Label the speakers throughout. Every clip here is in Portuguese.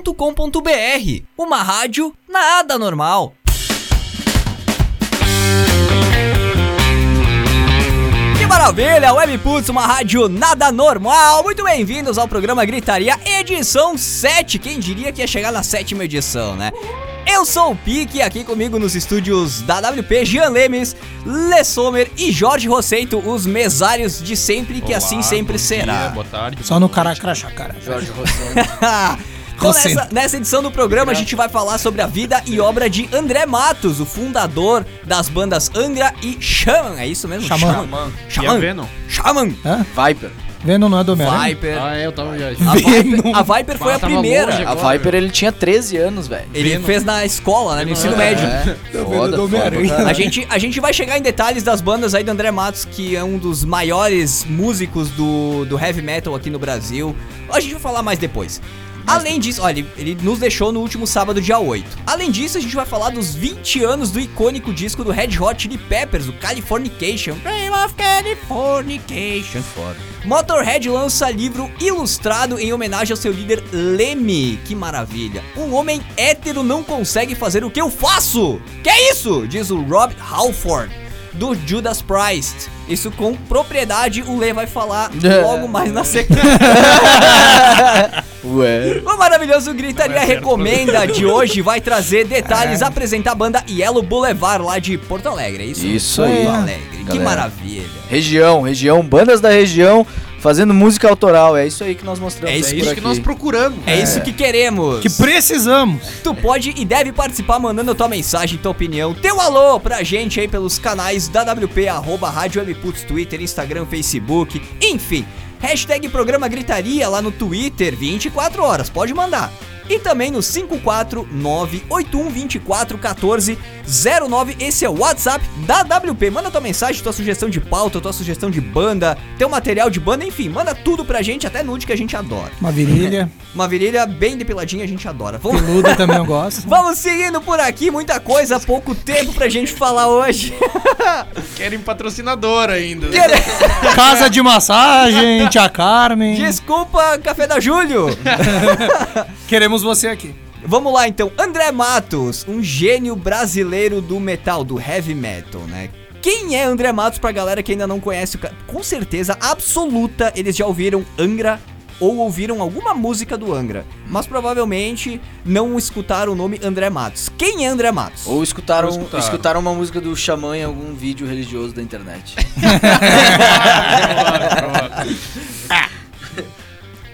Speaker 1: webputs.com.br, uma rádio nada normal. Que maravilha, Webputs, uma rádio nada normal. Muito bem-vindos ao programa Gritaria, edição 7. Quem diria que ia chegar na sétima edição, né? Eu sou o Pique, aqui comigo nos estúdios da WP, Jean Lemes, Lê Sommer e Jorge Rosseito, os mesários de sempre, que
Speaker 2: Olá,
Speaker 1: assim sempre
Speaker 2: bom dia,
Speaker 1: será.
Speaker 2: boa tarde.
Speaker 3: Só no cara crachá, cara.
Speaker 4: Jorge Rossano.
Speaker 1: Então,
Speaker 3: Você-
Speaker 1: nessa, nessa edição do programa, a gente vai falar sobre a vida e obra de André Matos, o fundador das bandas Angra e Xamã. É isso mesmo?
Speaker 3: Xamã.
Speaker 1: Xamã.
Speaker 2: E a
Speaker 1: Xamã.
Speaker 2: Venom?
Speaker 1: Xamã.
Speaker 3: Hã?
Speaker 4: Viper.
Speaker 3: Venom não é do Homem-Aranha?
Speaker 1: Viper.
Speaker 2: Ah, é, eu tava já.
Speaker 1: A Viper, a Viper foi
Speaker 2: Bah,
Speaker 1: a
Speaker 2: tava
Speaker 1: primeira.
Speaker 2: longe
Speaker 4: A
Speaker 2: Agora,
Speaker 4: Viper ele tinha 13 anos, velho.
Speaker 1: Ele fez na escola, né? No ensino médio.
Speaker 4: É,
Speaker 3: vendo
Speaker 4: foda,
Speaker 3: do Homem-Aranha.
Speaker 4: foda.
Speaker 1: A gente, a gente vai chegar em detalhes das bandas aí do André Matos, que é um dos maiores músicos do, do heavy metal aqui no Brasil. A gente vai falar mais depois. Além disso, olha, ele- ele nos deixou no último sábado, dia 8. Além disso, a gente vai falar dos 20 anos do icônico disco do Red Hot Chili Peppers, o Californication. Dream of Californication. Motorhead lança livro ilustrado em homenagem ao seu líder Leme. Que maravilha. Um homem hétero não consegue fazer o que eu faço. Que é isso? Diz o Rob Halford, do Judas Priest. Isso com propriedade o Lê vai falar
Speaker 4: É.
Speaker 1: logo mais na sequência.
Speaker 4: Ué.
Speaker 1: O maravilhoso Gritaria Recomenda de hoje vai trazer detalhes,
Speaker 4: É.
Speaker 1: apresentar a banda Yellow Boulevard lá de Porto Alegre. É isso?
Speaker 4: Isso aí.
Speaker 1: Porto Alegre. Que
Speaker 4: Galera.
Speaker 1: maravilha.
Speaker 4: Região, região, bandas da região fazendo música autoral. É isso aí que nós mostramos.
Speaker 1: É isso
Speaker 4: aí
Speaker 1: que-
Speaker 4: por
Speaker 2: Isso que nós
Speaker 4: aqui.
Speaker 2: procuramos.
Speaker 1: É, isso que queremos.
Speaker 3: Que precisamos.
Speaker 1: Tu pode e deve participar mandando tua mensagem, tua opinião, teu alô pra gente aí pelos canais da WP, arroba Rádio Webputs, Twitter, Instagram, Facebook, enfim. Hashtag Programa Gritaria lá no Twitter, 24 horas, pode mandar. E também no 549-8124-1409, esse é o WhatsApp da WP. Manda tua mensagem, tua sugestão de pauta, tua sugestão de banda, teu material de banda, enfim, manda tudo pra gente, até nude que a gente adora.
Speaker 3: Uma virilha.
Speaker 1: Uma virilha bem depiladinha a gente adora. Vamos
Speaker 3: Peluda também eu gosto.
Speaker 1: Vamos seguindo por aqui, muita coisa, pouco tempo pra gente falar hoje.
Speaker 2: Querem patrocinador ainda. né?
Speaker 3: Casa de massagem, tia Carmen.
Speaker 1: Desculpa, Café da Júlio.
Speaker 3: Queremos você aqui.
Speaker 1: Vamos lá então, André Matos, um gênio brasileiro do metal, do heavy metal, né? Quem é André Matos pra galera que ainda não conhece o cara? Com certeza absoluta, eles já ouviram Angra ou ouviram alguma música do Angra, mas provavelmente não escutaram o nome André Matos. Quem é André Matos?
Speaker 4: Ou escutaram,
Speaker 2: Ou
Speaker 4: escutaram.
Speaker 2: escutaram.
Speaker 4: uma música do Xamã em algum vídeo religioso da internet.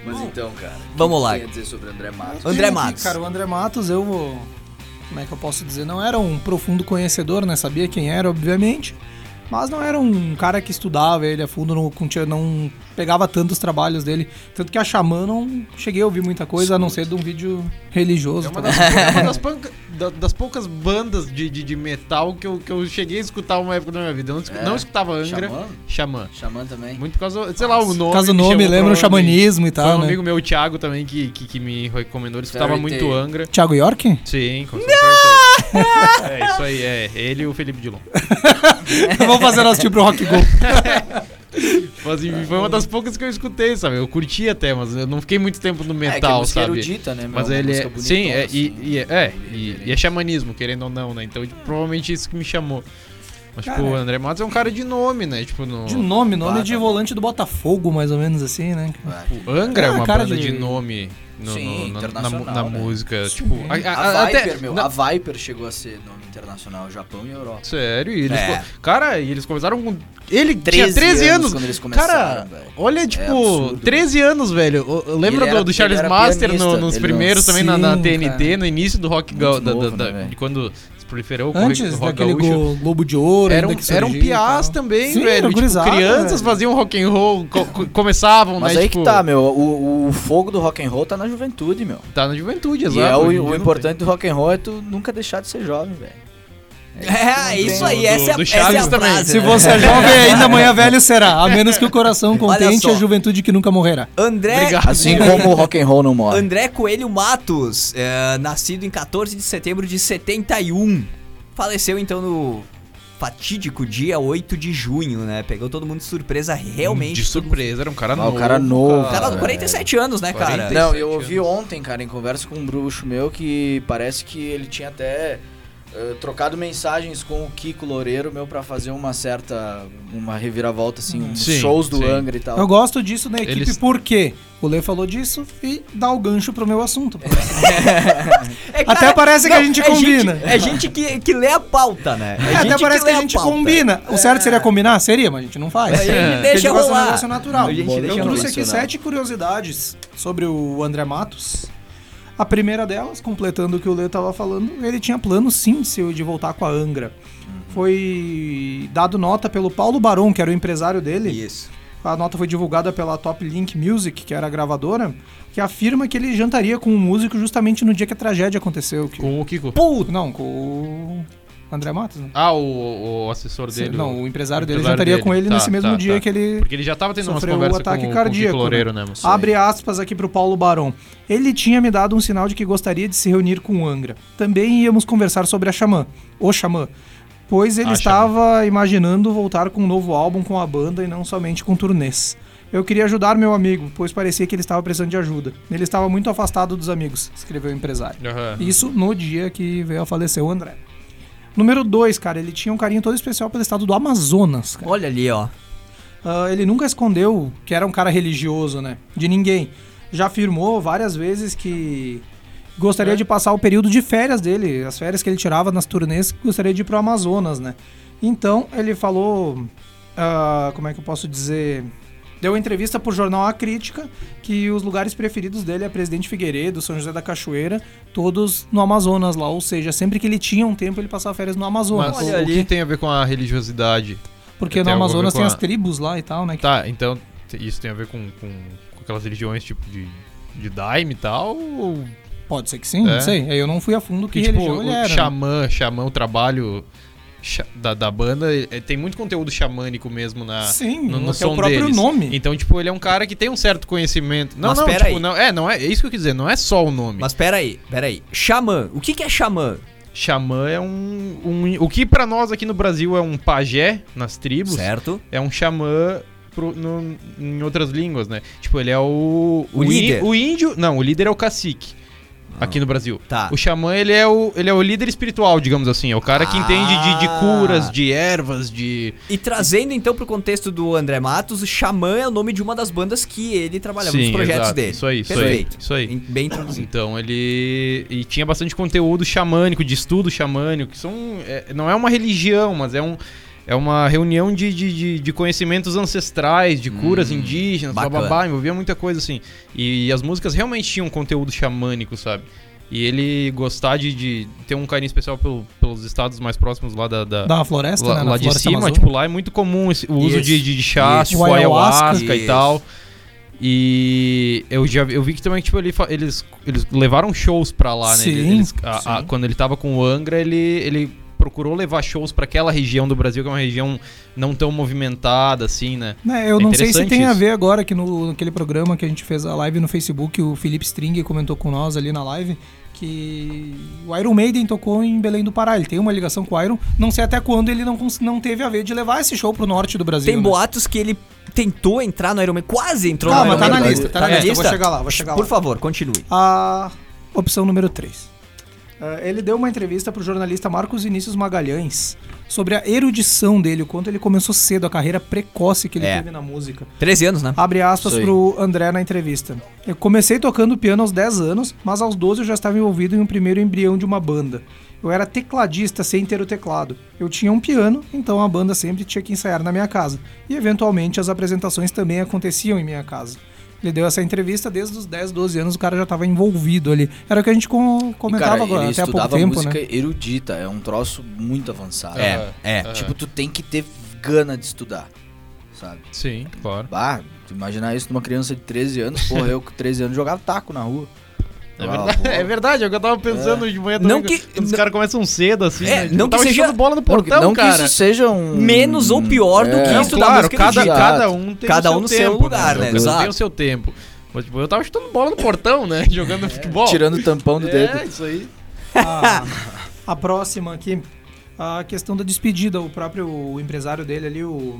Speaker 4: Mas então, cara. o que
Speaker 1: Vamos
Speaker 4: tu
Speaker 1: lá.
Speaker 4: tem a dizer sobre André Matos?
Speaker 1: André
Speaker 3: Sim,
Speaker 1: Matos.
Speaker 3: Cara, o André Matos, eu vou. Como é que eu posso dizer? Não era um profundo conhecedor, né? Sabia quem era, obviamente. Mas não era um cara que estudava ele a fundo, não, conti- não pegava tantos trabalhos dele. Tanto que a Xamã não cheguei a ouvir muita coisa, a não ser de um vídeo
Speaker 2: É
Speaker 3: religioso.
Speaker 2: uma
Speaker 3: tá?
Speaker 2: das, é uma das, panca- da- das poucas bandas de, de, de metal que eu, que eu cheguei a escutar uma época da minha vida. Eu não, escu-
Speaker 4: É.
Speaker 2: não escutava Angra.
Speaker 4: Xamã?
Speaker 2: Xamã.
Speaker 4: Xamã também.
Speaker 2: Muito por causa, sei lá, o nome.
Speaker 3: Por causa do
Speaker 2: me
Speaker 3: nome,
Speaker 2: chamou
Speaker 3: lembra o
Speaker 2: provavelmente.
Speaker 3: xamanismo e
Speaker 2: Foi um
Speaker 3: tal, né?
Speaker 2: amigo meu, o Thiago, também, que, que, que me recomendou. Ele escutava
Speaker 4: Fairy
Speaker 2: muito
Speaker 4: Tail.
Speaker 2: Angra.
Speaker 3: Thiago York?
Speaker 2: Sim, com certeza. É isso aí, é. Ele e o Felipe Dilon.
Speaker 3: Vamos fazer nosso time pro Rock Go.
Speaker 2: Mas e foi uma das poucas que eu escutei, sabe? Eu curti até, mas eu não fiquei muito tempo no
Speaker 4: é, que a
Speaker 2: metal,
Speaker 4: música
Speaker 2: sabe?
Speaker 4: erudita, né? meu?
Speaker 2: Mas
Speaker 4: Uma
Speaker 2: ele
Speaker 4: música
Speaker 2: é.
Speaker 4: bonitona,
Speaker 2: Sim, é,
Speaker 4: assim.
Speaker 2: e, e é, é, e, e é xamanismo, querendo ou não, né? Então, tipo, provavelmente isso que me chamou. Mas, tipo, o
Speaker 3: Cara.
Speaker 2: André Matos é um cara de nome, né? Tipo, no.
Speaker 3: De nome, nome
Speaker 4: Bah,
Speaker 3: de
Speaker 4: tá.
Speaker 3: volante do Botafogo, mais ou menos assim, né?
Speaker 2: O Angra é
Speaker 3: Ah,
Speaker 2: uma
Speaker 3: cara
Speaker 2: banda de,
Speaker 3: de
Speaker 2: nome no,
Speaker 4: Sim,
Speaker 2: no- na- na,
Speaker 4: internacional,
Speaker 2: na
Speaker 4: né?
Speaker 2: música. Tipo, a, a-
Speaker 4: A
Speaker 2: a-
Speaker 4: Viper,
Speaker 2: até,
Speaker 4: meu.
Speaker 2: na-
Speaker 4: A Viper chegou a ser nome internacional, Japão e Europa.
Speaker 2: Sério, e eles.
Speaker 1: É.
Speaker 2: co- Cara, e eles começaram com. Ele
Speaker 4: 13
Speaker 2: tinha 13
Speaker 4: anos
Speaker 2: anos.
Speaker 4: quando eles
Speaker 2: cara,
Speaker 4: começaram, velho.
Speaker 2: olha,
Speaker 4: É
Speaker 2: tipo,
Speaker 4: absurdo.
Speaker 2: 13 anos, velho. Eu- eu Lembra
Speaker 4: Ele
Speaker 2: do-
Speaker 4: era-
Speaker 2: do, Charles
Speaker 4: ele era
Speaker 2: Master
Speaker 4: pianista,
Speaker 2: no- nos
Speaker 4: ele
Speaker 2: primeiros
Speaker 3: não-
Speaker 2: também na, na
Speaker 3: Sim,
Speaker 2: TNT, no início do Rock Gal.
Speaker 4: Muito
Speaker 2: da-
Speaker 4: novo,
Speaker 2: da-
Speaker 4: né,
Speaker 2: da-
Speaker 4: velho?
Speaker 2: de quando se proliferou o
Speaker 3: Antes
Speaker 2: rock, rock
Speaker 3: daquele
Speaker 2: gaúcho. um,
Speaker 3: go- Globo de Ouro,
Speaker 2: Eram,
Speaker 3: ainda que
Speaker 2: eram
Speaker 3: surgiu e tal.
Speaker 2: piás também,
Speaker 3: Sim, era
Speaker 2: velho. Tipo,
Speaker 3: gurizada,
Speaker 2: crianças
Speaker 3: velho.
Speaker 2: faziam rock and roll, co- co- começavam,
Speaker 4: Mas
Speaker 2: né?
Speaker 4: aí
Speaker 2: tipo,
Speaker 4: que tá, meu. O, o fogo do rock and roll tá na juventude, meu.
Speaker 2: Tá na juventude,
Speaker 4: E
Speaker 2: exato.
Speaker 4: é
Speaker 2: hoje em dia
Speaker 4: o, o
Speaker 2: não
Speaker 4: importante do rock and roll é tu nunca deixar de ser jovem, velho.
Speaker 1: É, isso aí,
Speaker 2: Do-
Speaker 1: essa é, a-
Speaker 2: do
Speaker 1: essa é a
Speaker 2: Chaves também.
Speaker 1: frase.
Speaker 3: Se
Speaker 1: né?
Speaker 3: você é jovem ainda, amanhã velho será. A menos que o coração contente
Speaker 1: só.
Speaker 3: a juventude que nunca morrerá.
Speaker 1: André
Speaker 2: Obrigado.
Speaker 4: Assim como o rock and roll não morre.
Speaker 1: André Coelho Matos, é, nascido em 14 de setembro de 71. Faleceu então um. no fatídico dia 8 de junho, né? Pegou todo mundo de surpresa realmente.
Speaker 2: De surpresa, era um cara
Speaker 4: Ah, o
Speaker 2: novo.
Speaker 4: cara novo,
Speaker 1: O cara
Speaker 4: Ah,
Speaker 1: com 47 anos, né, cara?
Speaker 2: 47.
Speaker 4: Não, eu ouvi
Speaker 2: anos.
Speaker 4: ontem, cara, em conversa com um bruxo meu que parece que ele tinha até eh, trocado mensagens com o Kiko Loureiro meu pra fazer uma certa uma reviravolta assim, uns
Speaker 2: Sim,
Speaker 4: shows do
Speaker 2: sim.
Speaker 4: Angra e tal.
Speaker 3: Eu gosto disso na equipe
Speaker 2: Eles-
Speaker 3: porque o Lê falou disso e dá o gancho pro meu assunto.
Speaker 1: É,
Speaker 3: Até parece que a gente
Speaker 1: é
Speaker 3: combina.
Speaker 1: gente- é gente que, que lê a pauta, né? É
Speaker 3: É, até
Speaker 1: gente
Speaker 3: parece que
Speaker 1: lê
Speaker 3: a gente
Speaker 1: pauta.
Speaker 3: combina. O certo seria combinar? Seria, mas a gente não faz.
Speaker 1: A gente
Speaker 2: É.
Speaker 3: Porque a gente
Speaker 1: deixa
Speaker 3: gosta do
Speaker 1: rolar.
Speaker 3: negócio natural.
Speaker 1: A gente
Speaker 4: Bom,
Speaker 1: deixa
Speaker 4: eu
Speaker 3: Eu trouxe
Speaker 1: rolar.
Speaker 3: aqui
Speaker 4: Nacional.
Speaker 3: sete curiosidades sobre o André Matos. A primeira delas, completando o que o Lê tava falando, ele tinha plano sim seu de voltar com a Angra.
Speaker 1: Uhum.
Speaker 3: Foi dado nota pelo Paulo Barão, que era o empresário dele.
Speaker 1: Isso.
Speaker 3: A nota foi divulgada pela Top Link Music, que era a gravadora, que afirma que ele jantaria com o músico justamente no dia que a tragédia aconteceu. Que...
Speaker 2: Com o Kiko.
Speaker 3: Puta! Não, com o André Matos, né?
Speaker 2: Ah, o, o assessor dele.
Speaker 3: não, o empresário
Speaker 2: o
Speaker 3: dele
Speaker 2: empresário
Speaker 3: jantaria
Speaker 2: dele.
Speaker 3: com ele
Speaker 2: Tá,
Speaker 3: nesse mesmo
Speaker 2: tá,
Speaker 3: dia
Speaker 2: tá.
Speaker 3: que ele
Speaker 2: Porque ele já tava tendo umas
Speaker 3: Sofreu um
Speaker 2: conversas
Speaker 3: ataque
Speaker 2: com, com o
Speaker 3: cardíaco,
Speaker 2: Kiko Loureiro, né, moço?
Speaker 3: Abre aspas aqui pro Paulo Barão. Ele tinha me dado um sinal de que gostaria de se reunir com o Angra. Também íamos conversar sobre a Xamã, o Xamã, pois ele
Speaker 2: A
Speaker 3: estava imaginando voltar com um novo álbum com a banda e não somente com turnês. Eu queria ajudar meu amigo, pois parecia que ele estava precisando de ajuda. Ele estava muito afastado dos amigos, escreveu o empresário.
Speaker 2: Aham.
Speaker 3: Isso no dia que veio a falecer o André. Número 2, cara, ele tinha um carinho todo especial pelo estado do Amazonas, cara.
Speaker 1: Olha ali, ó.
Speaker 3: Ah, ele nunca escondeu que era um cara religioso, né? De ninguém. Já afirmou várias vezes que gostaria de passar o período de férias dele, as férias que ele tirava nas turnês, gostaria de ir pro Amazonas, né? Então ele falou, ah, como é que eu posso dizer? Deu entrevista pro jornal A Crítica que os lugares preferidos dele é Presidente Figueiredo, São José da Cachoeira, todos no Amazonas lá. Ou seja, sempre que ele tinha um tempo, ele passava férias no Amazonas.
Speaker 2: Mas
Speaker 1: Olha
Speaker 2: o
Speaker 1: ali.
Speaker 2: que tem a ver com a religiosidade?
Speaker 3: porque no
Speaker 2: tem alguma
Speaker 3: Amazonas
Speaker 2: ver com
Speaker 3: tem as
Speaker 2: a-
Speaker 3: tribos lá e tal, né? que-
Speaker 2: Tá, então te- isso tem a ver com, com, com aquelas religiões tipo de, de Daime e tal? Ou,
Speaker 3: Pode ser que sim,
Speaker 2: É.
Speaker 3: não sei. Aí eu não fui a fundo que
Speaker 2: que tipo,
Speaker 3: religião
Speaker 2: o
Speaker 3: ele era. né?
Speaker 2: xamã, xamã, o trabalho xa- da, da banda, é, tem muito conteúdo xamânico mesmo na,
Speaker 3: Sim,
Speaker 2: no, no
Speaker 3: até
Speaker 2: som
Speaker 3: o próprio
Speaker 2: deles.
Speaker 3: nome.
Speaker 2: Então, tipo, ele é um cara que tem um certo conhecimento. Não,
Speaker 1: Mas
Speaker 2: não,
Speaker 1: pera
Speaker 2: tipo,
Speaker 1: aí.
Speaker 2: não, é, não é, é isso que eu quis dizer, não é só o nome.
Speaker 1: Mas peraí, peraí. Xamã. O que, que é xamã?
Speaker 2: Xamã é um, um- O que pra nós aqui no Brasil é um pajé nas tribos,
Speaker 1: Certo?
Speaker 2: é um xamã pro- no- em outras línguas, né? Tipo, ele é o.
Speaker 1: O
Speaker 2: in-
Speaker 1: líder.
Speaker 2: o índio. Não, o líder é o cacique. Aqui no Brasil.
Speaker 1: Tá.
Speaker 2: O xamã, ele é o, ele é o líder espiritual, digamos assim. É o cara que
Speaker 1: Ah.
Speaker 2: entende de, de curas, de ervas, de.
Speaker 1: E trazendo então pro contexto do André Matos, o Xamã é o nome de uma das bandas que ele trabalhava nos projetos
Speaker 2: exato.
Speaker 1: dele.
Speaker 2: Isso aí, isso aí.
Speaker 1: Perfeito.
Speaker 2: Isso aí.
Speaker 1: Bem introduzido.
Speaker 2: Então ele. E tinha bastante conteúdo xamânico, de estudo xamânico, que são. é- não é uma religião, mas é um. É uma reunião de, de, de- de conhecimentos ancestrais, de curas indígenas, blá, blá,
Speaker 1: bacana.
Speaker 2: blá, envolvia muita coisa assim. E, as músicas realmente tinham conteúdo xamânico, sabe? E ele gostar de, de ter um carinho especial pelo- pelos estados mais próximos lá da, da-
Speaker 3: Da uma floresta,
Speaker 2: Então, lá,
Speaker 3: né? Na
Speaker 2: lá de
Speaker 3: floresta
Speaker 2: cima,
Speaker 3: amazônica.
Speaker 2: tipo, lá é muito comum esse- o uso
Speaker 1: Isso,
Speaker 2: de, de, de chás,
Speaker 1: isso.
Speaker 2: tipo,
Speaker 3: O ayahuasca.
Speaker 2: ayahuasca, e
Speaker 1: Isso.
Speaker 2: tal. E eu já vi- eu vi que também, tipo, ele, fa- eles, eles levaram shows pra lá, né? Ele-
Speaker 3: Sim,
Speaker 2: eles- a- a-
Speaker 1: sim.
Speaker 2: quando ele tava com o Angra, ele, ele procurou levar shows pra aquela região do Brasil, que é uma região não tão movimentada, assim, né?
Speaker 3: Né, eu
Speaker 2: É
Speaker 3: não sei se
Speaker 2: interessante
Speaker 3: tem a
Speaker 2: isso.
Speaker 3: ver agora que no, naquele programa que a gente fez a live no Facebook, o Felipe String comentou com nós ali na live que o Iron Maiden tocou em Belém do Pará. Ele tem uma ligação com o Iron. Não sei até quando ele não, cons- não teve a ver de levar esse show pro norte do Brasil.
Speaker 1: Tem
Speaker 3: né?
Speaker 1: boatos que ele tentou entrar no Iron Man, quase entrou
Speaker 3: Calma,
Speaker 1: no Iron
Speaker 3: tá
Speaker 1: Man.
Speaker 3: na lista, tá na lista, eu vou chegar lá, vou chegar
Speaker 1: Por
Speaker 3: lá.
Speaker 1: favor, continue.
Speaker 3: A opção número 3. É, ele deu uma entrevista pro jornalista Marcos Vinícius Magalhães sobre a erudição dele, o quanto ele começou cedo, a carreira precoce que ele
Speaker 1: É.
Speaker 3: teve na música.
Speaker 1: 13 anos, né?
Speaker 3: Abre aspas
Speaker 4: Isso aí.
Speaker 3: pro André na entrevista. Eu comecei tocando piano aos 10 anos, mas aos 12 eu já estava envolvido em um primeiro embrião de uma banda. Eu era tecladista sem ter o teclado. Eu tinha um piano, então a banda sempre tinha que ensaiar na minha casa. E eventualmente as apresentações também aconteciam em minha casa. Ele deu essa entrevista desde os 10, 12 anos, o cara já estava envolvido ali. Era o que a gente com-
Speaker 4: E,
Speaker 3: comentava
Speaker 4: cara,
Speaker 3: agora,
Speaker 4: ele
Speaker 3: até há pouco
Speaker 4: estudava
Speaker 3: tempo,
Speaker 4: música
Speaker 3: né?
Speaker 4: erudita, é um troço muito avançado.
Speaker 1: É, é.
Speaker 4: Tipo, tu tem que ter gana de estudar, sabe?
Speaker 2: Sim, claro.
Speaker 4: Bah, tu imaginar isso numa criança de 13 anos, porra, eu com 13 anos jogava taco na rua.
Speaker 2: É
Speaker 4: Ah,
Speaker 2: verdade,
Speaker 4: boa.
Speaker 2: é verdade, é o que eu tava pensando de manhã
Speaker 1: Não
Speaker 2: também,
Speaker 1: que-
Speaker 2: quando os caras começam cedo, assim,
Speaker 1: É,
Speaker 2: né? Tipo,
Speaker 1: não que
Speaker 2: tava
Speaker 1: seja-
Speaker 2: chutando bola no
Speaker 4: Não,
Speaker 2: portão,
Speaker 4: não
Speaker 2: cara.
Speaker 4: que isso seja um...
Speaker 1: Menos ou pior do que
Speaker 4: É.
Speaker 2: Não,
Speaker 1: isso da
Speaker 2: claro,
Speaker 1: música
Speaker 2: cada,
Speaker 1: erudita.
Speaker 2: cada um tem
Speaker 1: Cada
Speaker 2: o seu
Speaker 1: um no seu
Speaker 2: tempo,
Speaker 1: lugar, né?
Speaker 2: Cada um
Speaker 1: Exato.
Speaker 2: tem o seu tempo. Mas, tipo, eu tava chutando bola no portão, né?
Speaker 4: um
Speaker 2: Jogando futebol.
Speaker 4: Tirando o tampão do
Speaker 2: é,
Speaker 4: dedo.
Speaker 2: isso aí.
Speaker 3: A, a próxima aqui. a questão da despedida. O próprio empresário dele ali, o.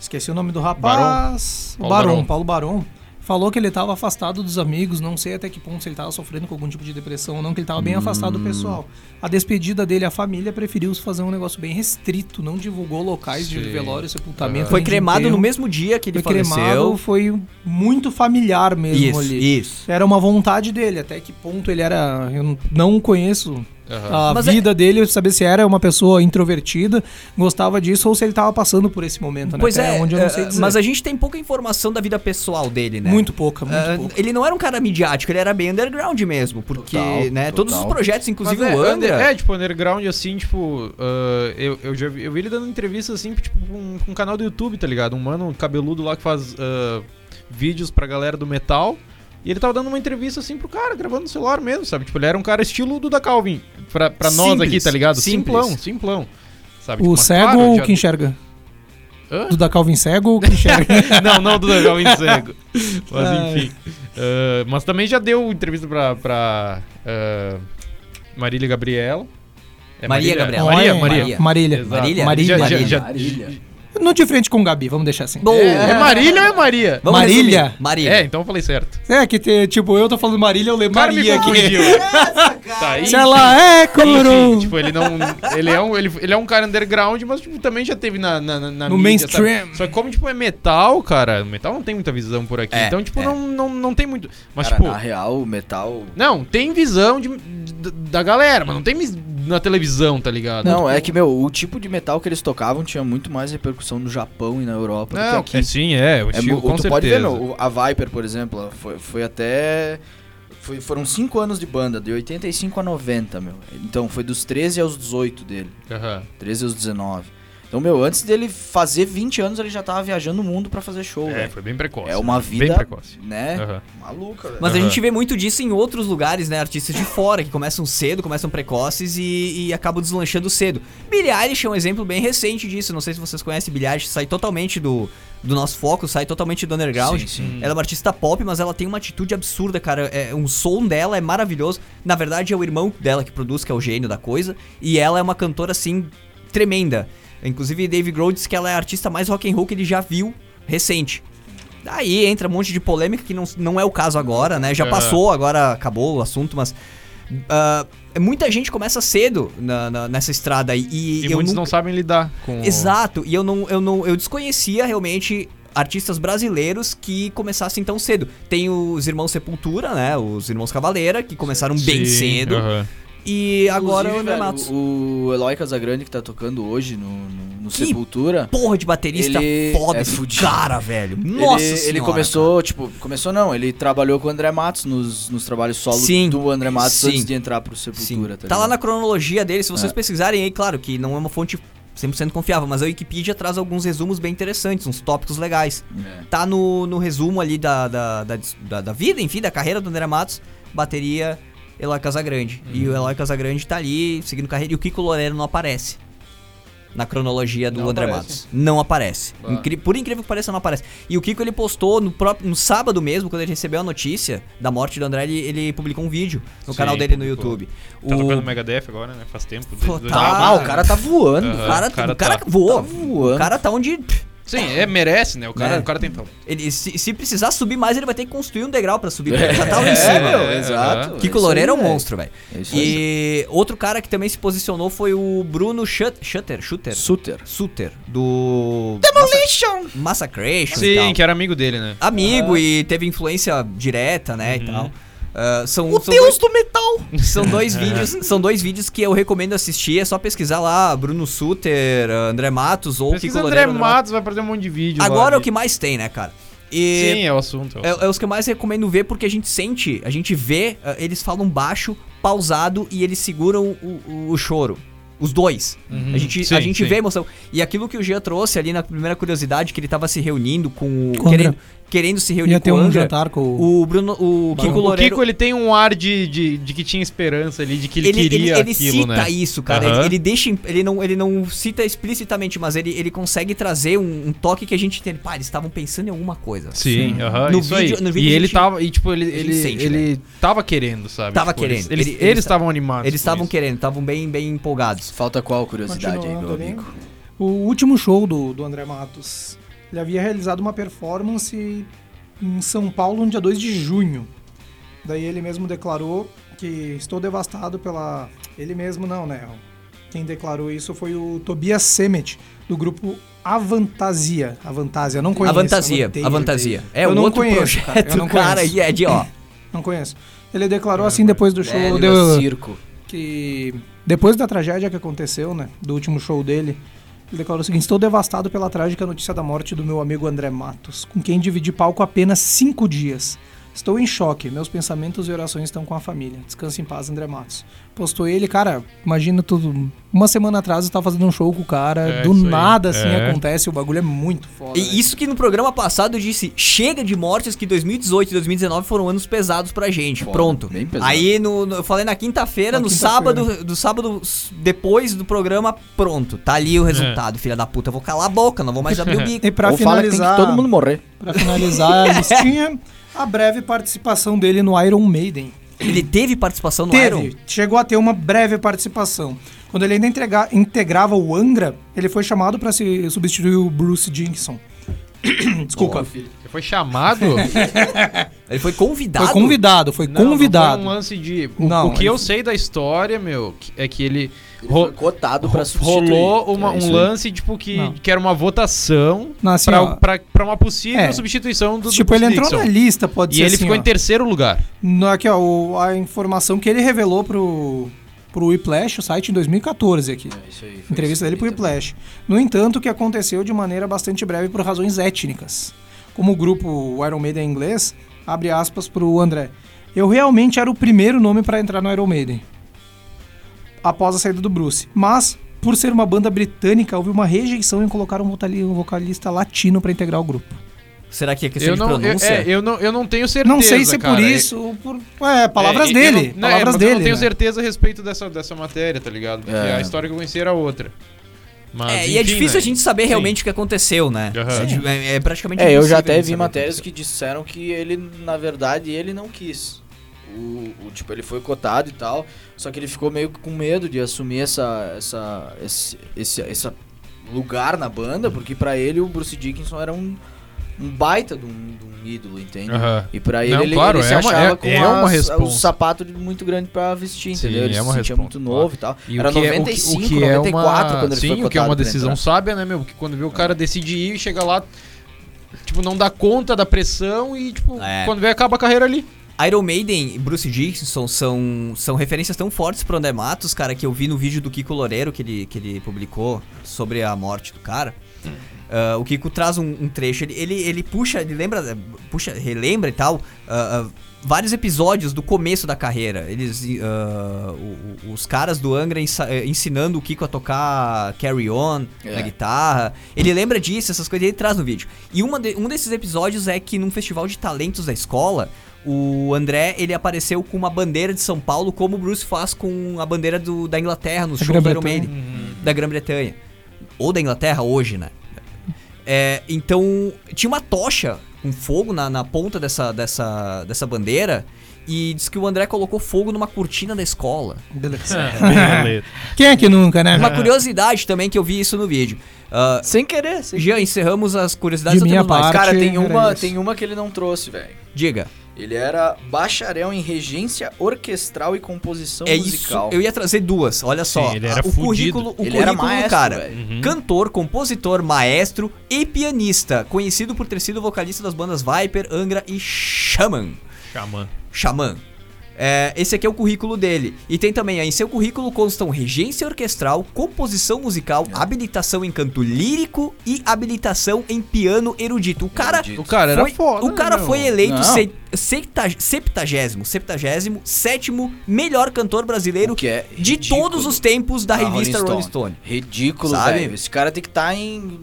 Speaker 3: Esqueci o nome do rapaz.
Speaker 2: Barão.
Speaker 3: O
Speaker 2: Paulo
Speaker 3: Barão,
Speaker 2: Barão.
Speaker 3: Paulo Barão. Falou que ele estava afastado dos amigos, não sei até que ponto se ele estava sofrendo com algum tipo de depressão ou não, que ele estava bem
Speaker 1: Hum.
Speaker 3: afastado do pessoal. A despedida dele, a família preferiu fazer um negócio bem restrito, não divulgou locais de
Speaker 2: Sim.
Speaker 3: velório, sepultamento.
Speaker 1: Foi
Speaker 3: nem de
Speaker 1: cremado
Speaker 3: enterro.
Speaker 1: no mesmo dia que ele
Speaker 3: Foi
Speaker 1: faleceu.
Speaker 3: cremado, um foi muito familiar mesmo
Speaker 1: isso,
Speaker 3: ali.
Speaker 1: isso.
Speaker 3: Era uma vontade dele, até que ponto ele era. Eu n- não conheço a
Speaker 1: Mas é-
Speaker 3: vida dele, saber se era uma pessoa introvertida, gostava disso, ou se ele tava passando por esse momento, né?
Speaker 1: Pois
Speaker 3: Até
Speaker 1: é,
Speaker 3: onde eu
Speaker 1: é,
Speaker 3: não sei dizer. É.
Speaker 1: mas a gente tem pouca informação da vida pessoal dele, né?
Speaker 3: Muito pouca, muito
Speaker 1: Ah,
Speaker 3: pouca.
Speaker 1: ele não era um cara midiático, ele era bem underground mesmo, porque,
Speaker 4: Total,
Speaker 1: né, todos os
Speaker 4: total.
Speaker 1: projetos, inclusive
Speaker 2: Mas
Speaker 1: o
Speaker 2: é,
Speaker 1: Angra...
Speaker 2: under- É, tipo, underground, assim, tipo. ah, eu, eu já vi, eu vi ele dando entrevista, assim, tipo, com um, com um canal do YouTube, tá ligado? Um mano cabeludo lá que faz ah, vídeos pra galera do metal. E ele tava dando uma entrevista, assim, pro cara, gravando no celular mesmo, sabe? Tipo, ele era um cara estilo do da Calvin. Pra, pra nós
Speaker 1: Simples,
Speaker 2: aqui, tá ligado?
Speaker 1: simples.
Speaker 2: Simplão, simplão. Sabe? Tipo,
Speaker 3: O
Speaker 2: mas
Speaker 3: cego
Speaker 2: claro,
Speaker 3: ou
Speaker 2: já-
Speaker 3: o que enxerga?
Speaker 2: Hã?
Speaker 3: Do da Calvin cego ou o que enxerga?
Speaker 2: não, não do Legal em Cego. Mas
Speaker 3: Ai.
Speaker 2: enfim. Ah, mas também já deu entrevista pra, pra ah, Marília Gabriela. É
Speaker 1: Maria
Speaker 2: Marília?
Speaker 1: Gabriela.
Speaker 2: Maria,
Speaker 3: Olha,
Speaker 2: Maria.
Speaker 3: Marília.
Speaker 2: Exato.
Speaker 1: Marília?
Speaker 3: Marília.
Speaker 2: Já- já- já-
Speaker 4: Marília.
Speaker 3: Não de frente com o Gabi, vamos deixar assim.
Speaker 1: Boa.
Speaker 2: É, é Marília ou é Maria?
Speaker 1: Vamos
Speaker 3: Marília?
Speaker 1: resumir. Marília.
Speaker 2: É, então eu falei certo.
Speaker 3: É que, te- tipo, eu tô falando Marília, eu lembro Maria
Speaker 2: Cara, me
Speaker 3: aqui.
Speaker 2: confundiu. Tá aí.
Speaker 3: Se ela é
Speaker 2: Enfim,
Speaker 3: coroa.
Speaker 2: tipo, ele não. Ele é, um, ele, ele é um cara underground, mas tipo, também já teve na, na, na- na
Speaker 3: No
Speaker 2: mídia, sabe?
Speaker 3: mainstream.
Speaker 2: Só que como, tipo, é metal, cara, metal não tem muita visão por aqui.
Speaker 1: É,
Speaker 2: então, tipo,
Speaker 1: é.
Speaker 2: não, não, não tem muito. Mas,
Speaker 4: Cara,
Speaker 2: tipo.
Speaker 4: na real, o metal.
Speaker 2: Não, tem visão de, d- da galera, mas não tem mis- na televisão, tá ligado?
Speaker 4: Não, é que, meu, o tipo de metal que eles tocavam tinha muito mais repercussão no Japão e na Europa do que
Speaker 2: Não,
Speaker 4: aqui.
Speaker 2: é, sim, é. O
Speaker 4: É,
Speaker 2: estilo,
Speaker 4: mu-
Speaker 2: com
Speaker 4: tu
Speaker 2: certeza.
Speaker 4: pode ver, meu, o- a Viper, por exemplo, ela foi, foi até. foi- foram 5 anos de banda, de 85 a 90, meu. Então foi dos 13 aos 18 dele.
Speaker 2: Aham.
Speaker 4: 13 aos 19. Então, meu, antes dele fazer 20 anos, ele já tava viajando o mundo pra fazer show,
Speaker 2: É,
Speaker 4: velho.
Speaker 2: foi bem precoce.
Speaker 4: É uma
Speaker 2: Bem
Speaker 4: vida,
Speaker 2: precoce.
Speaker 4: né?
Speaker 2: Aham.
Speaker 4: Maluca, velho.
Speaker 1: Mas a
Speaker 2: Aham.
Speaker 1: gente vê muito disso em outros lugares, né? Artistas de fora que começam cedo, começam precoces e, e acabam deslanchando cedo. Billie Eilish é um exemplo bem recente disso. Não sei se vocês conhecem Billie Eilish, sai totalmente do, do nosso foco, sai totalmente do underground.
Speaker 4: Sim,
Speaker 2: Hum.
Speaker 4: sim.
Speaker 1: Ela é uma artista pop, mas ela tem uma atitude absurda, cara. É, um som dela é maravilhoso. Na verdade, é o irmão dela que produz, que é o gênio da coisa. E ela é uma cantora, assim, tremenda. Inclusive, Dave Grohl disse que ela é a artista mais rock and roll que ele já viu recente. Daí entra um monte de polêmica que não, não é o caso agora, né? Já
Speaker 2: É.
Speaker 1: passou, agora acabou o assunto, mas. ah, muita gente começa cedo na- na- nessa estrada aí. é, E,
Speaker 2: E,
Speaker 1: eu nunca-
Speaker 2: muitos não sabem lidar com.
Speaker 1: Exato, e eu não, eu não eu desconhecia realmente artistas brasileiros que começassem tão cedo. Tem os irmãos Sepultura, né? Os irmãos Cavaleira, que começaram bem
Speaker 2: Sim,
Speaker 1: cedo.
Speaker 2: aham.
Speaker 1: E agora o
Speaker 4: Inclusive,
Speaker 1: André
Speaker 4: velho,
Speaker 1: Matos.
Speaker 4: O, o Eloy Casagrande que tá tocando hoje no, no- no
Speaker 1: Que
Speaker 4: Sepultura.
Speaker 1: Porra de baterista
Speaker 4: Ele
Speaker 1: foda
Speaker 4: é
Speaker 1: esse
Speaker 4: fudido.
Speaker 1: cara, velho. Nossa
Speaker 4: ele,
Speaker 1: senhora.
Speaker 4: ele começou, tipo, começou não, ele trabalhou com o André Matos nos, nos trabalhos solo
Speaker 1: Sim.
Speaker 4: do André Matos
Speaker 1: Sim.
Speaker 4: antes de entrar pro Sepultura.
Speaker 1: Sim. Tá lá
Speaker 4: ligado?
Speaker 1: na cronologia dele, se vocês
Speaker 4: É.
Speaker 1: pesquisarem aí, claro que não é uma fonte 100% confiável, mas a Wikipedia traz alguns resumos bem interessantes, uns tópicos legais.
Speaker 4: É.
Speaker 1: Tá no, no resumo ali da, da, da, da- da vida, enfim, da carreira do André Matos, bateria Eloy Casagrande. E
Speaker 4: Uhum.
Speaker 1: o Eloy Casagrande tá ali seguindo carreira e o Kiko Loureiro não aparece. Na cronologia do
Speaker 4: Não
Speaker 1: André
Speaker 4: aparece.
Speaker 1: Matos. Não aparece.
Speaker 2: Bah.
Speaker 1: Incri- por incrível que pareça, não aparece. E o Kiko ele postou no próprio no sábado mesmo, quando ele recebeu a notícia da morte do André, ele, ele publicou um vídeo no
Speaker 2: Sim,
Speaker 1: canal dele no
Speaker 2: publicou.
Speaker 1: YouTube.
Speaker 2: Tá
Speaker 1: o...
Speaker 2: tocando Megadeth agora, né? Faz tempo. desde
Speaker 1: Pô,
Speaker 2: dois
Speaker 1: tá.
Speaker 2: anos.
Speaker 4: Ah, o cara tá voando.
Speaker 2: Aham.
Speaker 1: O cara,
Speaker 2: O cara
Speaker 1: o cara
Speaker 2: tá-
Speaker 1: voou.
Speaker 4: tá voando.
Speaker 1: O cara tá onde. pff,
Speaker 2: Sim, é, merece, né? O cara,
Speaker 1: Né?
Speaker 2: o cara tem talento.
Speaker 1: Ele, se, se precisar subir mais, ele vai ter que construir um degrau pra subir. porque ele Já tá lá em
Speaker 4: É,
Speaker 1: cima.
Speaker 4: meu,
Speaker 2: É,
Speaker 4: exato.
Speaker 2: aham.
Speaker 4: É
Speaker 1: Kiko
Speaker 4: isso aí,
Speaker 1: Loureiro é um
Speaker 4: velho.
Speaker 1: monstro, velho.
Speaker 4: É isso aí.
Speaker 1: E outro cara que também se posicionou foi o Bruno Shut Shutter, Shooter,
Speaker 4: Suter.
Speaker 1: Suter, do Demolition, Massacration e
Speaker 2: Sim,
Speaker 1: tal.
Speaker 2: que era amigo dele, né?
Speaker 1: Amigo e teve influência direta, né,
Speaker 2: Uhum.
Speaker 1: e tal. Ah, são,
Speaker 4: O
Speaker 1: são
Speaker 4: deus
Speaker 1: do metal! São dois vídeos, são dois vídeos que eu recomendo assistir, é só pesquisar lá Bruno Suter, André Matos ou
Speaker 2: Pesquisa
Speaker 1: Kiko
Speaker 2: André
Speaker 1: Loureiro.
Speaker 2: Matos, vai perder um monte de vídeo. lá
Speaker 1: Agora é o
Speaker 2: de-
Speaker 1: que mais tem, né, cara? E
Speaker 2: Sim, é o assunto.
Speaker 1: é, é os que eu mais recomendo ver porque a gente sente, a gente vê, eh, eles falam baixo, pausado e eles seguram o, o- o choro. Os dois.
Speaker 2: Uhum.
Speaker 1: A gente,
Speaker 2: Sim,
Speaker 1: a gente
Speaker 2: sim.
Speaker 1: vê a emoção. E aquilo que o Jean trouxe ali na primeira curiosidade, que ele tava se reunindo com o.
Speaker 3: Com o
Speaker 1: querendo,
Speaker 3: André.
Speaker 1: querendo se reunir
Speaker 3: Ia ter
Speaker 1: com o
Speaker 3: um
Speaker 1: Angra,
Speaker 3: jantar com o...
Speaker 1: O Bruno. O Kiko
Speaker 2: O
Speaker 1: Loureiro.
Speaker 2: Kiko, ele tem um ar de, de, de que tinha esperança ali, de que ele,
Speaker 1: Ele, ele,
Speaker 2: queria
Speaker 1: ele
Speaker 2: aquilo,
Speaker 1: cita
Speaker 2: né?
Speaker 1: isso, cara. Ele-
Speaker 2: Aham.
Speaker 1: Ele, deixa. em- Ele não, ele não cita explicitamente, mas ele, ele consegue trazer um, um toque que a gente tem. Pá, eles estavam pensando em alguma coisa.
Speaker 2: Sim, aham,
Speaker 1: No
Speaker 2: isso
Speaker 1: vídeo-
Speaker 2: aí.
Speaker 1: no vídeo
Speaker 2: e
Speaker 1: a
Speaker 2: ele
Speaker 1: gente-
Speaker 2: tava, e tipo, ele, ele,
Speaker 1: sente, né?
Speaker 2: ele tava querendo, sabe?
Speaker 1: Tava
Speaker 2: Tipo, eles-
Speaker 1: querendo.
Speaker 2: Eles
Speaker 1: Ele-
Speaker 2: eles
Speaker 1: eles
Speaker 2: estavam animados.
Speaker 1: Eles
Speaker 2: com
Speaker 1: estavam
Speaker 2: isso.
Speaker 1: querendo, estavam bem, bem empolgados.
Speaker 3: Matos.
Speaker 4: Falta qual curiosidade aí, meu
Speaker 3: Continuando, né?
Speaker 4: amigo?
Speaker 3: O último show do, do André Matos, ele havia realizado uma performance em São Paulo no dia 2 de junho. Daí ele mesmo declarou que estou devastado pela. Ele mesmo não, né? Quem declarou isso foi o Tobias Semet, do grupo Avantasia. Avantasia, não conheço.
Speaker 1: a fantasia,
Speaker 3: Avantei,
Speaker 1: a fantasia. É
Speaker 3: Eu
Speaker 1: um
Speaker 3: não
Speaker 1: outro
Speaker 3: conheço, cara,
Speaker 1: projeto,
Speaker 3: eu não
Speaker 1: cara,
Speaker 3: conheço.
Speaker 1: e é de, ó,
Speaker 3: Não conheço. Ele declarou assim depois do
Speaker 1: É,
Speaker 3: show.
Speaker 4: Velho é
Speaker 3: deu-
Speaker 4: circo.
Speaker 3: que depois da tragédia que aconteceu, né, do último show dele, ele declarou o seguinte: Estou devastado pela trágica notícia da morte do meu amigo André Matos, com quem dividi palco apenas cinco dias. Estou em choque, meus pensamentos e orações estão com a família. Descanse em paz, André Matos. Postou ele, cara, imagina tudo. Uma semana atrás eu tava fazendo um show com o cara,
Speaker 2: É,
Speaker 3: do
Speaker 2: isso aí.
Speaker 3: nada assim
Speaker 2: É.
Speaker 3: acontece, o bagulho é muito foda. né?
Speaker 1: E isso que no programa passado eu disse, chega de mortes que 2018 e 2019 foram anos pesados pra gente.
Speaker 4: Foda,
Speaker 1: Pronto.
Speaker 4: bem pesado.
Speaker 1: Aí no, no- eu falei na quinta-feira,
Speaker 3: Na
Speaker 1: no
Speaker 3: quinta-feira.
Speaker 1: sábado, do sábado s- depois do programa, pronto. Tá ali o
Speaker 2: É.
Speaker 1: resultado, filha da puta. Eu vou calar a boca, não vou mais abrir o bico.
Speaker 3: E pra
Speaker 4: Ou fala que tem
Speaker 3: finalizar,
Speaker 4: que todo mundo morrer.
Speaker 3: pra finalizar a listinha, a breve participação dele no Iron Maiden.
Speaker 1: Ele teve participação no
Speaker 3: Teve,
Speaker 1: Iron?
Speaker 3: chegou a ter uma breve participação. Quando ele ainda entrega- integrava o Angra, ele foi chamado para se substituir o Bruce Dickinson. Desculpa.
Speaker 2: Você foi chamado?
Speaker 3: um
Speaker 1: Ele foi convidado.
Speaker 3: foi convidado, foi
Speaker 2: Não, não
Speaker 3: convidado.
Speaker 2: foi um lance de. O,
Speaker 3: Não,
Speaker 2: o que
Speaker 3: ele-
Speaker 2: eu sei da história, meu, que- é que ele.
Speaker 4: Ele
Speaker 2: ro-
Speaker 4: foi cotado
Speaker 2: ro-
Speaker 4: pra substituir.
Speaker 2: rolou uma-
Speaker 4: É isso
Speaker 2: um
Speaker 4: aí.
Speaker 2: lance, tipo, que,
Speaker 3: Não.
Speaker 2: que era uma votação
Speaker 3: Não, assim,
Speaker 2: pra,
Speaker 3: ó.
Speaker 2: pra, pra uma possível
Speaker 3: É.
Speaker 2: substituição do
Speaker 3: tipo,
Speaker 2: do
Speaker 3: ele
Speaker 2: Bruce
Speaker 3: entrou na
Speaker 2: Dickinson.
Speaker 3: lista, pode
Speaker 2: E
Speaker 3: ser
Speaker 2: ele
Speaker 3: assim,
Speaker 2: ficou
Speaker 3: ó.
Speaker 2: em terceiro lugar.
Speaker 3: No- Aqui, ó, o- a informação que ele revelou pro, pro Whiplash, o site em 2014 aqui.
Speaker 4: É isso aí, foi
Speaker 3: Entrevista
Speaker 4: isso
Speaker 3: dele
Speaker 4: aí
Speaker 3: pro
Speaker 4: também.
Speaker 3: Whiplash. No entanto, o que aconteceu de maneira bastante breve por razões étnicas. Como o grupo Iron Maiden em inglês, abre aspas pro André. Eu realmente era o primeiro nome para entrar no Iron Maiden. Após a saída do Bruce. Mas, por ser uma banda britânica, houve uma rejeição em colocar um vocali- um vocalista latino para integrar o grupo.
Speaker 1: Será que é questão
Speaker 2: Eu
Speaker 1: de
Speaker 2: não, eu,
Speaker 1: pronúncia?
Speaker 2: é, eu não, eu não tenho certeza.
Speaker 3: não sei se
Speaker 2: cara.
Speaker 3: por
Speaker 2: É-
Speaker 3: isso ou por. É, palavras
Speaker 2: é, eu
Speaker 3: dele.
Speaker 2: não- não, é,
Speaker 3: palavras
Speaker 2: mas
Speaker 3: dele.
Speaker 2: Eu não tenho
Speaker 3: né?
Speaker 2: certeza a respeito dessa, dessa matéria, tá ligado? Porque
Speaker 4: É.
Speaker 2: a história que eu conheci era outra. Mas,
Speaker 1: É, e é
Speaker 2: enfim,
Speaker 1: difícil
Speaker 2: né?
Speaker 1: a gente saber realmente o que aconteceu, né?
Speaker 2: Aham.
Speaker 1: É di- É, é praticamente
Speaker 4: É, eu já
Speaker 1: impossível
Speaker 4: até
Speaker 1: de
Speaker 4: vi
Speaker 1: saber.
Speaker 4: matérias que disseram que ele, na verdade, ele não quis. O, o- tipo, ele foi cotado e tal, só que ele ficou meio que com medo de assumir essa, essa, esse, esse essa lugar na
Speaker 2: Uhum.
Speaker 4: banda, porque pra ele o Bruce Dickinson era um, um baita de um, de um ídolo, entende?
Speaker 2: Aham.
Speaker 4: E pra ele,
Speaker 2: Não,
Speaker 4: ele,
Speaker 2: claro,
Speaker 4: ele se
Speaker 2: é uma-
Speaker 4: achava
Speaker 2: é-
Speaker 4: com
Speaker 2: é uma
Speaker 4: as- um
Speaker 2: responsa.
Speaker 4: sapato de- muito grande pra vestir,
Speaker 2: Sim,
Speaker 4: entendeu? Ele
Speaker 2: é
Speaker 4: se
Speaker 2: uma
Speaker 4: sentia
Speaker 2: resposta,
Speaker 4: muito novo e tal.
Speaker 2: E
Speaker 4: era
Speaker 2: o que é- o que-
Speaker 4: 95,
Speaker 2: o que é
Speaker 4: 94
Speaker 2: uma,
Speaker 4: quando ele
Speaker 2: sim,
Speaker 4: foi
Speaker 2: o que é
Speaker 4: cotado
Speaker 2: uma
Speaker 4: pra
Speaker 2: decisão
Speaker 4: entrar.
Speaker 2: sábia, né, meu? Porque quando vê o cara decide ir, chega lá, tipo, não dá conta da pressão e, tipo,
Speaker 1: É.
Speaker 2: quando vê, acaba a carreira ali.
Speaker 1: Iron Maiden e Bruce Dickinson são, são referências tão fortes pro André Matos, cara, que eu vi no vídeo do Kiko Loureiro que ele, que ele publicou sobre a morte do cara. Ah, o Kiko traz um, um trecho, ele, ele, ele puxa, ele lembra, puxa, relembra e tal, ah, ah, vários episódios do começo da carreira. Eles, ah, o- o- os caras do Angra ensa- eh, ensinando o Kiko a tocar Carry On
Speaker 4: É.
Speaker 1: na guitarra. Ele lembra disso, essas coisas, ele traz no vídeo. E uma de- um desses episódios é que num festival de talentos da escola, o André, ele apareceu com uma bandeira de São Paulo, como o Bruce faz com a bandeira do- da Inglaterra no
Speaker 3: Da
Speaker 1: show do Iron
Speaker 3: Grã-Bretanha.
Speaker 1: Maiden, da Grã-Bretanha. Ou da Inglaterra hoje, né? É, então, tinha uma tocha com fogo na, na ponta dessa, dessa, dessa bandeira e diz que o André colocou fogo numa cortina da escola.
Speaker 3: Beleza.
Speaker 2: É,
Speaker 3: Quem é que nunca, né?
Speaker 1: Uma curiosidade também que eu vi isso no vídeo. Ah,
Speaker 4: Sem querer, sem
Speaker 1: Jean, encerramos as curiosidades.
Speaker 3: De
Speaker 1: ou
Speaker 3: minha
Speaker 1: temos mais?
Speaker 3: parte-
Speaker 4: Cara, tem
Speaker 3: Era
Speaker 4: uma,
Speaker 3: isso.
Speaker 4: tem uma que ele não trouxe, velho.
Speaker 1: Diga.
Speaker 4: Ele era bacharel em regência orquestral e composição
Speaker 1: É
Speaker 4: musical.
Speaker 1: isso. Eu ia trazer duas. Olha só.
Speaker 2: Sim, ele era
Speaker 1: o
Speaker 2: fudido.
Speaker 1: currículo, o
Speaker 4: Ele
Speaker 1: currículo
Speaker 4: era
Speaker 1: do
Speaker 4: maestro,
Speaker 1: cara.
Speaker 4: velho. Uhum.
Speaker 1: Cantor, compositor, maestro e pianista, conhecido por ter sido vocalista das bandas Viper, Angra e Shaman.
Speaker 2: Xamã.
Speaker 1: Xamã. É, esse aqui é o currículo dele. E tem também, aí, em seu currículo constam regência orquestral, composição musical,
Speaker 4: É.
Speaker 1: habilitação em canto lírico e habilitação em piano erudito. O cara,
Speaker 4: Erudito.
Speaker 2: O cara era
Speaker 1: foi,
Speaker 2: foda.
Speaker 1: o cara
Speaker 2: né, meu?
Speaker 1: foi eleito
Speaker 4: Não.
Speaker 1: se- septa- septagésimo, septagésimo, sétimo melhor cantor brasileiro
Speaker 4: O que é
Speaker 1: de
Speaker 4: ridículo.
Speaker 1: todos os tempos da
Speaker 4: Da
Speaker 1: revista Rolling
Speaker 4: Rolling
Speaker 1: Stone.
Speaker 4: Ridículo,
Speaker 1: Sabe?
Speaker 4: velho. Esse cara tem que estar em,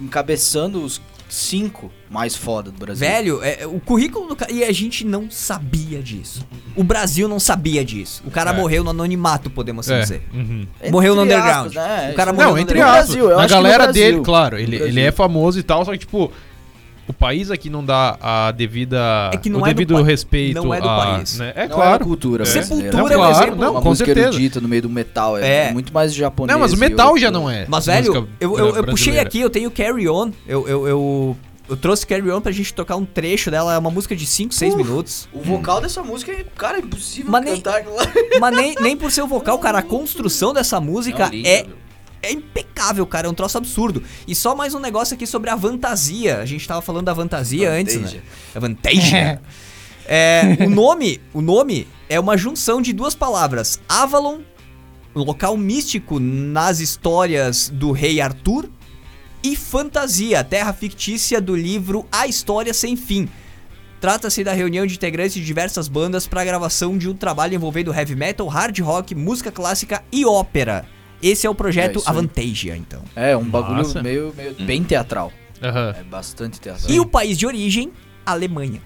Speaker 4: encabeçando os cinco mais foda do Brasil.
Speaker 1: Velho, é, é, o currículo do cara. E a gente não sabia disso. O Brasil não sabia disso. O cara
Speaker 2: É.
Speaker 1: morreu no anonimato, podemos assim
Speaker 2: É.
Speaker 1: dizer.
Speaker 2: Uhum.
Speaker 4: Entre
Speaker 1: morreu no
Speaker 4: aspas,
Speaker 1: underground.
Speaker 4: né?
Speaker 1: O cara morreu
Speaker 4: Isso
Speaker 2: Não,
Speaker 1: Tá no
Speaker 2: entre
Speaker 1: Brasil.
Speaker 2: aspas.
Speaker 4: Brasil, eu
Speaker 2: a
Speaker 4: acho que no
Speaker 2: galera
Speaker 4: Brasil.
Speaker 2: dele, claro, ele,
Speaker 4: Brasil.
Speaker 2: ele é famoso e tal, só que, tipo, o país aqui não dá a devida,
Speaker 1: É que não
Speaker 2: o
Speaker 1: é do
Speaker 2: devido
Speaker 1: pa-
Speaker 2: respeito
Speaker 1: não é do
Speaker 2: a-
Speaker 1: país.
Speaker 2: né? É
Speaker 4: Não
Speaker 2: claro.
Speaker 4: a cultura.
Speaker 2: É.
Speaker 4: brasileira.
Speaker 1: Sepultura,
Speaker 2: Não,
Speaker 1: por
Speaker 2: claro,
Speaker 1: exemplo,
Speaker 2: não,
Speaker 4: uma
Speaker 2: com
Speaker 4: música
Speaker 2: certeza.
Speaker 4: erudita no meio do metal. É,
Speaker 1: É.
Speaker 4: muito mais japonês.
Speaker 2: Não, mas o
Speaker 4: e
Speaker 2: metal
Speaker 4: outro-
Speaker 2: já não é.
Speaker 1: Mas,
Speaker 2: música
Speaker 1: velho, eu, eu- eu,
Speaker 2: brasileira.
Speaker 1: puxei aqui, eu tenho Carry On. Eu, eu, eu, eu trouxe Carry On pra gente tocar um trecho dela. É uma música de 5, 6 minutos.
Speaker 4: O vocal dessa música, é- cara, é impossível
Speaker 1: Mas nem-
Speaker 4: cantar. aquilo lá.
Speaker 1: Mas nem, nem por ser o vocal, cara, a construção dessa música
Speaker 4: Não, lindo,
Speaker 1: é.
Speaker 4: meu.
Speaker 1: É impecável, cara, é um troço absurdo. E só mais um negócio aqui sobre a fantasia. A gente tava falando da fantasia antes, né?
Speaker 4: Vantasia.
Speaker 1: A vantasia. É, o nome, o nome é uma junção de duas palavras: Avalon, local místico nas histórias do rei Arthur, e fantasia, terra fictícia do livro A História Sem Fim. Trata-se da reunião de integrantes de diversas bandas para a gravação de um trabalho envolvendo heavy metal, hard rock, música clássica e ópera. Esse é o projeto
Speaker 4: É isso aí.
Speaker 1: Avantasia, então.
Speaker 4: É, um bagulho
Speaker 2: Massa.
Speaker 4: meio, meio bem teatral.
Speaker 2: Aham.
Speaker 4: É bastante teatral.
Speaker 1: E o país de origem, Alemanha.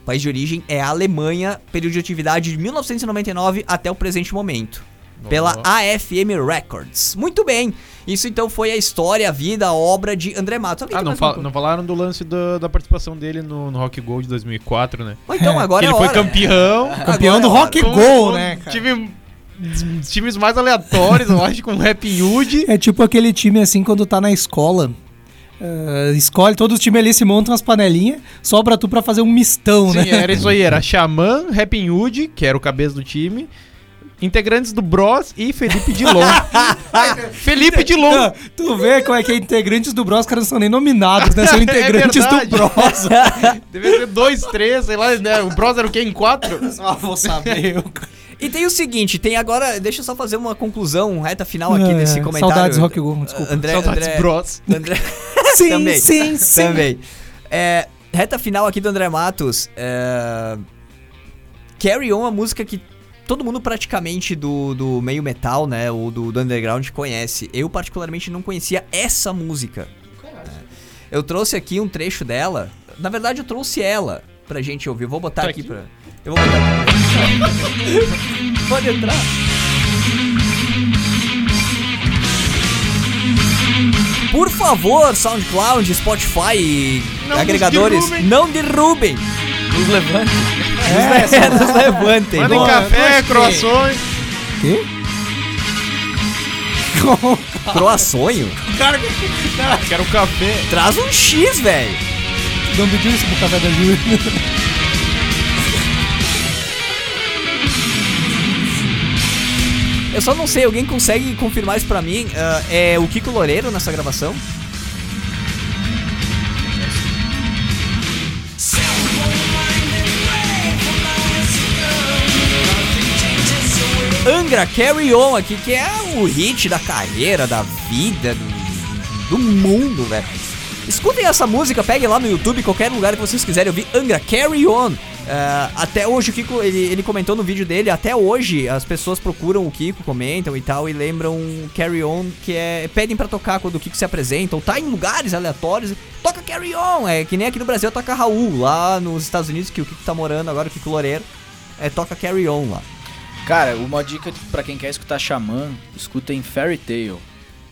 Speaker 1: O país de origem é a Alemanha, período de atividade de 1999 até o presente momento. Pela
Speaker 2: Ó.
Speaker 1: AFM Records. Muito bem. Isso então foi a história, a vida, a obra de André Matos. Alguém
Speaker 2: Ah,
Speaker 1: tem
Speaker 2: não,
Speaker 1: mais alguma
Speaker 2: fala- não falaram do lance da- da participação dele no, no Rock Gold 2004, né?
Speaker 1: coisa? Ou então agora é
Speaker 2: que ele
Speaker 1: a
Speaker 2: foi
Speaker 1: hora.
Speaker 2: campeão.
Speaker 1: Agora
Speaker 3: Campeão do
Speaker 1: é a hora.
Speaker 3: Rock
Speaker 2: Com-
Speaker 3: Gol,
Speaker 2: com
Speaker 3: né, cara?
Speaker 2: Time, os times mais aleatórios, eu acho, com o Rap Hood.
Speaker 3: É tipo aquele time assim quando tá na escola. Ah, escolhe, todos os times ali se montam as panelinhas, sobra tu pra fazer um mistão,
Speaker 2: Sim,
Speaker 3: né?
Speaker 1: é.
Speaker 2: era isso aí, era Xamã, Rap Hood, que era o cabeça do time, integrantes do Bros e Felipe Dilon. Felipe Dilon!
Speaker 3: Ah, tu vê como é que é integrantes do Bros, os caras não são nem nominados, né? São
Speaker 2: É
Speaker 3: integrantes do
Speaker 2: verdade.
Speaker 3: Bros.
Speaker 2: Devia ser dois, três, sei lá, né? O Bros era o quê? Em quatro?
Speaker 3: Ah, vou saber.
Speaker 1: E tem o seguinte, tem agora. Deixa eu só fazer uma conclusão reta final aqui desse
Speaker 3: É,
Speaker 1: comentário.
Speaker 3: Saudades Rock Go, desculpa.
Speaker 1: André,
Speaker 2: Saudades
Speaker 1: André,
Speaker 2: Bros.
Speaker 1: André,
Speaker 3: Sim,
Speaker 1: Também.
Speaker 3: sim, sim.
Speaker 1: também. É, reta final aqui do André Matos. é, Carry On é uma música que todo mundo praticamente do, do meio metal, né? Ou do, do underground conhece. Eu, particularmente, não conhecia essa música. Eu trouxe aqui um trecho dela. Na verdade, eu trouxe ela pra gente ouvir. Eu vou botar
Speaker 2: Tá
Speaker 1: aqui
Speaker 2: aqui?
Speaker 1: pra. Eu vou botar aqui. Pode entrar. Por favor, SoundCloud, Spotify e
Speaker 2: Não nos
Speaker 1: agregadores,
Speaker 2: derrubem.
Speaker 1: não derrubem. Nos levantem. nos levantem.
Speaker 2: Mandem
Speaker 1: Bom, né?
Speaker 2: café, croações.
Speaker 3: Quê?
Speaker 1: Croaçonho?
Speaker 2: Cara, quero um café.
Speaker 1: Traz um X, velho.
Speaker 3: Não pediu isso pro café da
Speaker 1: É
Speaker 3: Júlia.
Speaker 1: Eu só não sei, alguém consegue confirmar isso pra mim? Ah, é o Kiko Loureiro nessa gravação? Angra Carry On aqui, que é o hit da carreira, da vida, do, do mundo, velho. Escutem essa música, peguem lá no YouTube, qualquer lugar que vocês quiserem ouvir Angra Carry On. Ah, até hoje o Kiko, ele, ele comentou no vídeo dele, até hoje as pessoas procuram o Kiko, comentam e tal, e lembram Carry On, que é. pedem pra tocar quando o Kiko se apresenta, ou tá em lugares aleatórios, toca Carry On, é que nem aqui no Brasil toca Raul, lá nos Estados Unidos, que o Kiko tá morando agora, o Kiko Loureiro, é, toca Carry On lá.
Speaker 4: Cara, uma dica pra quem quer escutar Xamã, escutem Fairy Tale.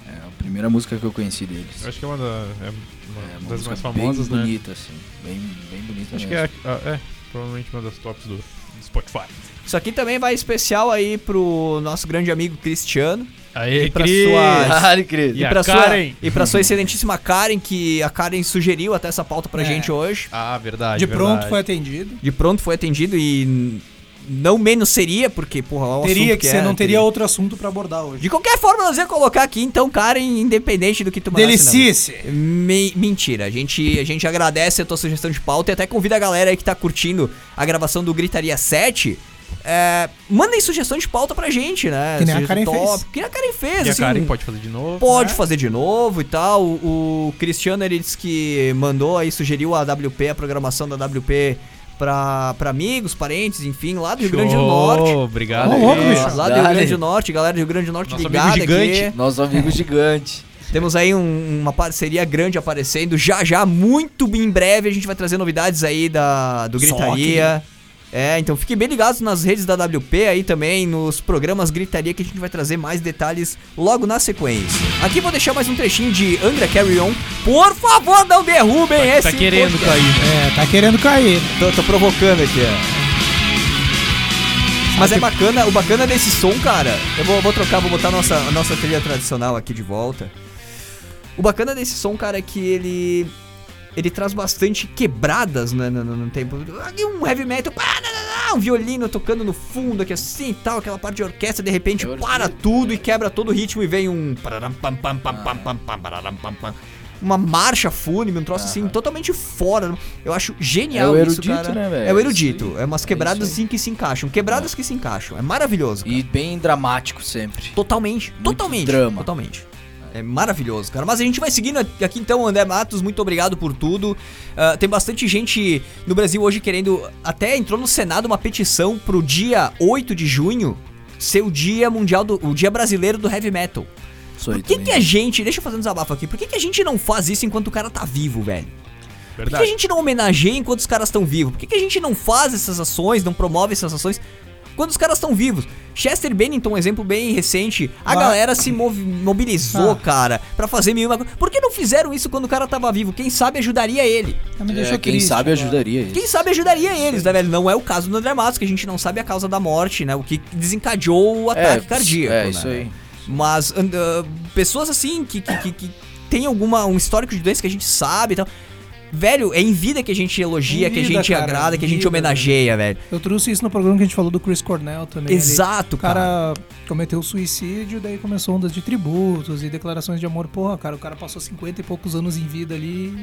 Speaker 4: É a primeira música que eu conheci deles.
Speaker 2: Acho que é uma, da- é uma
Speaker 4: É
Speaker 2: das
Speaker 4: uma música
Speaker 2: mais famosas,
Speaker 4: bem
Speaker 2: né?
Speaker 4: bonita, assim. Bem, bem
Speaker 1: né?
Speaker 4: bonita
Speaker 2: Acho
Speaker 4: mesmo.
Speaker 2: que é, a- é, provavelmente uma das tops do do Spotify.
Speaker 1: Isso aqui também vai especial aí pro nosso grande amigo Cristiano.
Speaker 2: Aí,
Speaker 1: E pra sua-
Speaker 4: Caralho, querido.
Speaker 2: E a
Speaker 1: pra
Speaker 2: Karen.
Speaker 1: Sua, e pra sua excelentíssima Karen, que a Karen sugeriu até essa pauta pra
Speaker 3: É.
Speaker 1: gente hoje.
Speaker 2: Ah, verdade.
Speaker 3: De pronto
Speaker 2: verdade.
Speaker 3: foi atendido.
Speaker 1: De pronto foi atendido e n- não menos seria, porque, porra, olha o
Speaker 3: teria
Speaker 1: assunto
Speaker 3: que, ser,
Speaker 1: é,
Speaker 3: não teria
Speaker 1: teria.
Speaker 3: outro assunto pra abordar hoje.
Speaker 1: De qualquer forma, nós ia colocar aqui, então, Karen, independente do que tu mandasse, não.
Speaker 3: Delicice!
Speaker 1: Me- mentira, a gente, a gente agradece a tua sugestão de pauta e até convida a galera aí que tá curtindo a gravação do Gritaria 7. É, mandem sugestão de pauta pra gente, né?
Speaker 3: Que nem a
Speaker 1: Sugestão
Speaker 3: Karen fez.
Speaker 1: Que nem a Karen fez,
Speaker 2: E a
Speaker 1: assim,
Speaker 2: Karen pode fazer de novo.
Speaker 1: pode
Speaker 2: né?
Speaker 1: fazer de novo e tal. O, o Cristiano ele disse que mandou aí, sugeriu a WP, a programação da WP pra, pra amigos, parentes, enfim, lá do Rio Grande do
Speaker 2: Show,
Speaker 1: Norte. É,
Speaker 2: Obrigado.
Speaker 3: Ô, louco, bicho.
Speaker 1: lá do Rio Grande
Speaker 4: Dale.
Speaker 1: do Norte, galera do Rio Grande do Norte
Speaker 2: Nosso amigo
Speaker 1: ligada
Speaker 2: gigante.
Speaker 1: aqui.
Speaker 4: Nosso amigo gigante.
Speaker 1: Temos aí um- uma parceria grande aparecendo já já, muito em breve a gente vai trazer novidades aí da, do
Speaker 3: Só
Speaker 2: né?
Speaker 1: Gritaria. É, então fiquem bem ligados nas redes da WP aí também, nos programas Gritaria, que a gente vai trazer mais detalhes logo na sequência. Aqui vou deixar mais um trechinho de Angra Carry On. Por favor, não derrubem esse
Speaker 2: Tá querendo
Speaker 1: podcast.
Speaker 2: cair. né?
Speaker 3: É, tá querendo cair.
Speaker 1: Tô, tô provocando aqui, é. ó. Mas é bacana, o bacana desse som, cara. Eu vou, vou trocar, vou botar a nossa, a nossa trilha tradicional aqui de volta. O bacana desse som, cara, é que ele. Ele traz bastante quebradas né, no, no, no tempo. Aqui Um heavy metal, pá, lá, lá, lá, um violino tocando no fundo aqui assim e tal, aquela parte de orquestra, de repente
Speaker 4: Eu
Speaker 1: para
Speaker 4: orquestra,
Speaker 1: tudo
Speaker 4: é.
Speaker 1: e quebra todo o ritmo e vem um. pararam, pam, pam, pam, pam, pam, pam, pararam, pam, pam. Uma marcha fúnebre, um troço assim,
Speaker 4: Aham.
Speaker 1: totalmente fora. Eu acho genial
Speaker 4: É o
Speaker 1: isso,
Speaker 4: erudito,
Speaker 1: cara.
Speaker 4: né, velho?
Speaker 1: É o
Speaker 4: É
Speaker 1: erudito.
Speaker 4: isso
Speaker 1: É umas
Speaker 4: É
Speaker 1: quebradas
Speaker 4: isso
Speaker 1: assim que se encaixam. Quebradas que se encaixam. É maravilhoso. cara.
Speaker 4: E bem dramático sempre.
Speaker 1: Totalmente.
Speaker 4: Muito
Speaker 1: Totalmente.
Speaker 4: drama.
Speaker 1: Totalmente. É maravilhoso, cara. Mas a gente vai seguindo aqui então, André Matos, muito obrigado por tudo. Ah, tem bastante gente no Brasil hoje querendo. Até entrou no Senado uma petição pro dia 8 de junho ser o dia mundial do. o dia brasileiro do heavy metal.
Speaker 4: Isso aí
Speaker 1: Por que,
Speaker 4: também.
Speaker 1: que a gente. Deixa eu fazer um desabafo aqui. Por que, que a gente não faz isso enquanto o cara tá vivo, velho? Por que que a gente não homenageia enquanto os caras estão vivos? Por que, que a gente não faz essas ações, não promove essas ações quando os caras estão vivos? Chester Bennington, um exemplo bem recente, a
Speaker 3: Ah.
Speaker 1: galera se movi- mobilizou,
Speaker 3: Ah.
Speaker 1: cara, pra fazer mil e uma coisa. Por que não fizeram isso quando o cara tava vivo? Quem sabe ajudaria ele?
Speaker 3: Tá me
Speaker 4: É,
Speaker 3: deixou
Speaker 4: quem
Speaker 3: triste agora.
Speaker 4: sabe ajudaria isso.
Speaker 1: Quem sabe ajudaria eles, né, velho? Não é o caso do André Matos, que a gente não sabe a causa da morte, né? O que desencadeou o ataque cardíaco.
Speaker 4: É,
Speaker 1: né?
Speaker 4: isso aí.
Speaker 1: Mas and- ah, pessoas assim que, que, que, que tem alguma um histórico de doença que a gente sabe e tal. Velho, é em vida que a gente elogia,
Speaker 3: Em
Speaker 1: que a
Speaker 3: vida,
Speaker 1: gente
Speaker 3: cara,
Speaker 1: agrada, que a
Speaker 3: em
Speaker 1: gente
Speaker 3: vida.
Speaker 1: homenageia, velho.
Speaker 3: Eu trouxe isso no programa que a gente falou do Chris Cornell também. ele-
Speaker 1: Exato,
Speaker 3: O
Speaker 1: cara.
Speaker 3: cara cometeu suicídio, daí começou ondas de tributos e declarações de amor. Porra, cara, o cara passou 50 e poucos anos em vida ali.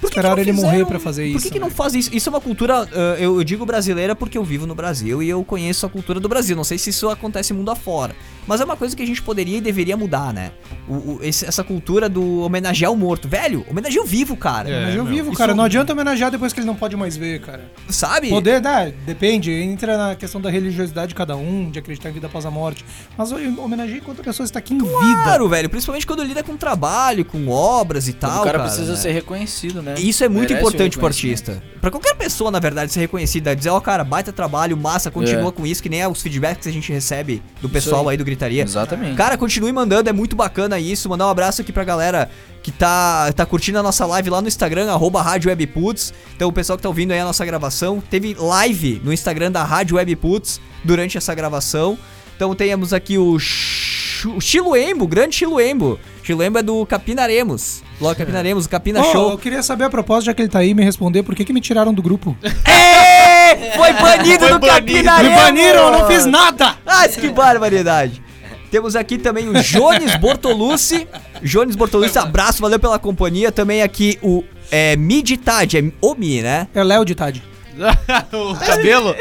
Speaker 1: Por
Speaker 3: esperaram
Speaker 1: não
Speaker 3: ele
Speaker 1: fizeram-
Speaker 3: morrer pra fazer
Speaker 1: Por que,
Speaker 3: isso,
Speaker 1: que não
Speaker 3: né?
Speaker 1: faz isso? Isso é uma cultura, ah, eu, eu digo brasileira porque eu vivo no Brasil e eu conheço a cultura do Brasil. Não sei se isso acontece mundo afora. Mas é uma coisa que a gente poderia e deveria mudar, né? O- o- esse- essa cultura do homenagear o morto. Velho, homenagear o vivo, cara.
Speaker 2: É,
Speaker 3: Mas eu
Speaker 2: meu,
Speaker 3: vivo,
Speaker 2: isso-
Speaker 3: cara.
Speaker 1: um
Speaker 3: Não adianta homenagear depois que ele não pode mais ver, cara.
Speaker 1: Sabe?
Speaker 3: Poder, dá, depende. Entra na questão da religiosidade de cada um, de acreditar em vida após a morte. Mas eu homenageei enquanto a pessoa está aqui em vida.
Speaker 1: Claro, velho. Principalmente quando lida com trabalho, com obras e
Speaker 4: Então,
Speaker 1: tal.
Speaker 4: o cara, precisa
Speaker 1: né?
Speaker 4: ser reconhecido, né?
Speaker 1: Isso é muito
Speaker 4: Merece um
Speaker 1: importante pro
Speaker 4: reconhecimento.
Speaker 1: artista. Pra qualquer pessoa, na verdade, ser reconhecida, dizer, ó, cara, baita trabalho, massa, continua
Speaker 4: É.
Speaker 1: com isso, que nem os feedbacks que a gente recebe do pessoal aí.
Speaker 4: aí.
Speaker 1: do Gritaria.
Speaker 4: Exatamente.
Speaker 1: Cara, continue mandando, é muito bacana isso. Mandar um abraço aqui pra galera que tá, tá curtindo a nossa live lá no Instagram, arroba Rádio Webputs. Então, o pessoal que tá ouvindo aí a nossa gravação, teve live no Instagram da Rádio Webputs durante essa gravação. Então, temos aqui o, Chu- o Chiluembo, grande Chiluembo. Chiluembo é do Capinaremos. Logo, Capinaremos, o Capina
Speaker 3: Ó,
Speaker 1: Show.
Speaker 3: Oh, eu queria saber a propósito, já que ele tá aí, me responder por que, que me tiraram do grupo.
Speaker 1: Ê, É! Foi banido
Speaker 2: Foi
Speaker 1: do
Speaker 2: banido.
Speaker 1: Capinarema!
Speaker 3: me baniram, eu
Speaker 2: É.
Speaker 3: não fiz nada!
Speaker 1: Ah, que barbaridade! Temos aqui também o Jones Bortolucci. Jones Bortolucci, abraço, valeu pela companhia. Também aqui o é, Miditad, é o Mi, né?
Speaker 3: É Léo de Tade.
Speaker 2: o cabelo?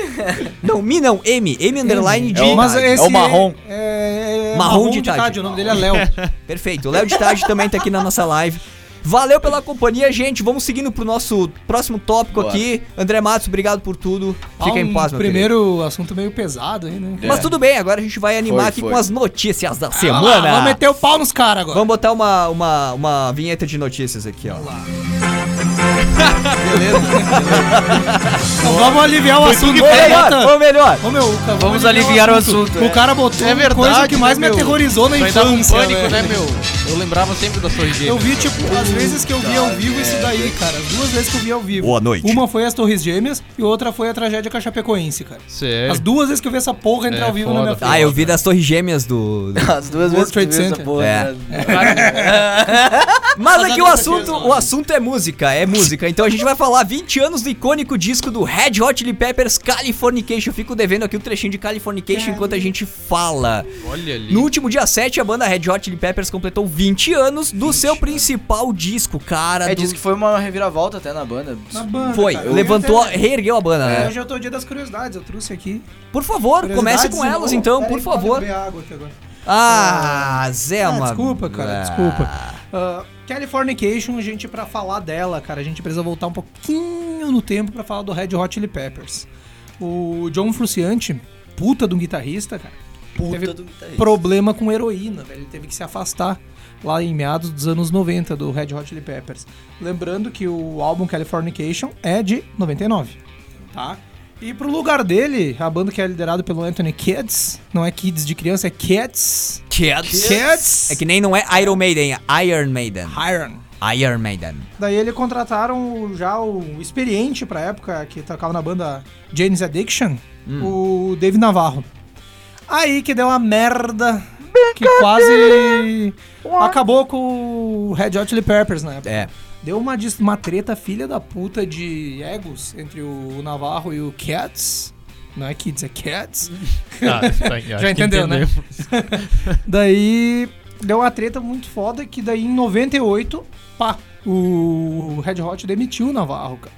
Speaker 1: Não, Mi não, M. M underline de.
Speaker 4: É o-
Speaker 3: Mas
Speaker 4: é
Speaker 3: esse
Speaker 4: o marrom.
Speaker 3: É, é- é
Speaker 1: Marrom
Speaker 3: marrom de
Speaker 1: de Tade.
Speaker 3: Tade, o nome dele é Léo.
Speaker 1: Perfeito. O Léo de Tarde também tá aqui na nossa live. Valeu pela companhia, gente. Vamos seguindo pro nosso próximo tópico
Speaker 4: Bora.
Speaker 1: aqui. André Matos, obrigado por tudo. Fica
Speaker 3: Ah,
Speaker 1: em
Speaker 3: um
Speaker 1: paz, meu querido.
Speaker 3: Primeiro assunto meio pesado aí, né?
Speaker 4: É.
Speaker 1: Mas tudo bem, agora a gente vai animar
Speaker 4: Foi,
Speaker 1: aqui
Speaker 4: foi.
Speaker 1: com as notícias da
Speaker 3: Ah,
Speaker 1: semana.
Speaker 3: vamos meter o pau nos caras agora.
Speaker 1: Vamos botar uma, uma, uma vinheta de notícias aqui, ó.
Speaker 3: Então vamos aliviar o assunto.
Speaker 1: Ou
Speaker 3: Ô,
Speaker 1: melhor,
Speaker 3: Jonathan,
Speaker 1: ou melhor.
Speaker 3: ô, meu, vamos,
Speaker 4: aliviar o assunto,
Speaker 3: O cara botou
Speaker 2: É verdade,
Speaker 3: uma coisa que mais
Speaker 2: né,
Speaker 3: me
Speaker 2: meu?
Speaker 3: aterrorizou na
Speaker 2: Vai
Speaker 1: tá
Speaker 2: dar um
Speaker 3: infância.
Speaker 2: pânico,
Speaker 3: velho.
Speaker 2: né, meu? Eu lembrava sempre da sorrisinha.
Speaker 3: Eu vi, tipo, as vezes que eu vi ao vivo isso daí, cara. As duas vezes que eu vi ao vivo.
Speaker 1: Boa noite.
Speaker 3: Uma foi as Torres Gêmeas e outra foi a tragédia com a Chapecoense, cara.
Speaker 1: É.
Speaker 2: Sério.
Speaker 3: As duas vezes que eu vi essa porra entrar
Speaker 2: É,
Speaker 3: ao vivo na
Speaker 2: foda,
Speaker 3: minha
Speaker 2: foda.
Speaker 1: Ah, eu vi das torres gêmeas do... do-
Speaker 4: As duas
Speaker 3: World
Speaker 4: vezes que
Speaker 3: Trade
Speaker 4: tu viu essa
Speaker 3: Center.
Speaker 4: porra,
Speaker 1: É.
Speaker 4: né?
Speaker 1: Mas aqui o
Speaker 3: ali
Speaker 1: assunto, o assunto é música, é música. Então a gente vai falar 20 anos do icônico disco do Red Hot Chili Peppers, Californication. Eu fico devendo aqui o trechinho de Californication enquanto a gente fala.
Speaker 2: Olha ali.
Speaker 1: No último dia 7, a banda Red Hot Chili Peppers completou 20 anos do seu principal disco, cara.
Speaker 4: É,
Speaker 1: do-
Speaker 4: diz que foi uma reviravolta até na banda.
Speaker 3: Na banda,
Speaker 1: Foi,
Speaker 3: cara. Eu
Speaker 1: levantou,
Speaker 3: ia até-
Speaker 1: reergueu a banda,
Speaker 3: É,
Speaker 1: né?
Speaker 3: hoje é o teu dia das curiosidades, eu trouxe aqui.
Speaker 1: Por favor, comece com
Speaker 3: Curiosidades,
Speaker 1: elas
Speaker 3: oh,
Speaker 1: então,
Speaker 3: pera
Speaker 1: por
Speaker 3: aí, pode
Speaker 1: favor.
Speaker 3: beber água aqui agora.
Speaker 1: Ah, Zé,
Speaker 3: Ah,
Speaker 1: mano.
Speaker 3: desculpa, cara,
Speaker 1: Ah.
Speaker 3: desculpa. Ah, Californication, gente, pra falar dela, cara, a gente precisa voltar um pouquinho no tempo pra falar do Red Hot Chili Peppers. O John Frusciante, puta de um guitarrista, cara, teve
Speaker 1: um
Speaker 3: problema com heroína, velho. Ele teve que se afastar lá em meados dos anos 90 do Red Hot Chili Peppers. Lembrando que o álbum Californication é de 99, tá? E pro lugar dele, a banda que é liderada pelo Anthony Kids, não é Kids de criança, é Kids.
Speaker 1: Cats.
Speaker 3: Cats.
Speaker 1: É que nem não é Iron Maiden, é Iron Maiden.
Speaker 3: Iron.
Speaker 1: Iron Maiden.
Speaker 3: Daí ele contrataram o- já o experiente pra época, que tocava na banda Jane's Addiction, o Dave Navarro. Aí que deu uma merda que quase acabou com o Red Hot Chili Peppers na época.
Speaker 1: É.
Speaker 3: Deu uma, dis- uma treta filha da puta de egos entre o Navarro e o Cats. Não é Kids, é Cats.
Speaker 5: Ah, tá, acho que
Speaker 3: entendeu, né?
Speaker 5: entendemos.
Speaker 3: Daí deu uma treta muito foda que daí em 98, pá, o Red Hot demitiu o Navarro, cara.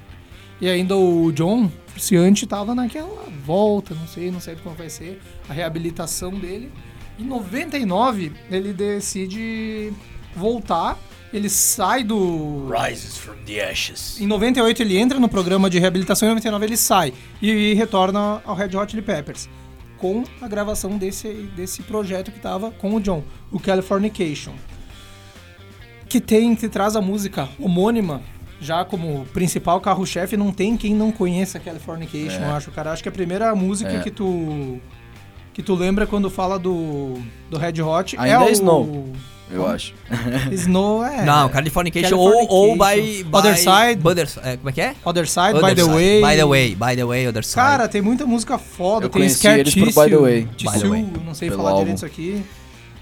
Speaker 3: E ainda o John Ciante tava naquela volta, não sei, não sei como vai ser a reabilitação dele. Em 99, ele decide voltar, ele sai do...
Speaker 4: Rises from the ashes.
Speaker 3: Em 98 ele entra no programa de reabilitação, em 99 ele sai e retorna ao Red Hot Chili Peppers com a gravação desse, desse projeto que tava com o John, o Californication, que tem que traz a música homônima já como principal carro-chefe, não tem quem não conheça
Speaker 1: É.
Speaker 3: Californication, eu acho, cara. Acho que a primeira música que tu que tu lembra quando fala do do Red Hot
Speaker 4: Ainda
Speaker 3: é,
Speaker 4: é
Speaker 3: o
Speaker 4: Snow. Eu acho.
Speaker 3: Snow é
Speaker 1: Não, Californication, ou, ou by, by.
Speaker 3: Other Side.
Speaker 1: Butters- é, como é que é?
Speaker 3: Other Side,
Speaker 1: Other
Speaker 3: by the
Speaker 1: Side.
Speaker 3: way.
Speaker 1: By the way, by the way, other side.
Speaker 3: Cara, tem muita música foda.
Speaker 4: Eu
Speaker 3: tem
Speaker 4: conheci eles por By the Way.
Speaker 3: Tissue,
Speaker 1: By the Way.
Speaker 3: não sei
Speaker 4: Pelo
Speaker 3: falar
Speaker 4: álbum.
Speaker 3: direito isso aqui.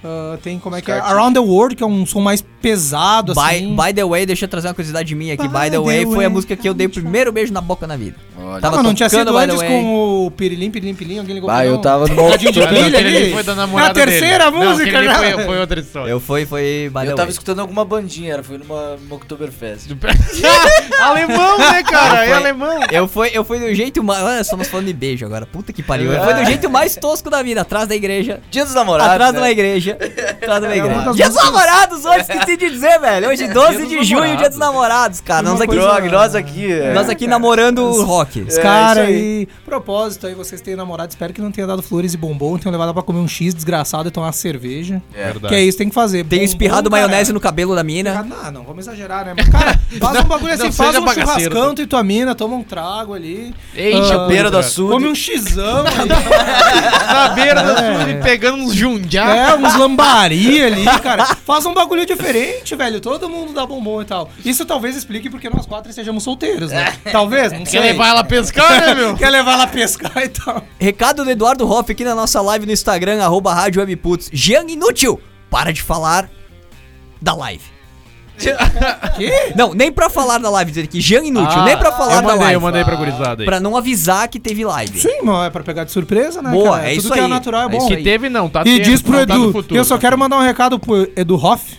Speaker 3: Ah, tem como é que é?
Speaker 4: Scartiff.
Speaker 3: Around the World, que é um som mais pesado,
Speaker 1: by,
Speaker 3: assim.
Speaker 1: by the way, deixa eu trazer uma curiosidade minha aqui. By,
Speaker 3: By
Speaker 1: the
Speaker 3: the
Speaker 1: way, foi
Speaker 3: way,
Speaker 1: a música que eu dei o
Speaker 3: cara,
Speaker 1: primeiro beijo na boca na vida.
Speaker 4: Olha.
Speaker 1: Tava
Speaker 3: Ah, não tinha
Speaker 1: tocando
Speaker 3: sido
Speaker 1: By the
Speaker 3: antes
Speaker 1: Way.
Speaker 3: com o Pirilim, Pirilim, Pirilim, alguém ligou
Speaker 4: Ah, eu tava no
Speaker 3: Tadinho Tá de
Speaker 5: Não,
Speaker 3: brilho
Speaker 5: aquele ali
Speaker 3: ali.
Speaker 5: foi da
Speaker 3: É
Speaker 5: namorada
Speaker 3: a terceira
Speaker 5: dele. Não,
Speaker 3: música,
Speaker 5: aquele ali
Speaker 3: já.
Speaker 5: Foi, foi outra história.
Speaker 1: Eu fui, foi by the
Speaker 4: Eu tava
Speaker 1: way.
Speaker 4: escutando alguma bandinha, era foi numa, numa Oktoberfest.
Speaker 2: alemão, né, cara? É
Speaker 1: Foi.
Speaker 2: alemão.
Speaker 1: Eu fui, eu fui do jeito mais. Olha, estamos falando de beijo agora. Puta que pariu. Eu fui do jeito mais tosco da vida, atrás da igreja.
Speaker 4: Dia dos namorados.
Speaker 1: Atrás de
Speaker 4: né?
Speaker 1: uma igreja. Atrás de uma
Speaker 3: uma
Speaker 1: igreja.
Speaker 3: das
Speaker 1: Dia dos namorados, hoje esqueci de dizer, velho. Hoje, 12 de
Speaker 2: dos
Speaker 1: junho,
Speaker 2: namorados.
Speaker 1: dia dos namorados, cara.
Speaker 3: Uma
Speaker 1: Nós aqui,
Speaker 3: coisa-
Speaker 4: Droga, nós aqui. é.
Speaker 1: nós aqui namorando o rock.
Speaker 3: Os caras aí. Propósito aí, vocês têm namorado, espero que não tenha dado flores e bombom, tenham levado pra comer um X desgraçado e tomar uma cerveja.
Speaker 2: Verdade.
Speaker 3: Que é isso, tem que fazer.
Speaker 1: Tenho
Speaker 3: Bombom,
Speaker 1: espirrado
Speaker 3: cara.
Speaker 1: maionese no cabelo da mina.
Speaker 3: Ah, não, vamos exagerar, né? Mas, cara, faz um bagulho assim,
Speaker 2: Não,
Speaker 3: faz
Speaker 2: seja
Speaker 3: um
Speaker 2: bagaceiro,
Speaker 3: churrascão, tu e tua mina, toma um trago ali.
Speaker 2: Enche
Speaker 3: Ah,
Speaker 2: a beira do açude.
Speaker 3: Come um xizão ali,
Speaker 2: Tá Na beira do
Speaker 3: É.
Speaker 2: açude, pegando uns jundiá.
Speaker 3: é, uns lambari ali, cara. Faz um bagulho diferente, velho. Todo mundo dá bombom e tal. Isso talvez explique porque nós quatro estejamos solteiros, né? Talvez, não sei.
Speaker 5: Quer levar ela a pescar, né, meu?
Speaker 3: Quer levar ela a pescar e tal.
Speaker 1: Recado do Eduardo Hoff aqui na nossa live no Instagram, arroba Rádio Webputs. Jean Inútil, para de falar da live.
Speaker 3: Que?
Speaker 1: Não, nem pra falar da live, dizer que Jean Inútil,
Speaker 2: Ah,
Speaker 1: nem pra falar
Speaker 2: eu mandei,
Speaker 1: da live.
Speaker 2: Eu mandei pra gurizada aí.
Speaker 1: Pra não avisar que teve live.
Speaker 3: Sim, mas é pra pegar de surpresa, né?
Speaker 1: Boa,
Speaker 3: cara?
Speaker 1: é
Speaker 3: Tudo
Speaker 1: isso
Speaker 3: que é
Speaker 1: aí.
Speaker 3: natural é
Speaker 1: É
Speaker 3: bom.
Speaker 1: isso
Speaker 2: Que
Speaker 1: aí.
Speaker 2: teve não, tá
Speaker 3: E
Speaker 2: tendo,
Speaker 3: diz pro
Speaker 2: não tá no
Speaker 3: Edu,
Speaker 2: futuro.
Speaker 3: eu só quero mandar um recado pro Edu Hoff.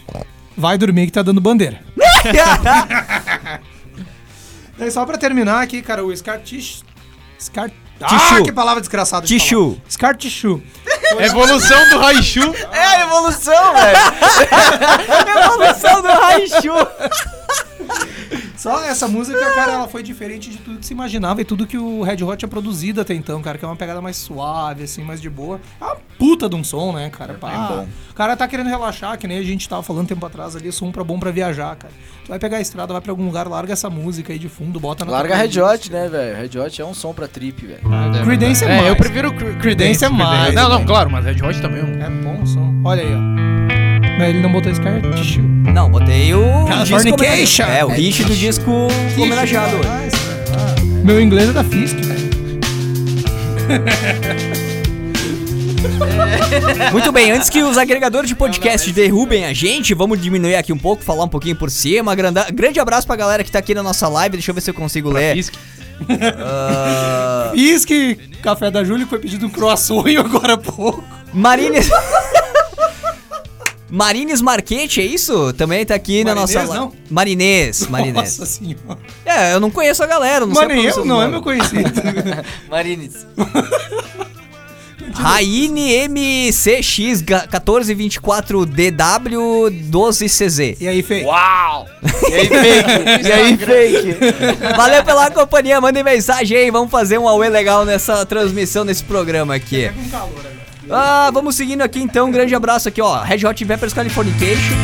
Speaker 3: Vai dormir que tá dando bandeira. Daí É, só pra terminar aqui, cara, o Scar Tish... Scar... Ah,
Speaker 1: Tichu.
Speaker 3: que palavra desgraçada de
Speaker 1: Tichu.
Speaker 3: falar. Scar Tichu.
Speaker 2: Evolução do Raichu.
Speaker 4: É a evolução, velho.
Speaker 1: Evolução do Raichu.
Speaker 3: Só essa música, cara, ela foi diferente de tudo que se imaginava e tudo que o Red Hot tinha produzido até então, cara, que é uma pegada mais suave, assim, mais de boa. É uma puta de um som, né, cara? Pá.
Speaker 4: É bom.
Speaker 3: O cara tá querendo relaxar, que nem a gente tava falando tempo atrás ali, som pra bom pra viajar, cara. Tu vai pegar a estrada, vai pra algum lugar, larga essa música aí de fundo, bota na...
Speaker 4: Larga
Speaker 3: tua
Speaker 4: Red
Speaker 3: playlist.
Speaker 4: Hot, né, velho? Red Hot é um som pra trip, velho.
Speaker 3: Creedence é,
Speaker 2: É,
Speaker 3: mais.
Speaker 2: eu prefiro Cre-
Speaker 3: Creedence é mais.
Speaker 2: Não, não, claro, mas Red Hot também é um...
Speaker 3: É bom o som. Olha aí, ó. Mas ele não botou esse cara. Tichu.
Speaker 1: Não, botei o.
Speaker 3: Californication.
Speaker 1: disco- É, o hit do disco homenageado hoje.
Speaker 3: Ah, isso, ah. Meu inglês é da Fisk, velho.
Speaker 1: Muito bem, antes que os agregadores de podcast derrubem a gente, vamos diminuir aqui um pouco, falar um pouquinho por cima. Granda- Grande abraço pra galera que tá aqui na nossa live. Deixa eu ver se eu consigo ler.
Speaker 2: Fisk.
Speaker 1: Ah,
Speaker 3: Fisk, café da Júlia, que foi pedido um croassonho agora há pouco.
Speaker 1: Marines. Marines Marquete, é isso? Também tá aqui na
Speaker 3: Marinês,
Speaker 1: nossa live.
Speaker 3: não?
Speaker 1: Marinês, Marinês.
Speaker 3: Nossa senhora.
Speaker 1: É, eu não conheço a galera, não
Speaker 3: Mas
Speaker 1: sei
Speaker 3: nem
Speaker 1: a
Speaker 3: eu, não é meu conhecido.
Speaker 4: Marines.
Speaker 1: Raine MCX1424DW12CZ.
Speaker 3: e aí, Fê?
Speaker 4: E aí, fake? E aí, fake?
Speaker 1: Valeu pela companhia, mandem mensagem aí, vamos fazer um Aue legal nessa transmissão, nesse programa aqui. Ah, vamos seguindo aqui então, um grande abraço aqui, ó. Red Hot Peppers Californication.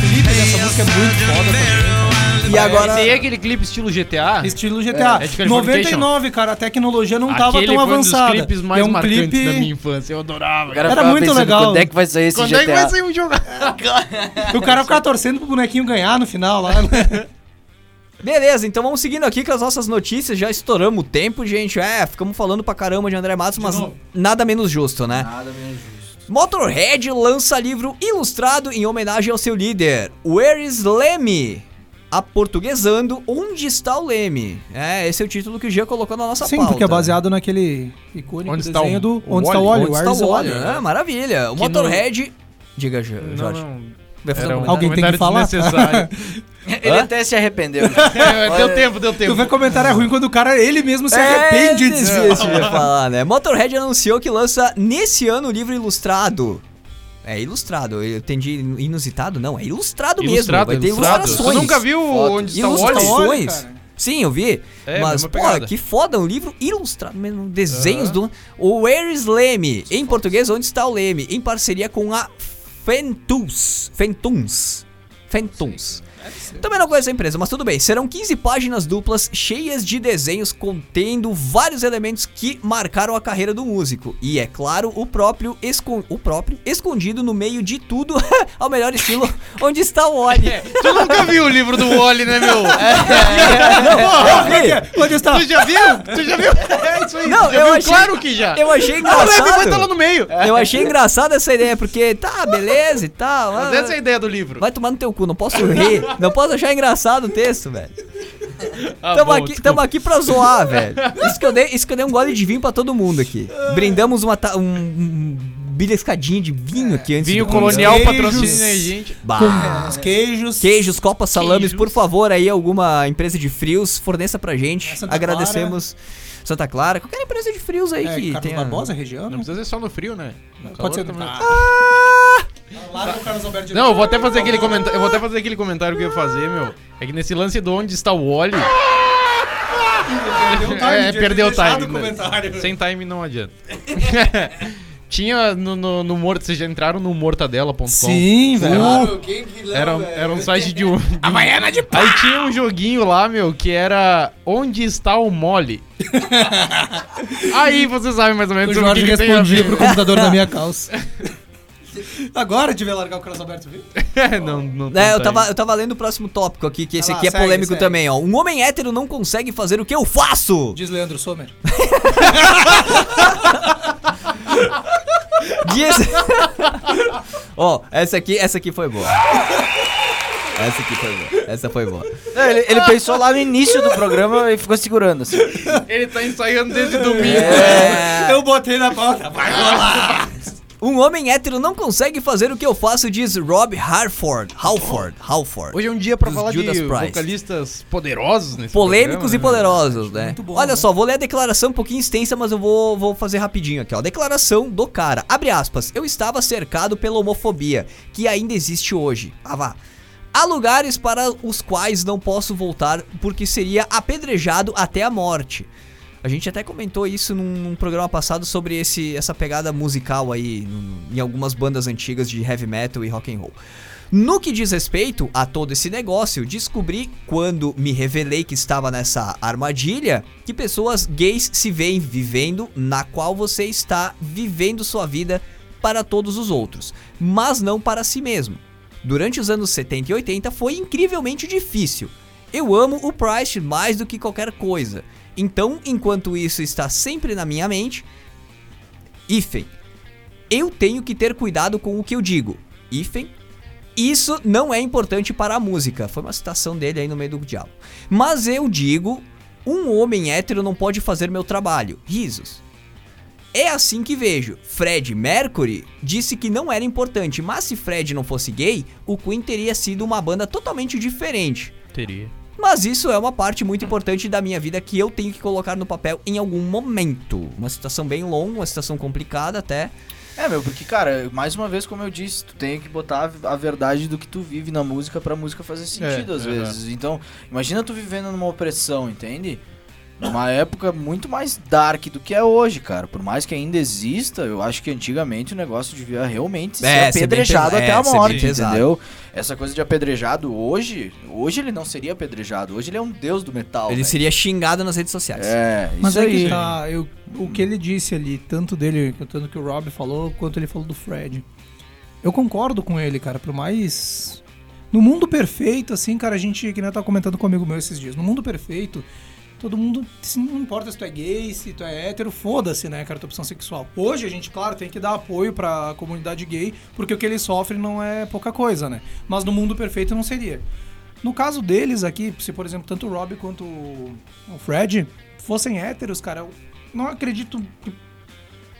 Speaker 3: Felipe, essa música é muito foda.
Speaker 1: E agora-
Speaker 2: Esse aí é aquele clipe estilo GTA?
Speaker 3: Estilo GTA.
Speaker 2: É, é de Californication.
Speaker 3: 99, cara, a tecnologia não tava
Speaker 2: Aquele
Speaker 3: tão
Speaker 2: foi um dos
Speaker 3: avançada.
Speaker 2: clipes mais
Speaker 3: é um
Speaker 2: marcantes
Speaker 3: clipe
Speaker 2: da minha infância, eu adorava.
Speaker 4: O cara
Speaker 3: Era
Speaker 4: ficava
Speaker 3: muito
Speaker 4: pensando,
Speaker 3: legal.
Speaker 4: Quando é que vai sair esse
Speaker 2: Quando
Speaker 4: GTA?
Speaker 2: é que vai sair um jogo?
Speaker 3: que o cara ficava torcendo pro bonequinho ganhar no final lá. né?
Speaker 1: Beleza, então vamos seguindo aqui com as nossas notícias. Já estouramos o tempo, gente. É, ficamos falando pra caramba de André Matos, mas nada menos justo, né?
Speaker 4: Nada menos justo.
Speaker 1: Motorhead lança livro ilustrado em homenagem ao seu líder, Where is Leme? Aportuguesando, onde está o Leme? É, esse é o título que o Jean colocou na nossa
Speaker 3: Sim,
Speaker 1: pauta.
Speaker 3: porque é baseado naquele icônico
Speaker 2: Onde está
Speaker 3: desenho
Speaker 2: o-
Speaker 3: do
Speaker 2: o Ah,
Speaker 3: Onde está o
Speaker 2: Wally?
Speaker 3: óleo?
Speaker 1: Onde está o óleo? É, maravilha. O
Speaker 2: Que
Speaker 1: Motorhead... Diga, Jean-
Speaker 2: Não,
Speaker 1: Jorge.
Speaker 2: não.
Speaker 1: Vai fazer
Speaker 2: Era
Speaker 1: um
Speaker 2: um
Speaker 1: comentário?
Speaker 3: Alguém tem que falar?
Speaker 2: desnecessário.
Speaker 4: Ele até se arrependeu.
Speaker 2: É, deu tempo, deu
Speaker 3: Tu
Speaker 2: tempo.
Speaker 3: vê comentário é ruim quando o cara, ele mesmo se arrepende
Speaker 1: É,
Speaker 3: de dizer.
Speaker 1: desiste de falar, né? Motorhead anunciou que lança nesse ano o livro ilustrado. É ilustrado, eu entendi inusitado, não, é ilustrado, mesmo. Vai ter
Speaker 2: Tu
Speaker 1: ilustrações.
Speaker 2: nunca viu
Speaker 4: Fotos.
Speaker 2: onde está o
Speaker 3: Ilustra-
Speaker 2: óleo?
Speaker 1: Ilustrações.
Speaker 3: cara.
Speaker 1: Sim, eu vi.
Speaker 2: É,
Speaker 1: mas,
Speaker 2: mesma
Speaker 1: pô,
Speaker 2: pegada.
Speaker 1: que foda, um livro ilustrado mesmo, um desenhos
Speaker 2: Aham.
Speaker 1: do... O Where is Leme? Em português, Onde Está o Leme? Em parceria com a Fentus. Fentuns. Fentuns. Também não conheço a empresa, mas tudo bem. Serão 15 páginas duplas cheias de desenhos contendo vários elementos que marcaram a carreira do músico. E é claro, o próprio, escon- o próprio escondido no meio de tudo, ao melhor estilo, onde está o Oli.
Speaker 2: Tu nunca viu o livro do Wally, né, meu?
Speaker 1: É.
Speaker 2: é
Speaker 3: Onde está?
Speaker 2: Tu já viu? Tu já viu? É isso aí.
Speaker 1: Não,
Speaker 2: tu já
Speaker 1: eu
Speaker 2: viu?
Speaker 1: achei-
Speaker 2: Claro que já.
Speaker 1: Eu É. achei
Speaker 2: Ah, o Leme vai
Speaker 1: engraçado.
Speaker 2: estar lá no É. meio.
Speaker 1: Eu achei engraçada essa ideia, porque tá, beleza e tal.
Speaker 2: Mas
Speaker 1: ah,
Speaker 2: essa é a ideia do livro.
Speaker 1: Vai tomar no teu cu, não posso rir. Não posso achar engraçado o texto, velho.
Speaker 2: Ah,
Speaker 1: tamo,
Speaker 2: bom,
Speaker 1: aqui,
Speaker 2: desculpa.
Speaker 1: tamo aqui pra zoar, velho. Isso que, eu dei, isso que eu dei um gole de vinho pra todo mundo aqui. Brindamos uma, ta- um, um beliscadinho de vinho aqui antes
Speaker 2: Vinho
Speaker 1: do-
Speaker 2: colonial
Speaker 3: Queijos.
Speaker 2: patrocina a gente.
Speaker 1: Bah.
Speaker 3: Os queijos.
Speaker 1: Queijos, copas, salames,
Speaker 2: Queijos.
Speaker 1: por favor, aí alguma empresa de frios, forneça pra gente.
Speaker 3: Santa
Speaker 1: Agradecemos. Santa Clara, qualquer empresa de frios aí
Speaker 3: É,
Speaker 1: que
Speaker 3: Carlos
Speaker 1: tem.
Speaker 3: Barbosa, região.
Speaker 2: Não precisa ser só no frio, né?
Speaker 3: Pode ser Ah. também. Lá com o Carlos Alberto de
Speaker 2: Não, eu vou até fazer aquele comentário. Eu vou até fazer aquele comentário que eu ia fazer, meu. É que nesse lance do onde está o óleo.
Speaker 3: Perdeu o time,
Speaker 2: É,
Speaker 3: devia ter
Speaker 2: perdeu o
Speaker 3: tá deixado
Speaker 2: time.
Speaker 3: o comentário.
Speaker 2: Sem time não adianta. Tinha no, no, no Morta, vocês já entraram no mortadela.com?
Speaker 3: Sim, velho.
Speaker 2: Era, era um site de um. De Havaiana de Aí tinha um joguinho lá, meu, que era Onde está o mole? Aí você sabe mais ou
Speaker 3: O
Speaker 2: menos sobre
Speaker 3: Jorge
Speaker 2: que que tem a
Speaker 3: respondia
Speaker 2: ver.
Speaker 3: pro computador da minha calça. Agora devia largar o Carlos Alberto, viu?
Speaker 2: É, não, não tem
Speaker 1: É, eu
Speaker 2: time.
Speaker 1: tava, eu tava lendo o próximo tópico aqui, que esse
Speaker 3: Vai Tá lá,
Speaker 1: aqui é
Speaker 3: segue,
Speaker 1: polêmico
Speaker 3: segue.
Speaker 1: também, ó. Um homem hétero não consegue fazer o que eu faço!
Speaker 3: Diz Leandro Sommer.
Speaker 1: Dias. Ó, essa aqui, essa aqui foi boa. Essa aqui foi boa. Essa foi boa.
Speaker 4: Não, ele, ele pensou lá no início do programa e ficou segurando. Assim.
Speaker 2: Ele tá ensaiando desde domingo.
Speaker 1: É,
Speaker 3: Eu botei na pauta. Vai rolar.
Speaker 1: Um homem hétero não consegue fazer o que eu faço, diz Rob Halford. Halford, Halford.
Speaker 2: Hoje é um dia pra
Speaker 1: Dos
Speaker 2: falar
Speaker 1: Judas
Speaker 2: de
Speaker 1: Priest.
Speaker 2: vocalistas poderosos nesse
Speaker 1: Polêmicos e
Speaker 2: programa, né?
Speaker 1: poderosos, né?
Speaker 3: Muito bom,
Speaker 1: Olha
Speaker 3: né?
Speaker 1: só, vou ler a declaração um pouquinho extensa, mas eu vou, vou fazer rapidinho aqui, ó. Declaração do cara. Abre aspas. Eu estava cercado pela homofobia, que ainda existe hoje. Ah, vá. Há lugares para os quais não posso voltar porque seria apedrejado até a morte. A gente até comentou isso num, num programa passado sobre esse, essa pegada musical aí num- em algumas bandas antigas de heavy metal e rock and roll. No que diz respeito a todo esse negócio, descobri quando me revelei que estava nessa armadilha que pessoas gays se veem vivendo na qual você está vivendo sua vida para todos os outros, mas não para si mesmo. Durante os anos 70 e 80 foi incrivelmente difícil. Eu amo o Price mais do que qualquer coisa. Então, enquanto isso está sempre na minha mente, hífen, eu tenho que ter cuidado com o que eu digo. Hífen, isso não é importante para a música. Foi uma citação dele aí no meio do diálogo. Mas eu digo, um homem hétero não pode fazer meu trabalho. Risos. É assim que vejo. Fred Mercury disse que não era importante, mas se Fred não fosse gay, o Queen teria sido uma banda totalmente diferente.
Speaker 2: né? Teria.
Speaker 1: Mas isso é uma parte muito importante da minha vida que eu tenho que colocar no papel em algum momento. Uma situação bem longa, uma situação complicada até.
Speaker 4: É, meu, porque, cara, mais uma vez, como eu disse, tu tem que botar a a verdade do que tu vive na música pra música fazer sentido,
Speaker 2: É,
Speaker 4: às
Speaker 2: é,
Speaker 4: vezes. Então, imagina tu vivendo numa opressão, entende? Uma época muito mais dark do que é hoje, cara. Por mais que ainda exista, eu acho que antigamente o negócio devia realmente ser
Speaker 1: É, ser bem
Speaker 4: apedrejado
Speaker 1: pesa-
Speaker 4: até
Speaker 1: é,
Speaker 4: a
Speaker 1: ser bem
Speaker 4: morte,
Speaker 1: pesado.
Speaker 4: entendeu? Essa coisa de apedrejado hoje, hoje ele não seria apedrejado, hoje ele é um deus do metal.
Speaker 1: Ele
Speaker 4: velho.
Speaker 1: seria xingado nas redes sociais.
Speaker 4: É,
Speaker 3: Mas é
Speaker 4: isso aí.
Speaker 3: que tá, eu- o que ele disse ali, tanto dele, tanto que o Rob falou, quanto ele falou do Fred. Eu concordo com ele, cara, por mais. No mundo perfeito, assim, cara, a gente, que nem eu tava comentando comigo meu esses dias, no mundo perfeito, todo mundo, assim, não importa se tu é gay, se tu é hétero, foda-se, né, cara, tua opção sexual. Hoje a gente, claro, tem que dar apoio pra comunidade gay, porque o que eles sofrem não é pouca coisa, né? Mas no mundo perfeito não seria. No caso deles aqui, se por exemplo, tanto o Rob quanto o o Fred fossem héteros, cara, eu não acredito. que-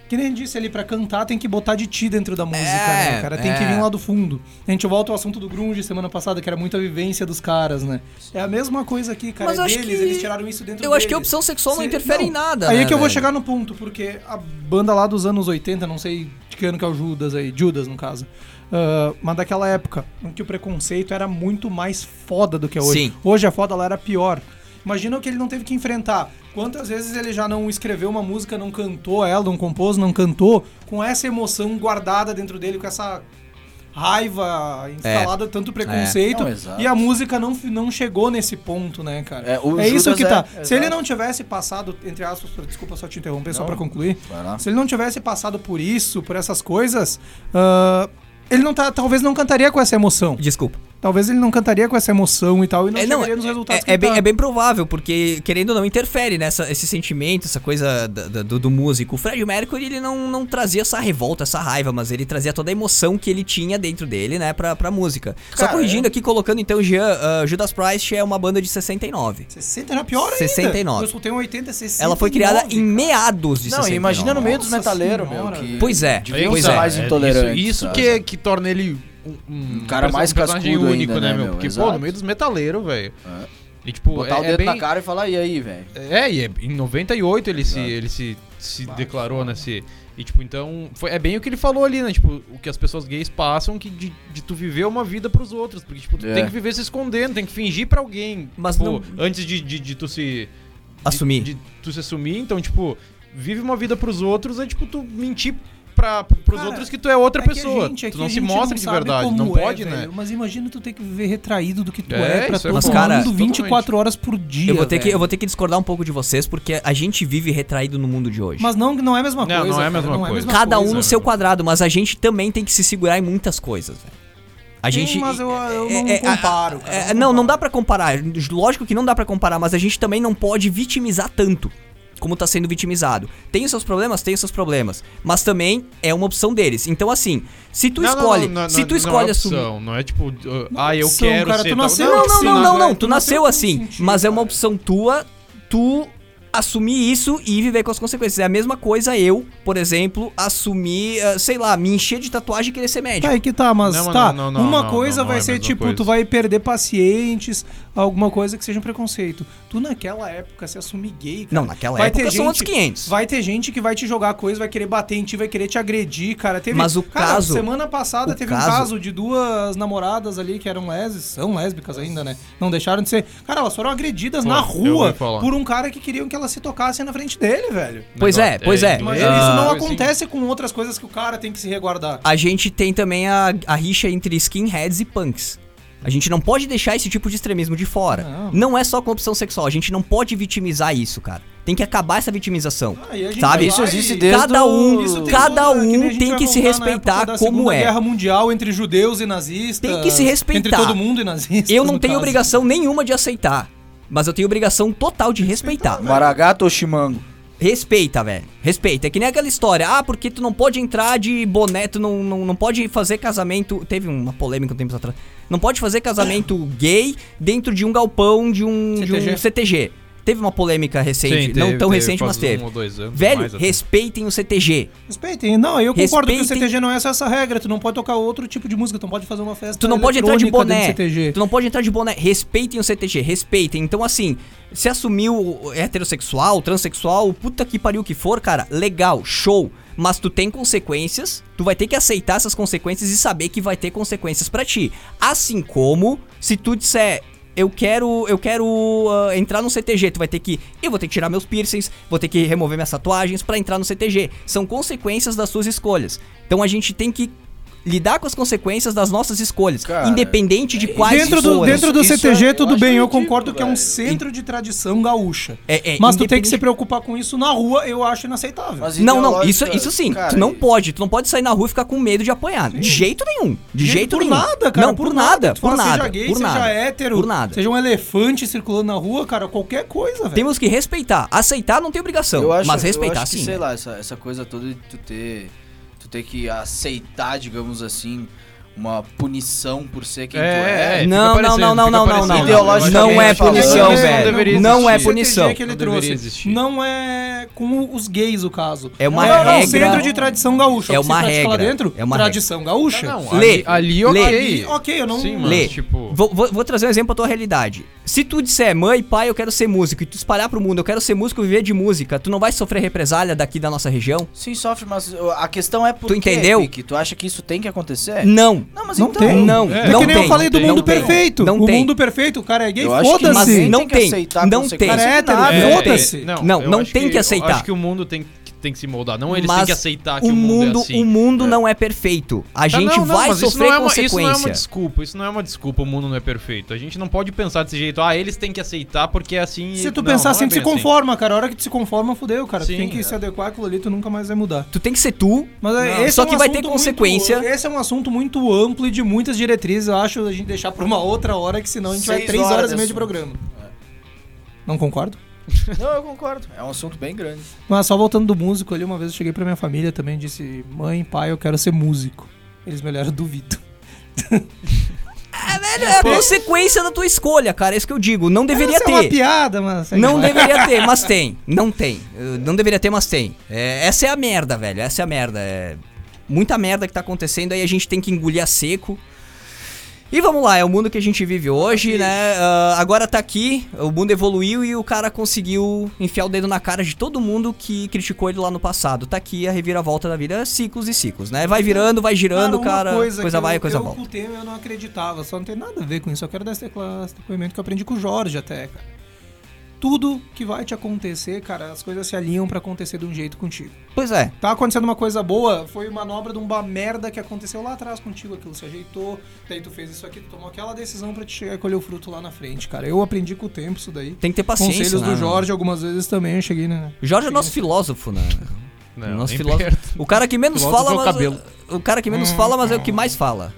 Speaker 3: Que nem disse ali, pra cantar tem que botar de ti dentro da música,
Speaker 1: É,
Speaker 3: né, cara? Tem que
Speaker 1: é.
Speaker 3: vir lá do fundo. A gente volta ao assunto do Grunge semana passada, que era muita vivência dos caras, né? É a mesma coisa aqui, cara.
Speaker 1: Mas
Speaker 3: é
Speaker 1: eu acho
Speaker 3: deles,
Speaker 1: que-
Speaker 3: eles tiraram isso dentro
Speaker 1: Eu acho que a
Speaker 3: deles.
Speaker 1: opção sexual não
Speaker 3: Se-
Speaker 1: interfere
Speaker 3: não.
Speaker 1: em nada.
Speaker 3: Aí
Speaker 1: né,
Speaker 3: é que eu vou
Speaker 1: velho?
Speaker 3: chegar no ponto, porque a banda lá dos anos 80, não sei de que ano que é o Judas aí, Judas no caso, ah, mas daquela época, em que o preconceito era muito mais foda do que é hoje.
Speaker 1: Sim.
Speaker 3: Hoje a foda lá era pior. Imagina o que ele não teve que enfrentar. Quantas vezes ele já não escreveu uma música, não cantou ela, não compôs, não cantou, com essa emoção guardada dentro dele, com essa raiva instalada, tanto preconceito,
Speaker 4: É. Não, exato.
Speaker 3: e a música não, não chegou nesse ponto, né, cara?
Speaker 4: É, o
Speaker 3: isso
Speaker 4: Judas
Speaker 3: que
Speaker 4: é-
Speaker 3: tá. Se
Speaker 4: exato.
Speaker 3: ele não tivesse passado, entre aspas, desculpa só te interromper, só
Speaker 4: Não.
Speaker 3: pra concluir.
Speaker 4: Vai lá.
Speaker 3: Se ele não tivesse passado por isso, por essas coisas, ah, ele não tá, talvez não cantaria com essa emoção.
Speaker 1: Desculpa.
Speaker 3: Talvez ele não cantaria com essa emoção e tal, e não chegaria nos resultados
Speaker 1: é, é
Speaker 3: que
Speaker 1: bem,
Speaker 3: tá.
Speaker 1: é bem provável, porque querendo ou não, interfere nessa esse sentimento, essa coisa da- da- do, do músico. O Fred Mercury, ele não, não trazia essa revolta, essa raiva, mas ele trazia toda a emoção que ele tinha dentro dele, né, pra, pra música. Só
Speaker 4: Cara,
Speaker 3: é.
Speaker 1: corrigindo aqui, colocando então, Jean, ah, Judas Priest é uma banda de 69.
Speaker 3: 60 era pior ainda.
Speaker 1: 69.
Speaker 3: Eu soltei um 80, 69.
Speaker 1: Ela foi criada em meados de 69.
Speaker 4: Não, imagina no meio dos
Speaker 3: Nossa
Speaker 4: metaleiros, meu.
Speaker 3: senhora,
Speaker 4: Que
Speaker 3: velho.
Speaker 1: Pois é,
Speaker 4: devia
Speaker 1: pois
Speaker 4: ser
Speaker 1: é.
Speaker 4: mais intolerante.
Speaker 2: Isso, isso que, é- que torna ele um, um
Speaker 4: cara
Speaker 2: perso-
Speaker 4: mais
Speaker 2: um personagem
Speaker 4: cascudo
Speaker 2: único,
Speaker 4: ainda,
Speaker 2: né,
Speaker 4: né,
Speaker 2: meu?
Speaker 4: meu?
Speaker 2: Porque, pô,
Speaker 4: Exato.
Speaker 2: no meio dos metaleiros, velho.
Speaker 4: É.
Speaker 2: E, tipo,
Speaker 4: Botar
Speaker 2: é,
Speaker 4: o
Speaker 2: é
Speaker 4: dedo
Speaker 2: bem...
Speaker 4: na cara e falar, e aí, velho?
Speaker 2: É, e é- em 98 ele se,
Speaker 4: Exato.
Speaker 2: ele se, se declarou, né? Se, e, tipo, então, foi, é bem o que ele falou ali, né? Tipo, o que as pessoas gays passam que de, de tu viver uma vida pros outros. Porque, tipo, tu
Speaker 4: É.
Speaker 2: tem que viver se escondendo, tem que fingir pra alguém.
Speaker 1: Mas
Speaker 2: tipo,
Speaker 1: não-
Speaker 2: antes de, de, de tu se... de-
Speaker 1: Assumir.
Speaker 2: De, tu se assumir, então, tipo, vive uma vida pros outros, é, tipo, tu mentir pra, pros
Speaker 3: Cara,
Speaker 2: outros que tu é outra
Speaker 3: É que a
Speaker 2: pessoa.
Speaker 3: gente- é
Speaker 2: tu
Speaker 3: que a
Speaker 2: não se
Speaker 3: gente
Speaker 2: mostra de
Speaker 3: sabe
Speaker 2: verdade,
Speaker 3: como
Speaker 2: não
Speaker 3: é,
Speaker 2: pode, né?
Speaker 3: velho, Mas imagina tu ter que viver retraído do que tu
Speaker 2: É,
Speaker 3: é, pra
Speaker 2: isso é
Speaker 3: todo
Speaker 1: Mas,
Speaker 3: mundo
Speaker 1: cara,
Speaker 3: 24 horas por dia.
Speaker 1: Eu vou, ter que,
Speaker 3: velho.
Speaker 1: eu vou ter que discordar um pouco de vocês, porque a gente vive retraído no mundo de hoje.
Speaker 3: Mas não, não é a mesma
Speaker 2: Não,
Speaker 3: coisa.
Speaker 2: não é a
Speaker 3: cara,
Speaker 2: mesma coisa.
Speaker 1: Cada um
Speaker 3: coisa.
Speaker 1: no seu quadrado, mas a gente também tem que se segurar em muitas coisas, velho. A
Speaker 3: Sim,
Speaker 1: gente.
Speaker 3: mas eu- eu não
Speaker 1: a- a-
Speaker 3: comparo, cara,
Speaker 1: é,
Speaker 3: não
Speaker 1: não, não
Speaker 3: comparo.
Speaker 1: dá pra comparar. Lógico que não dá pra comparar, mas a gente também não pode vitimizar tanto como tá sendo vitimizado. Tem os seus problemas, tem os seus problemas, mas também é uma opção deles. Então assim, se tu
Speaker 2: Não, não,
Speaker 1: escolhe,
Speaker 2: não, não,
Speaker 1: se tu
Speaker 2: não
Speaker 1: escolhe
Speaker 2: é
Speaker 1: assumir,
Speaker 2: opção, Não é tipo, uh, ah, eu
Speaker 3: opção,
Speaker 2: quero
Speaker 3: cara,
Speaker 2: ser...
Speaker 3: tu
Speaker 2: tal-
Speaker 3: nasceu
Speaker 1: não, não,
Speaker 3: assim,
Speaker 1: não,
Speaker 3: né,
Speaker 1: não, não.
Speaker 3: velho?
Speaker 1: Tu
Speaker 3: Tu
Speaker 1: nasceu
Speaker 3: nasceu
Speaker 1: assim,
Speaker 3: com sentido,
Speaker 1: mas é uma
Speaker 3: cara.
Speaker 1: opção tua, tu assumir isso e viver com as consequências. É a mesma coisa eu, por exemplo, assumir, ah, sei lá, me encher de tatuagem e querer ser médico.
Speaker 3: Tá, aí que tá, mas
Speaker 2: Não, mas
Speaker 3: tá.
Speaker 2: não, não, não,
Speaker 3: uma
Speaker 2: não,
Speaker 3: coisa
Speaker 2: não, não
Speaker 3: vai
Speaker 2: é a
Speaker 3: ser
Speaker 2: mesma
Speaker 3: tipo,
Speaker 2: coisa.
Speaker 3: tu vai perder pacientes, alguma coisa que seja um preconceito. Tu naquela época se assumir gay, cara.
Speaker 1: Não, naquela
Speaker 3: vai
Speaker 1: época
Speaker 3: ter
Speaker 1: são
Speaker 3: gente-
Speaker 1: outros 500.
Speaker 3: Vai ter gente que vai te jogar coisa, vai querer bater em ti, vai querer te agredir, cara. Teve,
Speaker 1: Mas o
Speaker 3: cara,
Speaker 1: caso-
Speaker 3: Semana passada
Speaker 1: o
Speaker 3: teve
Speaker 1: caso-
Speaker 3: um caso de duas namoradas ali que eram lésbicas, são lésbicas ainda, né? Não deixaram de ser. Cara, elas foram agredidas
Speaker 2: Pô,
Speaker 3: na
Speaker 2: eu
Speaker 3: rua
Speaker 2: ouvi falar.
Speaker 3: por um cara que queriam que elas se tocassem na frente dele, velho.
Speaker 1: Pois é, pois é.
Speaker 3: Mas
Speaker 1: Ah,
Speaker 3: isso não
Speaker 2: coisa assim.
Speaker 3: acontece com outras coisas que o cara tem que se reguardar.
Speaker 1: A gente tem também a, a rixa entre skinheads e punks. A gente não pode deixar esse tipo de extremismo de fora. Não,
Speaker 3: Não.
Speaker 1: é só com opção sexual, a gente não pode vitimizar isso, cara. Tem que acabar essa vitimização.
Speaker 3: Ah, e a gente
Speaker 1: sabe?
Speaker 3: vai lá e-
Speaker 4: Desde
Speaker 1: cada um,
Speaker 3: Isso tem
Speaker 1: cada
Speaker 3: toda- que nem a
Speaker 1: um
Speaker 3: gente
Speaker 1: tem
Speaker 3: vai
Speaker 1: que se
Speaker 3: voltar na época
Speaker 1: respeitar
Speaker 3: da
Speaker 1: como
Speaker 3: Segunda
Speaker 1: é.
Speaker 3: Guerra Mundial entre judeus e nazistas.
Speaker 1: Tem que se respeitar.
Speaker 3: Entre todo mundo e nazistas.
Speaker 1: Eu não
Speaker 3: no
Speaker 1: tenho
Speaker 3: caso.
Speaker 1: obrigação nenhuma de aceitar. Mas eu tenho obrigação total de respeitar.
Speaker 4: Maragato ou Chimango?
Speaker 1: Respeita, velho. Respeita. É que nem aquela história. Ah, porque tu não pode entrar de boné, tu não, não, não pode fazer casamento. Teve uma polêmica um tempo atrás. Não pode fazer casamento gay dentro de um galpão de um CTG. De um
Speaker 3: CTG.
Speaker 1: CTG. Teve uma polêmica recente.
Speaker 2: Sim,
Speaker 1: não
Speaker 2: teve,
Speaker 1: tão
Speaker 2: teve,
Speaker 1: recente, mas
Speaker 2: faz
Speaker 1: teve.
Speaker 2: um ou dois anos,
Speaker 1: velho,
Speaker 2: mais até.
Speaker 1: respeitem o CTG.
Speaker 3: Respeitem. Não, eu concordo que o
Speaker 1: Respeitem.
Speaker 3: CTG não é só essa regra. Tu não pode tocar outro tipo de música, tu não pode fazer uma festa.
Speaker 1: Tu não pode entrar de
Speaker 3: eletrônica
Speaker 1: boné.
Speaker 3: dentro do CTG.
Speaker 1: Tu não pode entrar de boné. Respeitem o CTG, respeitem. Então, assim, se assumiu heterossexual, transexual, puta que pariu que for, cara, legal, show. Mas tu tem consequências, tu vai ter que aceitar essas consequências e saber que vai ter consequências pra ti. Assim como se tu disser, eu quero, eu quero ah, entrar no CTG, tu vai ter que, eu vou ter que tirar meus piercings, vou ter que remover minhas tatuagens pra entrar no CTG. São consequências das suas escolhas. Então a gente tem que lidar com as consequências das nossas escolhas,
Speaker 4: Cara,
Speaker 1: independente de quais
Speaker 3: dentro do,
Speaker 1: foram.
Speaker 3: dentro do
Speaker 4: Isso
Speaker 3: CTG,
Speaker 4: é- eu
Speaker 3: tudo
Speaker 4: acho
Speaker 3: bem, eu
Speaker 4: ridículo,
Speaker 3: concordo que é um
Speaker 4: velho.
Speaker 3: centro de tradição gaúcha.
Speaker 1: É- é,
Speaker 3: mas tu tem que
Speaker 1: independente-
Speaker 3: se preocupar com isso na rua, eu acho inaceitável.
Speaker 4: Mas
Speaker 1: Não, não, isso, é-
Speaker 4: ideológica,
Speaker 1: isso sim.
Speaker 4: cara,
Speaker 1: tu
Speaker 3: é-
Speaker 1: não
Speaker 4: e-
Speaker 1: pode. Tu não pode sair na rua e ficar com medo de apanhar. De jeito nenhum. De
Speaker 3: Gente,
Speaker 1: jeito
Speaker 3: por
Speaker 1: nenhum.
Speaker 3: nada, cara.
Speaker 1: Não, por nada.
Speaker 3: Tu
Speaker 1: Por
Speaker 3: fala,
Speaker 1: nada.
Speaker 3: Seja gay,
Speaker 1: Por
Speaker 3: seja
Speaker 1: nada.
Speaker 3: hétero,
Speaker 1: Por nada.
Speaker 3: seja um elefante circulando na rua, cara, qualquer coisa, velho.
Speaker 1: Temos que respeitar. Aceitar não tem obrigação.
Speaker 4: Eu acho-
Speaker 1: então, mas
Speaker 4: eu
Speaker 1: respeitar
Speaker 4: acho que,
Speaker 1: sim.
Speaker 4: sei
Speaker 1: né?
Speaker 4: lá, essa, essa coisa toda de tu ter, tu ter que aceitar, digamos assim, uma punição por ser quem tu é.
Speaker 2: É, fica
Speaker 1: não, não,
Speaker 2: parecendo,
Speaker 1: não, não,
Speaker 2: fica
Speaker 1: não, não,
Speaker 2: parecendo.
Speaker 1: não.
Speaker 4: Ideologicamente
Speaker 1: Não é
Speaker 4: falando,
Speaker 1: punição,
Speaker 2: isso não
Speaker 1: velho.
Speaker 2: deveria
Speaker 1: Não é
Speaker 2: existir.
Speaker 1: punição.
Speaker 3: CTG que ele
Speaker 2: Não
Speaker 3: trouxe.
Speaker 2: deveria existir.
Speaker 3: Não é com os gays o caso.
Speaker 1: É uma
Speaker 3: não, É um
Speaker 1: regra.
Speaker 3: centro de tradição gaúcha.
Speaker 1: É
Speaker 3: O que se
Speaker 1: uma
Speaker 3: pratica Lá
Speaker 1: regra.
Speaker 3: dentro,
Speaker 1: É uma
Speaker 3: tradição gaúcha.
Speaker 2: Não,
Speaker 1: Lê,
Speaker 2: ali, ali ok.
Speaker 1: lê.
Speaker 3: Ok, eu não- É
Speaker 2: Sim, mas,
Speaker 1: Lê,
Speaker 2: tipo...
Speaker 1: vou, vou- vou trazer um exemplo pra tua realidade. Se tu disser, mãe, pai, eu quero ser músico, e tu espalhar pro mundo, eu quero ser músico e viver de música, tu não vai sofrer represália daqui da nossa região?
Speaker 4: Sim, sofre, mas uh, a questão é por
Speaker 1: Tu
Speaker 4: quê,
Speaker 1: entendeu?
Speaker 4: Pique? Tu acha que isso tem que acontecer?
Speaker 1: Não.
Speaker 4: Não, mas
Speaker 3: Não
Speaker 4: então...
Speaker 3: É. tem.
Speaker 1: Não,
Speaker 3: É,
Speaker 1: não
Speaker 3: que nem
Speaker 1: tem,
Speaker 3: eu falei do
Speaker 1: não
Speaker 3: mundo
Speaker 1: tem,
Speaker 3: perfeito.
Speaker 1: não
Speaker 3: o
Speaker 1: tem.
Speaker 3: mundo perfeito, o cara é gay,
Speaker 4: Eu acho que
Speaker 1: Mas
Speaker 3: foda-se.
Speaker 1: não
Speaker 4: ninguém que
Speaker 1: tem,
Speaker 4: aceitar
Speaker 1: não
Speaker 4: consequências
Speaker 1: tem.
Speaker 4: de
Speaker 3: Cara é hétero,
Speaker 4: nada,
Speaker 3: é,
Speaker 4: velho.
Speaker 3: foda-se.
Speaker 1: Ah, Não,
Speaker 2: eu
Speaker 1: não
Speaker 2: acho
Speaker 1: tem que aceitar.
Speaker 2: Eu acho que o mundo tem, que- tem que se moldar. Não eles
Speaker 1: Mas
Speaker 2: têm que aceitar que
Speaker 1: o mundo,
Speaker 2: é assim.
Speaker 1: o mundo não é perfeito. A
Speaker 2: Tá,
Speaker 1: gente
Speaker 2: não, não,
Speaker 1: vai
Speaker 2: mas isso não
Speaker 1: sofrer
Speaker 2: é uma- Isso não é uma
Speaker 1: consequência.
Speaker 2: desculpa, isso não é uma desculpa, o mundo não é perfeito. A gente não pode pensar desse jeito, ah, eles têm que aceitar porque é assim...
Speaker 3: Se tu
Speaker 2: Não, não é
Speaker 3: pensar assim, tu se
Speaker 2: bem assim.
Speaker 3: conforma, cara. A hora que tu se conforma, fudeu, cara. tu
Speaker 2: Sim,
Speaker 3: tem que
Speaker 2: é.
Speaker 3: se adequar àquilo ali, tu nunca mais vai mudar.
Speaker 1: Tu tem que ser tu,
Speaker 3: Mas é, esse
Speaker 1: só
Speaker 3: é um
Speaker 1: que vai ter
Speaker 3: assunto
Speaker 1: consequência.
Speaker 3: Muito, esse é um assunto muito amplo e de muitas diretrizes. Eu acho a gente deixar pra uma outra hora, que senão a gente vai
Speaker 4: Seis
Speaker 3: três horas,
Speaker 4: horas
Speaker 3: e
Speaker 4: de
Speaker 3: meia de
Speaker 4: assunto.
Speaker 3: programa. Não concordo.
Speaker 4: Não, eu concordo. É um assunto bem grande.
Speaker 3: Mas só voltando do músico ali, uma vez eu cheguei pra minha família também e disse: Mãe, pai, eu quero ser músico. Eles me olharam, duvido.
Speaker 1: É, velho, é a consequência da tua escolha, cara. É isso que eu digo. Não deveria
Speaker 3: Essa é uma
Speaker 1: ter.
Speaker 3: piada, mas. sei
Speaker 1: Não
Speaker 3: lá.
Speaker 1: deveria ter, mas tem. Não tem. Eh, Não deveria ter, mas tem. É, essa é a merda, velho. Essa é a merda. É muita merda que tá acontecendo aí. A gente tem que engolir a seco. E vamos lá, é o mundo que a gente vive hoje, né? Ah, agora tá aqui, o mundo evoluiu e o cara conseguiu enfiar o dedo na cara de todo mundo que criticou ele lá no passado. Tá aqui a reviravolta da vida, ciclos e ciclos, né? Vai virando, vai girando,
Speaker 3: uma
Speaker 1: cara. Coisa,
Speaker 3: que
Speaker 1: vai,
Speaker 3: eu,
Speaker 1: coisa
Speaker 3: eu,
Speaker 1: volta.
Speaker 3: com o tema eu não acreditava, só não tem nada a ver com isso. Eu quero dar esse decla- esse depoimento que eu aprendi com o Jorge até, cara. Tudo que vai te acontecer, cara, as coisas se alinham pra acontecer de um jeito contigo.
Speaker 1: Pois é.
Speaker 3: Tá acontecendo uma coisa boa, foi manobra de uma merda que aconteceu lá atrás contigo, aquilo se ajeitou, daí tu fez isso aqui, tu tomou aquela decisão pra te chegar e colher o fruto lá na frente, cara. Eu aprendi com o tempo isso daí.
Speaker 1: Tem que ter paciência.
Speaker 3: Conselhos
Speaker 1: né?
Speaker 3: do Jorge algumas vezes também, eu cheguei, né?
Speaker 1: Jorge é nosso filósofo, né?
Speaker 2: Não, é
Speaker 1: nosso
Speaker 2: nem
Speaker 1: filósofo.
Speaker 2: perto.
Speaker 1: O cara que menos
Speaker 2: Filósofo
Speaker 1: fala,
Speaker 2: é o
Speaker 1: mas.
Speaker 2: cabelo.
Speaker 1: O cara que menos fala, mas é o que mais fala.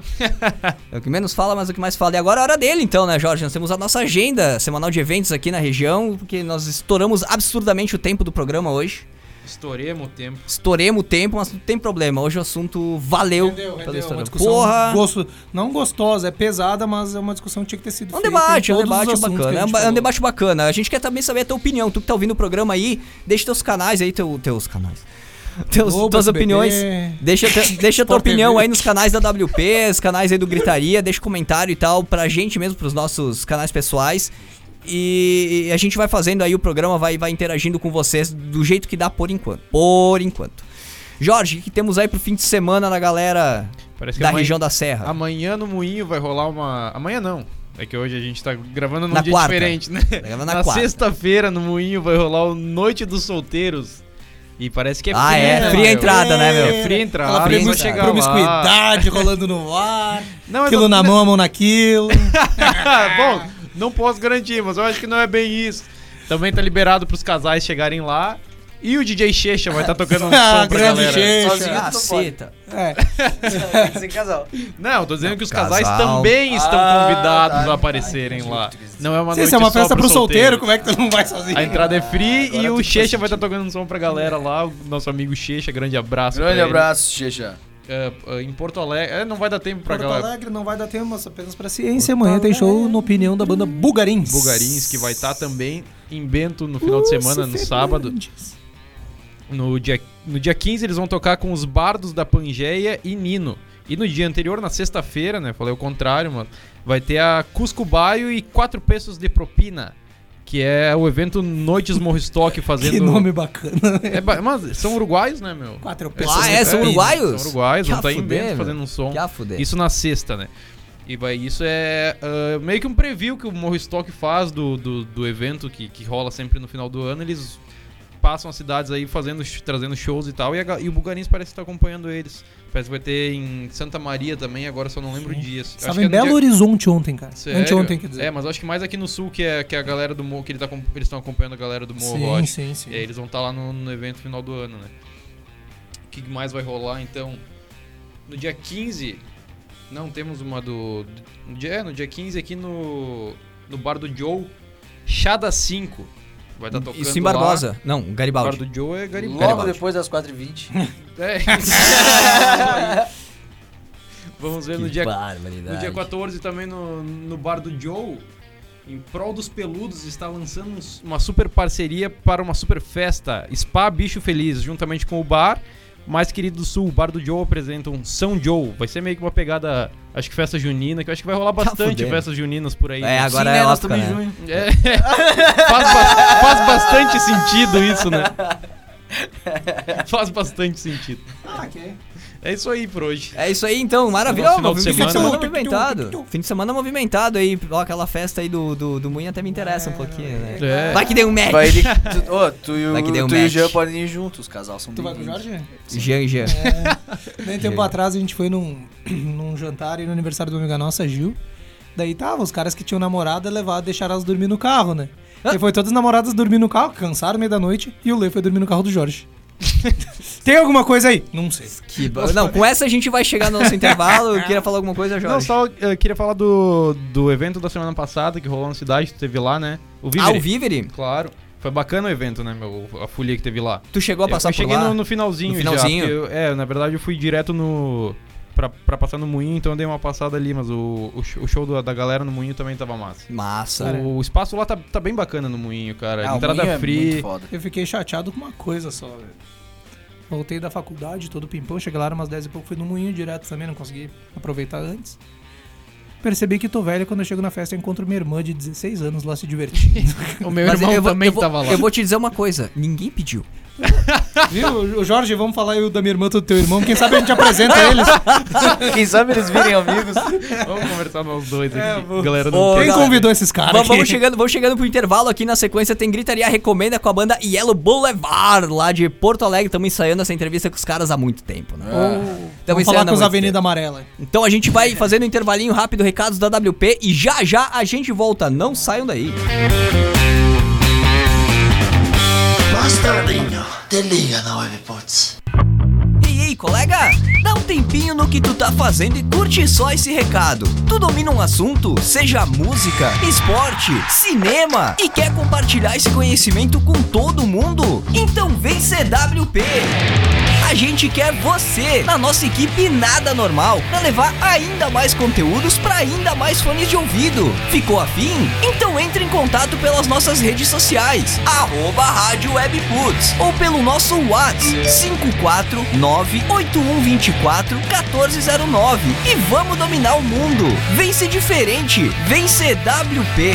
Speaker 1: É o que menos fala, mas é o que mais fala. E agora é a hora dele, então, né, Jorge? Nós temos a nossa agenda semanal de eventos aqui na região, porque nós estouramos absurdamente o tempo do programa hoje.
Speaker 2: Estouremos o tempo.
Speaker 1: Estouremos o tempo, mas não tem problema. Hoje o assunto valeu pela
Speaker 3: É uma
Speaker 1: estourada.
Speaker 3: discussão
Speaker 1: Tá Porra!
Speaker 3: gosto- não gostosa, é pesada, mas é uma discussão que tinha que ter sido
Speaker 1: É um
Speaker 3: feita
Speaker 1: debate, é
Speaker 3: em
Speaker 1: um
Speaker 3: todos os
Speaker 1: debate
Speaker 3: assuntos que a
Speaker 1: bacana. É
Speaker 3: gente
Speaker 1: um, ba- é um
Speaker 3: falou.
Speaker 1: debate bacana. A gente quer também saber a tua opinião. Tu que tá ouvindo o programa aí, deixa teus canais aí, teu, teus canais. Teus,
Speaker 3: Globo,
Speaker 1: tuas
Speaker 3: SBT.
Speaker 1: opiniões. Deixa, te- deixa tua
Speaker 3: Sport TV.
Speaker 1: opinião aí nos canais da WP, os canais aí do Gritaria, deixa comentário e tal pra gente mesmo, pros nossos canais pessoais. E e a gente vai fazendo aí o programa, vai, vai interagindo com vocês do jeito que dá por enquanto. Por enquanto. Jorge, o que temos aí pro fim de semana na galera
Speaker 2: Parece que
Speaker 1: da
Speaker 2: amanhã-
Speaker 1: região da Serra?
Speaker 2: Amanhã no Moinho vai rolar uma... Amanhã não. É que hoje a gente tá gravando num
Speaker 1: Na
Speaker 2: dia
Speaker 1: quarta.
Speaker 2: diferente, né?
Speaker 1: Tá gravando
Speaker 2: Na,
Speaker 1: na quarta.
Speaker 2: sexta-feira no Moinho vai rolar o Noite dos Solteiros. E parece que é
Speaker 1: Ah, é,
Speaker 2: né,
Speaker 1: fria
Speaker 2: meu?
Speaker 1: entrada, né, meu?
Speaker 2: É fria entrada.
Speaker 3: Aquela
Speaker 1: fria
Speaker 2: vou
Speaker 1: entrada.
Speaker 2: chegar lá.
Speaker 3: promiscuidade rolando no ar,
Speaker 2: Não, eu
Speaker 3: aquilo
Speaker 2: não-
Speaker 3: na mão, a mão naquilo.
Speaker 2: Bom, não posso garantir, mas eu acho que não é bem isso. Também tá liberado pros casais chegarem lá. E o DJ Checha vai estar tocando um som
Speaker 3: Ah,
Speaker 2: pra
Speaker 3: grande
Speaker 2: galera.
Speaker 3: Checha.
Speaker 4: Sozinho tu não
Speaker 1: Caceta.
Speaker 3: É,
Speaker 4: pode. Sem casal.
Speaker 2: Não, tô dizendo que os
Speaker 1: Casal.
Speaker 2: casais também estão
Speaker 4: Ah,
Speaker 2: convidados
Speaker 4: tá.
Speaker 2: a aparecerem
Speaker 4: Ai,
Speaker 2: lá.
Speaker 4: que triste.
Speaker 2: Não é uma
Speaker 3: se
Speaker 2: noite
Speaker 3: isso é uma
Speaker 2: só
Speaker 3: festa
Speaker 2: pro
Speaker 3: pro solteiro, como é que tu não vai sozinho?
Speaker 2: A entrada é free
Speaker 4: Agora
Speaker 2: e o
Speaker 4: tudo
Speaker 2: Checha
Speaker 4: faz
Speaker 2: vai estar tocando um som pra galera lá. O nosso amigo Checha, grande abraço. pra
Speaker 4: Grande
Speaker 2: ele.
Speaker 4: abraço, Xixá.
Speaker 2: É, é, em Porto Alegre. É, não vai dar tempo pra
Speaker 3: Porto
Speaker 2: galera.
Speaker 3: Alegre não vai dar tempo, mas apenas pra ciência. Amanhã tem show, na opinião da banda Bugarins.
Speaker 2: Bugarins, que vai estar também em Bento no final de semana, no
Speaker 3: Lúcio
Speaker 2: sábado.
Speaker 3: Fernandes.
Speaker 2: No dia, no dia 15 eles vão tocar com os Bardos da Pangeia e Nino. E no dia anterior, na sexta-feira, né? Falei o contrário, mano. Vai ter a Cusco Baio e Quatro Pesos de Propina. Que é o evento Noites Morristock fazendo.
Speaker 3: Que nome bacana. né?
Speaker 2: É, ba- mas são uruguaios, né, meu?
Speaker 3: Quatro
Speaker 1: Ah, é? São
Speaker 2: É,
Speaker 1: uruguaios?
Speaker 2: São uruguaios,
Speaker 1: Que
Speaker 2: vão
Speaker 1: a
Speaker 2: estar em
Speaker 1: fuder,
Speaker 2: Bento
Speaker 1: meu.
Speaker 2: fazendo um som.
Speaker 1: Que a fuder.
Speaker 2: Isso na sexta, né? E vai, isso é ah, meio que um preview que o Morro Stock faz do, do, do evento que, que rola sempre no final do ano. Eles passam as cidades aí fazendo, sh- trazendo shows e tal. E, a ga- e o Bugarins parece estar acompanhando eles. Parece que vai ter em Santa Maria também, agora só não lembro o dia. Acho
Speaker 3: Estava
Speaker 2: que é
Speaker 3: em
Speaker 2: no
Speaker 3: Belo
Speaker 2: dia-
Speaker 3: Horizonte ontem, cara.
Speaker 2: Sério?
Speaker 3: Anteontem, quer dizer.
Speaker 2: É, mas acho que mais aqui no sul que é que a galera do Morro, que ele tá com- eles estão acompanhando a galera do É, Morro
Speaker 3: sim,
Speaker 2: Rock.
Speaker 3: sim, sim.
Speaker 2: E aí eles vão estar lá no, no evento final do ano, né? O que mais vai rolar então? No dia 15, não temos uma do. No dia, é, no dia 15 aqui no. No bar do Joe, Chada 5. Vai estar tocando.
Speaker 1: Isso em
Speaker 2: lá.
Speaker 1: Barbosa. Não,
Speaker 2: O bar
Speaker 1: Garibaldi.
Speaker 2: do Joe é Garibaldi.
Speaker 4: Logo depois das 4h20.
Speaker 2: É. Vamos ver no dia
Speaker 1: barbaridade.
Speaker 2: no dia 14 também no, no bar do Joe, em prol dos peludos, está lançando uns- uma super parceria para uma super festa, Spa Bicho Feliz, juntamente com o bar mais querido do sul, o bar do Joe apresenta um São Joe. Vai ser meio que uma pegada, acho que festa junina, que eu acho que vai rolar bastante
Speaker 1: Tá fudendo.
Speaker 2: festas juninas por aí.
Speaker 1: É,
Speaker 2: né?
Speaker 1: agora
Speaker 4: Sim,
Speaker 1: é
Speaker 4: né, nós
Speaker 1: Oscar,
Speaker 4: estamos em
Speaker 1: né?
Speaker 4: junho.
Speaker 2: É. faz, bas- faz bastante sentido isso, né? Faz bastante sentido.
Speaker 3: Ah, ok.
Speaker 2: É isso aí por hoje.
Speaker 1: É isso aí então, maravilha.
Speaker 2: No
Speaker 1: ó,
Speaker 2: final de
Speaker 1: movimento- Fim de
Speaker 2: semana.
Speaker 1: semana movimentado. Fim de semana movimentado aí. Ó, aquela festa aí do, do, do Moinho até me interessa um pouquinho, né?
Speaker 2: É.
Speaker 1: Vai que deu um match.
Speaker 4: Vai ele, tu, ô, tu e
Speaker 1: Vai que deu
Speaker 4: o, tu e o
Speaker 1: match.
Speaker 4: Jean podem ir juntos, os casal são
Speaker 3: Tu vai com o
Speaker 4: bem-vindos.
Speaker 3: Jorge?
Speaker 1: Jean, Jean.
Speaker 3: Nem um tempo atrás a gente foi num, num jantar e no aniversário de uma amiga nossa, Gil. Daí tava, os caras que tinham namorada levaram, deixaram elas dormir no carro, né? E foi todas as namoradas dormir no carro, cansaram meio da noite, e o Lê foi dormir no carro do Jorge. Tem alguma coisa aí? Não sei.
Speaker 1: Que ba- Não, com essa a gente vai chegar no nosso intervalo. Eu queria falar alguma coisa,
Speaker 2: Não,
Speaker 1: Jorge.
Speaker 2: só eh, queria falar do, do evento da semana passada que rolou na cidade, tu teve lá, né? O
Speaker 1: ah, o
Speaker 2: Vivere.
Speaker 1: Vivere?
Speaker 2: Claro. Foi bacana o evento, né, meu? A folia que teve lá.
Speaker 1: Tu chegou a passar
Speaker 2: eu
Speaker 1: por
Speaker 2: cheguei
Speaker 1: lá?
Speaker 2: No, no finalzinho,
Speaker 1: No
Speaker 2: já,
Speaker 1: finalzinho?
Speaker 2: porque eu- é, na verdade eu fui direto no... Pra, pra passar no Moinho, então eu dei uma passada ali, mas o, o show- o show da, da galera no Moinho também tava massa.
Speaker 1: Massa.
Speaker 2: O espaço lá tá, tá bem bacana no Moinho, cara.
Speaker 4: Ah, o
Speaker 2: Entrada
Speaker 4: Minho é muito
Speaker 2: free.
Speaker 4: foda.
Speaker 3: Eu fiquei chateado com uma coisa só, velho. Voltei da faculdade, todo pimpão, cheguei lá era umas 10 e pouco, fui no moinho direto também, não consegui aproveitar antes. Percebi que tô velho quando eu chego na festa eu encontro minha irmã de 16 anos lá se divertindo.
Speaker 5: O meu
Speaker 1: Mas
Speaker 5: irmão
Speaker 1: eu vou-
Speaker 5: também
Speaker 1: eu vou-
Speaker 5: tava lá.
Speaker 1: Eu vou te dizer uma coisa. Ninguém pediu.
Speaker 3: Viu? O Jorge, vamos falar eu da minha irmã do teu irmão, quem sabe a gente apresenta eles.
Speaker 4: Quem sabe eles virem amigos.
Speaker 2: Vamos conversar nós dois aqui.
Speaker 3: É, vamos.
Speaker 2: galera
Speaker 1: Ô,
Speaker 2: não
Speaker 3: Quem
Speaker 1: galera,
Speaker 3: convidou esses caras?
Speaker 1: Vamos,
Speaker 3: aqui?
Speaker 1: vamos chegando, vamos chegando pro intervalo aqui na sequência. Tem Gritaria Recomenda com a banda Yellow Boulevard lá de Porto Alegre. Estamos ensaiando essa entrevista com os caras há muito tempo, né?
Speaker 3: É. Vamos
Speaker 1: encerrando
Speaker 3: falar com os
Speaker 1: a
Speaker 3: Avenida Amarela.
Speaker 1: Então a gente vai fazendo um intervalinho rápido, recados da WP e já já a gente volta. Não saiam daí.
Speaker 6: Bastardiño, te liga na Webpots.
Speaker 1: E aí, colega? Dá um tempinho no que tu tá fazendo e curte só esse recado. Tu domina um assunto, seja música, esporte, cinema, e quer compartilhar esse conhecimento com todo mundo? Então vem CWP! A gente quer você na nossa equipe Nada Normal pra levar ainda mais conteúdos pra ainda mais fones de ouvido. Ficou afim? Então entre em contato pelas nossas redes sociais, arroba Rádio Webputs, ou pelo nosso WhatsApp 549-8124-1409 e vamos dominar o mundo. Vem ser diferente, vem CWP.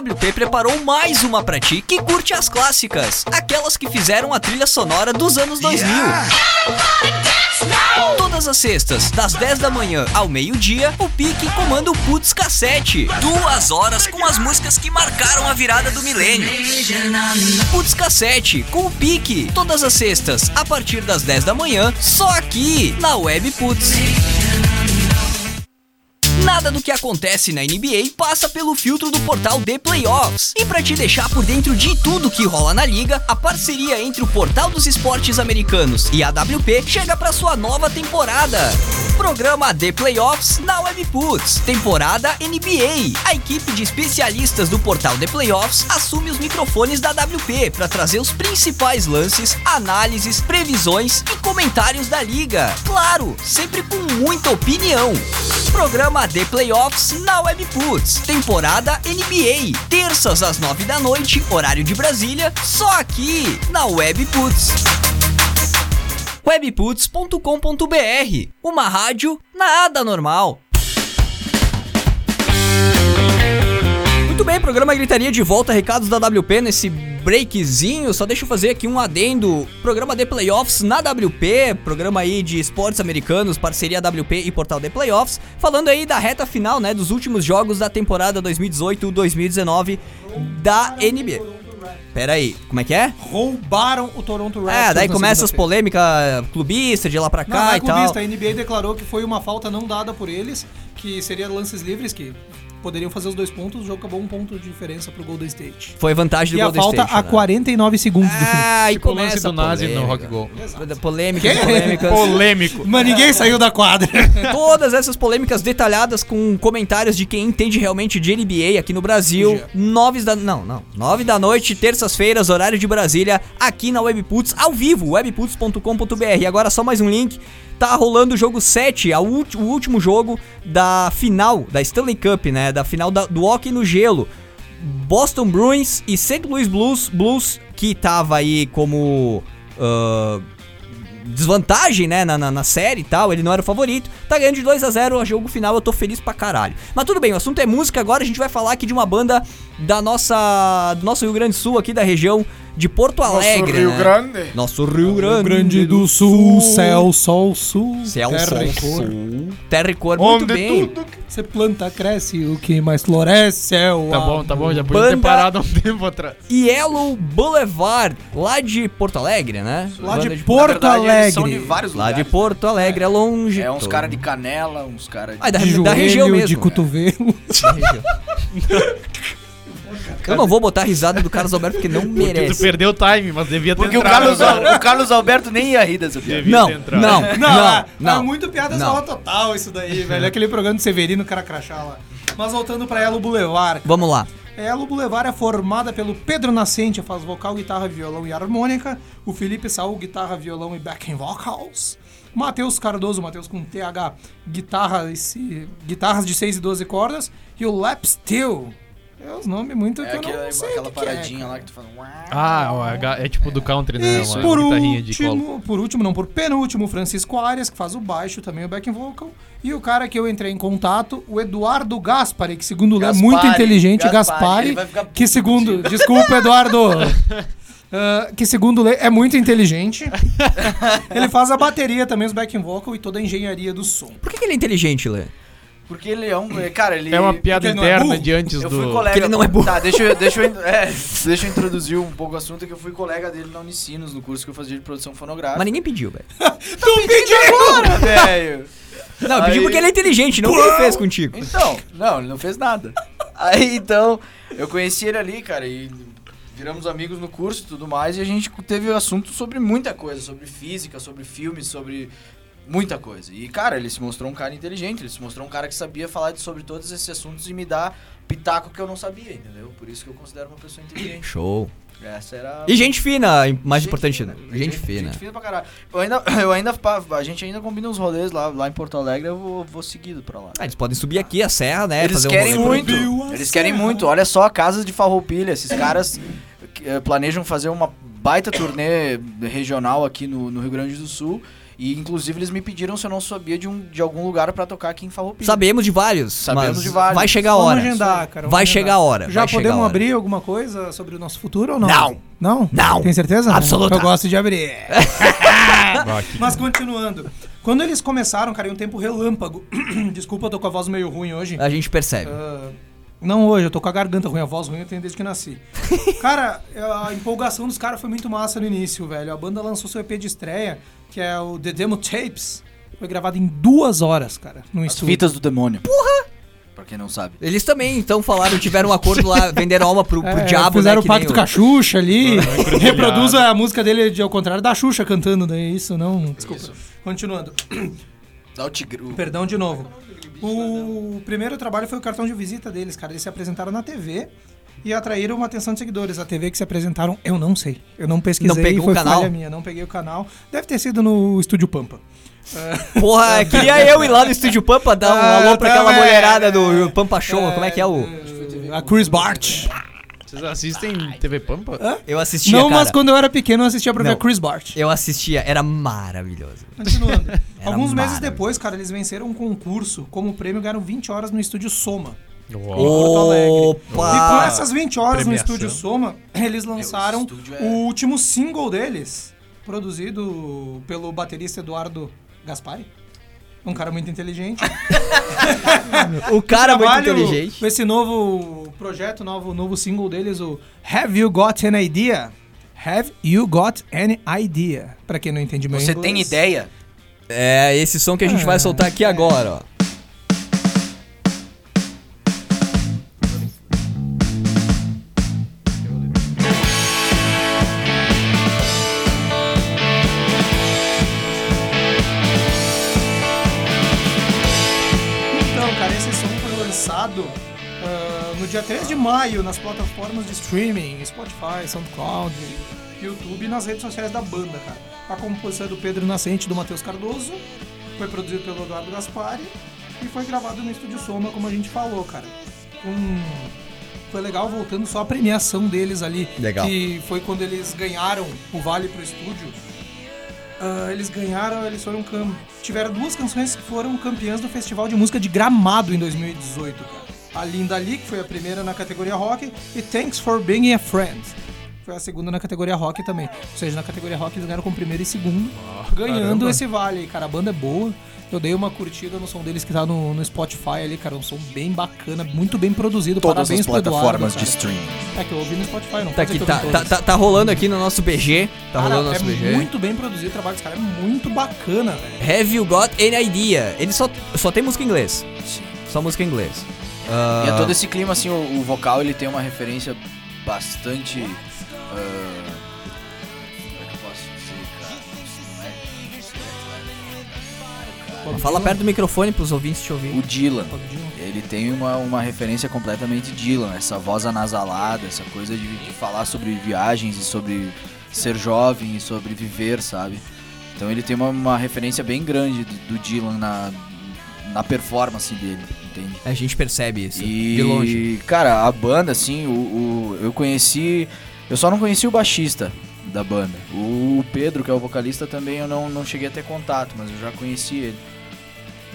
Speaker 1: WP preparou mais uma pra ti que curte as clássicas, aquelas que fizeram a trilha sonora dos anos 2000. Todas as sextas, das 10 da manhã ao meio-dia, o Pique comanda o Putz Cassete. Duas horas com as músicas que marcaram a virada do milênio. Putz Cassete, com o Pique. Todas as sextas, a partir das 10 da manhã, só aqui, na Web Putz. Nada do que acontece na NBA passa pelo filtro do portal de playoffs. E pra te deixar por dentro de tudo que rola na liga, a parceria entre o Portal dos Esportes Americanos e a WP chega pra sua nova temporada. Programa de Playoffs na Webputs, temporada NBA. A equipe de especialistas do portal de playoffs assume os microfones da WP para trazer os principais lances, análises, previsões e comentários da liga. Claro, sempre com muita opinião. Programa de playoffs na Webputs, temporada NBA, terças às nove da noite, horário de Brasília, só aqui na Webputs. Webputs.com.br, uma rádio nada normal. Muito bem, programa Gritaria de volta, recados da WP nesse breakzinho. Só deixa eu fazer aqui um adendo. Programa de Playoffs na WP, programa aí de esportes americanos, parceria WP e Portal de Playoffs, falando aí da reta final, né, dos últimos jogos da temporada 2018-2019 da NBA. Pera aí, como é que é?
Speaker 3: Roubaram o Toronto Raptors.
Speaker 1: É, daí
Speaker 3: na
Speaker 1: começa as
Speaker 3: segunda-feira.
Speaker 1: polêmicas clubista de lá pra
Speaker 3: Não, não
Speaker 1: cá
Speaker 3: é
Speaker 1: e tal.
Speaker 3: clubista. A NBA declarou que foi uma falta não dada por eles, que seria lances livres, que poderiam fazer os dois pontos. O jogo acabou um ponto de diferença pro Golden State.
Speaker 1: Foi vantagem do
Speaker 3: E a
Speaker 1: Golden
Speaker 3: falta
Speaker 1: State.
Speaker 3: a
Speaker 1: né?
Speaker 3: 49 segundos do fim.
Speaker 1: Ah, e
Speaker 2: Tipo o lance
Speaker 1: começa
Speaker 2: do Nazi no Rock
Speaker 1: Go.
Speaker 2: Go.
Speaker 1: Polêmicas, polêmicas.
Speaker 5: Polêmico.
Speaker 3: Mas ninguém saiu da quadra.
Speaker 1: Todas essas polêmicas detalhadas com comentários de quem entende realmente de NBA aqui no Brasil.
Speaker 3: Podia.
Speaker 1: Nove da. Não, não. Nove da noite, terças-feiras, horário de Brasília, aqui na Webputs, ao vivo, webputs.com.br. Agora só mais um link. Tá rolando o jogo 7, a ulti- o último jogo da final, da Stanley Cup, né? Da final da- do hockey no gelo. Boston Bruins e St. Louis Blues, Blues que tava aí como. ah, desvantagem, né, na, na, na série e tal, ele não era o favorito, tá ganhando de 2 a 0 a jogo final, eu tô feliz pra caralho. Mas tudo bem, o assunto é música, agora a gente vai falar aqui de uma banda da nossa, do nosso Rio Grande do Sul, aqui da região de Porto Alegre,
Speaker 5: Rio
Speaker 1: né?
Speaker 5: Grande.
Speaker 1: Nosso Rio Grande,
Speaker 3: céu, sol, sul.
Speaker 1: Céu,
Speaker 3: terra
Speaker 1: sol,
Speaker 3: e cor.
Speaker 1: sul. Terra e cor, muito
Speaker 5: Onde
Speaker 1: bem.
Speaker 5: tudo que-
Speaker 3: Você planta, cresce, o que mais floresce é o
Speaker 5: Tá bom,
Speaker 3: amor.
Speaker 5: tá bom, já podia
Speaker 1: Banda-
Speaker 5: ter parado há um tempo atrás.
Speaker 1: Yellow Boulevard, lá de Porto Alegre, né?
Speaker 3: Lá de
Speaker 1: Banda
Speaker 3: Porto Alegre.
Speaker 4: Eles são de vários
Speaker 1: Lá de
Speaker 4: lugares.
Speaker 1: Porto Alegre, é longe.
Speaker 4: É uns caras de canela, uns caras de...
Speaker 1: Ah, da,
Speaker 3: de
Speaker 1: da
Speaker 3: joelho,
Speaker 1: região mesmo.
Speaker 3: de
Speaker 1: né?
Speaker 3: cotovelo.
Speaker 1: Eu não vou botar a risada do Carlos Alberto porque não
Speaker 5: Porque tu
Speaker 1: merece.
Speaker 5: perdeu o time, mas devia ter
Speaker 4: Porque o
Speaker 5: entrado
Speaker 4: Carlos,
Speaker 1: né?
Speaker 5: agora.
Speaker 4: o Carlos Alberto nem ia rir dessa piada.
Speaker 5: Devia
Speaker 1: Não,
Speaker 5: ter entrado.
Speaker 1: não, não,
Speaker 3: é-
Speaker 1: não.
Speaker 3: é muito piada
Speaker 1: Não.
Speaker 3: sala total isso daí, velho. É Aquele programa do Severino, o cara crachá lá. Mas voltando pra Elo Boulevard.
Speaker 1: Vamos lá.
Speaker 3: Elo Boulevard é formada pelo Pedro Nascente, faz vocal, guitarra, violão e harmônica. O Felipe Saul, guitarra, violão e backing vocals. Matheus Cardoso, Matheus com TH, guitarra e se- guitarras de 6 e 12 cordas. E o Lap Steel. É os nomes muito
Speaker 4: É
Speaker 3: que eu
Speaker 4: aquela,
Speaker 3: não sei o
Speaker 4: aquela
Speaker 3: que que é,
Speaker 4: paradinha lá que tu fala... "Uau".
Speaker 5: Ah, o H é tipo do country, né?
Speaker 3: Isso,
Speaker 5: Uma
Speaker 3: por
Speaker 5: guitarrinha de colo.
Speaker 3: último, por último, não, por penúltimo, o Francisco Arias, que faz o baixo também, o backing vocal. E o cara que eu entrei em contato, o Eduardo Gaspari, que segundo o Léo é
Speaker 4: Gaspari,
Speaker 3: muito inteligente,
Speaker 4: Gaspari,
Speaker 3: Gaspari,
Speaker 4: ele vai ficar puto
Speaker 3: que segundo... Desculpa, Eduardo! Ah, que segundo o Lê, é muito inteligente. ele faz a bateria também, os backing vocal e toda a engenharia do som.
Speaker 1: Por que, que ele é inteligente, Lê?
Speaker 4: Porque ele é um... Cara, ele...
Speaker 5: É uma piada
Speaker 3: Porque não é
Speaker 5: interna
Speaker 3: burro?
Speaker 5: de antes
Speaker 4: Eu
Speaker 5: do.
Speaker 4: fui colega.
Speaker 1: Porque ele não é burro.
Speaker 4: Tá, deixa eu, deixa, eu, é, deixa eu introduzir um pouco o assunto que eu fui colega dele na Unicinos, no curso que eu fazia de produção fonográfica.
Speaker 1: Mas ninguém pediu, velho.
Speaker 3: Tu pediu
Speaker 4: Agora, velho!
Speaker 1: Não, pediu
Speaker 4: Aí-
Speaker 1: porque ele é inteligente, não porque ele fez contigo.
Speaker 4: Então, não, ele não fez nada. Aí então, eu conheci ele ali, cara, e viramos amigos no curso e tudo mais, e a gente teve assunto sobre muita coisa, sobre física, sobre filmes, sobre muita coisa. E, cara, ele se mostrou um cara inteligente, ele se mostrou um cara que sabia falar de- sobre todos esses assuntos e me dar pitaco que eu não sabia, entendeu? Por isso que eu considero uma pessoa inteligente.
Speaker 1: Show.
Speaker 4: Essa era
Speaker 1: E gente fina, mais
Speaker 4: Gente
Speaker 1: importante,
Speaker 4: fina,
Speaker 1: né? Gente fina.
Speaker 4: Gente fina pra caralho. Eu ainda, eu ainda, pá, a gente ainda combina uns rolês lá, lá em Porto Alegre, eu vou, vou seguido pra lá.
Speaker 1: Ah, eles podem subir aqui a serra, né?
Speaker 4: eles
Speaker 1: fazer um
Speaker 4: querem
Speaker 1: rolê por
Speaker 4: muito,
Speaker 1: aqui.
Speaker 4: eles querem muito. Olha só, casas de farroupilha, esses caras eh, planejam fazer uma baita turnê regional aqui no, no Rio Grande do Sul. E inclusive eles me pediram se eu não sabia de, um, de algum lugar pra tocar aqui em Farroupilha.
Speaker 1: Sabemos de vários,
Speaker 4: Sabemos
Speaker 1: mas
Speaker 4: de vários.
Speaker 1: vai chegar a
Speaker 3: Vamos
Speaker 1: hora.
Speaker 3: agendar, cara, vamos
Speaker 1: vai
Speaker 3: agendar.
Speaker 1: chegar a hora.
Speaker 3: Já
Speaker 1: vai chegar a
Speaker 3: podemos
Speaker 1: hora.
Speaker 3: abrir alguma coisa sobre o nosso futuro ou não?
Speaker 1: Não.
Speaker 3: Não?
Speaker 1: Não.
Speaker 3: Tem certeza?
Speaker 1: Absoluta.
Speaker 3: Eu gosto de abrir.
Speaker 5: Ah, que-
Speaker 3: Mas continuando. Quando eles começaram, cara, em um tempo relâmpago. Desculpa, eu tô com a voz meio ruim hoje.
Speaker 1: A gente percebe.
Speaker 3: Ah, não hoje, eu tô com a garganta ruim, a voz ruim eu tenho desde que nasci. cara, a empolgação dos caras foi muito massa no início, velho. A banda lançou seu EP de estreia, que é o The Demo Tapes. Foi gravado em duas horas, cara, no
Speaker 4: As
Speaker 3: estúdio.
Speaker 4: fitas do demônio. pra quem não sabe.
Speaker 1: Eles também, então, falaram, tiveram um acordo lá, venderam alma pro, pro
Speaker 3: É,
Speaker 1: diabo,
Speaker 3: fizeram
Speaker 1: né?
Speaker 3: o
Speaker 1: que
Speaker 3: pacto
Speaker 1: nem
Speaker 3: com a Xuxa
Speaker 1: é
Speaker 3: ali. reproduz a música dele de, ao contrário da Xuxa cantando, né? Isso não. Desculpa. Continuando.
Speaker 4: Dá o tigru.
Speaker 3: Perdão de novo. O primeiro trabalho foi o cartão de visita deles, cara. Eles se apresentaram na TV e atraíram uma atenção de seguidores. A TV que se apresentaram, eu não sei. Eu não pesquisei,
Speaker 1: Não pegou o
Speaker 3: foi
Speaker 1: canal?
Speaker 3: falha minha, não peguei o canal. Deve ter sido no Estúdio Pampa.
Speaker 1: Porra, queria eu ir lá no Estúdio Pampa dar um
Speaker 3: Ah,
Speaker 1: alô pra aquela
Speaker 3: também.
Speaker 1: mulherada do Pampa Show, como é que é o...
Speaker 3: A Chris Bart.
Speaker 5: Vocês assistem TV Pampa?
Speaker 1: Eu assistia,
Speaker 3: Não,
Speaker 1: cara.
Speaker 3: mas quando eu era pequeno eu assistia pra ver
Speaker 1: Não.
Speaker 3: a Chris Bart.
Speaker 1: Eu assistia, era maravilhoso.
Speaker 3: Continuando.
Speaker 1: Era
Speaker 3: Alguns meses
Speaker 1: maravilhoso.
Speaker 3: depois, cara, eles venceram um concurso. Como prêmio, ganharam 20 horas no estúdio Soma.
Speaker 5: Uau.
Speaker 3: Porto Alegre. E com
Speaker 1: Opa!
Speaker 3: essas 20 horas no
Speaker 5: Premiação.
Speaker 3: estúdio Soma, eles lançaram
Speaker 4: esse estúdio é-
Speaker 3: o último single deles, produzido pelo baterista Eduardo Gaspari. Um cara muito inteligente.
Speaker 1: O cara é muito
Speaker 3: Trabalho
Speaker 1: inteligente.
Speaker 3: Com esse novo projeto, novo, novo single deles, o Have You Got An Idea? Have You Got An Idea? Pra quem não entende meu
Speaker 4: Você
Speaker 3: inglês.
Speaker 4: tem ideia?
Speaker 1: É esse som que a gente vai soltar aqui agora, ó.
Speaker 3: Então, cara, esse som foi lançado ah, no dia 3 de maio nas plataformas de streaming, Spotify, SoundCloud, YouTube e nas redes sociais da banda, cara. A composição é do Pedro Nascente e do Matheus Cardoso, foi produzido pelo Eduardo Gaspari e foi gravado no Estúdio Soma, como a gente falou, cara. Um- Foi legal voltando só a premiação deles ali,
Speaker 1: Legal.
Speaker 3: que foi quando eles ganharam o Vale pro Estúdio. Ah, eles ganharam, eles foram cam... tiveram duas canções que foram campeãs do Festival de Música de Gramado em 2018, cara. A Linda Lee, que foi a primeira na categoria rock, e Thanks for Being a Friend. Foi a segunda na categoria rock também. Ou seja, na categoria rock eles ganharam com primeiro e segundo,
Speaker 1: Ah,
Speaker 3: ganhando esse vale aí, cara. A banda é boa. Eu dei uma curtida no som deles que tá no, no Spotify ali, cara. Um som bem bacana, muito bem produzido.
Speaker 4: Todas
Speaker 3: Parabéns
Speaker 4: as plataformas
Speaker 3: pro
Speaker 4: de
Speaker 3: Eduardo,
Speaker 4: streaming.
Speaker 3: cara. É que eu ouvi no Spotify, não
Speaker 1: Tá
Speaker 3: pode
Speaker 1: aqui,
Speaker 3: ser que eu
Speaker 1: tá,
Speaker 3: ouvi
Speaker 1: tá,
Speaker 3: todas.
Speaker 1: tá, tá rolando aqui no nosso BG. Tá
Speaker 3: Cara,
Speaker 1: rolando no
Speaker 3: é
Speaker 1: nosso BG.
Speaker 3: muito bem produzido o trabalho dos caras. É muito bacana, velho.
Speaker 1: Have you got any idea? Ele só, só tem música em inglês. Só música em inglês. Ah,
Speaker 4: E é todo esse clima, assim, o, o vocal ele tem uma referência bastante. ah, como é que eu posso dizer, cara? Não é-
Speaker 1: Fala perto do microfone pros ouvintes te ouvirem.
Speaker 4: O Dylan. Ele tem uma, uma referência completamente Dylan, essa voz anasalada, essa coisa de, de falar sobre viagens e sobre ser jovem e sobre viver, sabe? Então ele tem uma, uma referência bem grande do, do Dylan na, na performance dele, entende?
Speaker 1: A gente percebe isso.
Speaker 4: E,
Speaker 1: De longe.
Speaker 4: cara, a banda, assim, o, o- eu conheci. Eu só não conheci o baixista da banda. O Pedro, que é o vocalista, também eu não, não cheguei a ter contato, mas eu já conheci ele.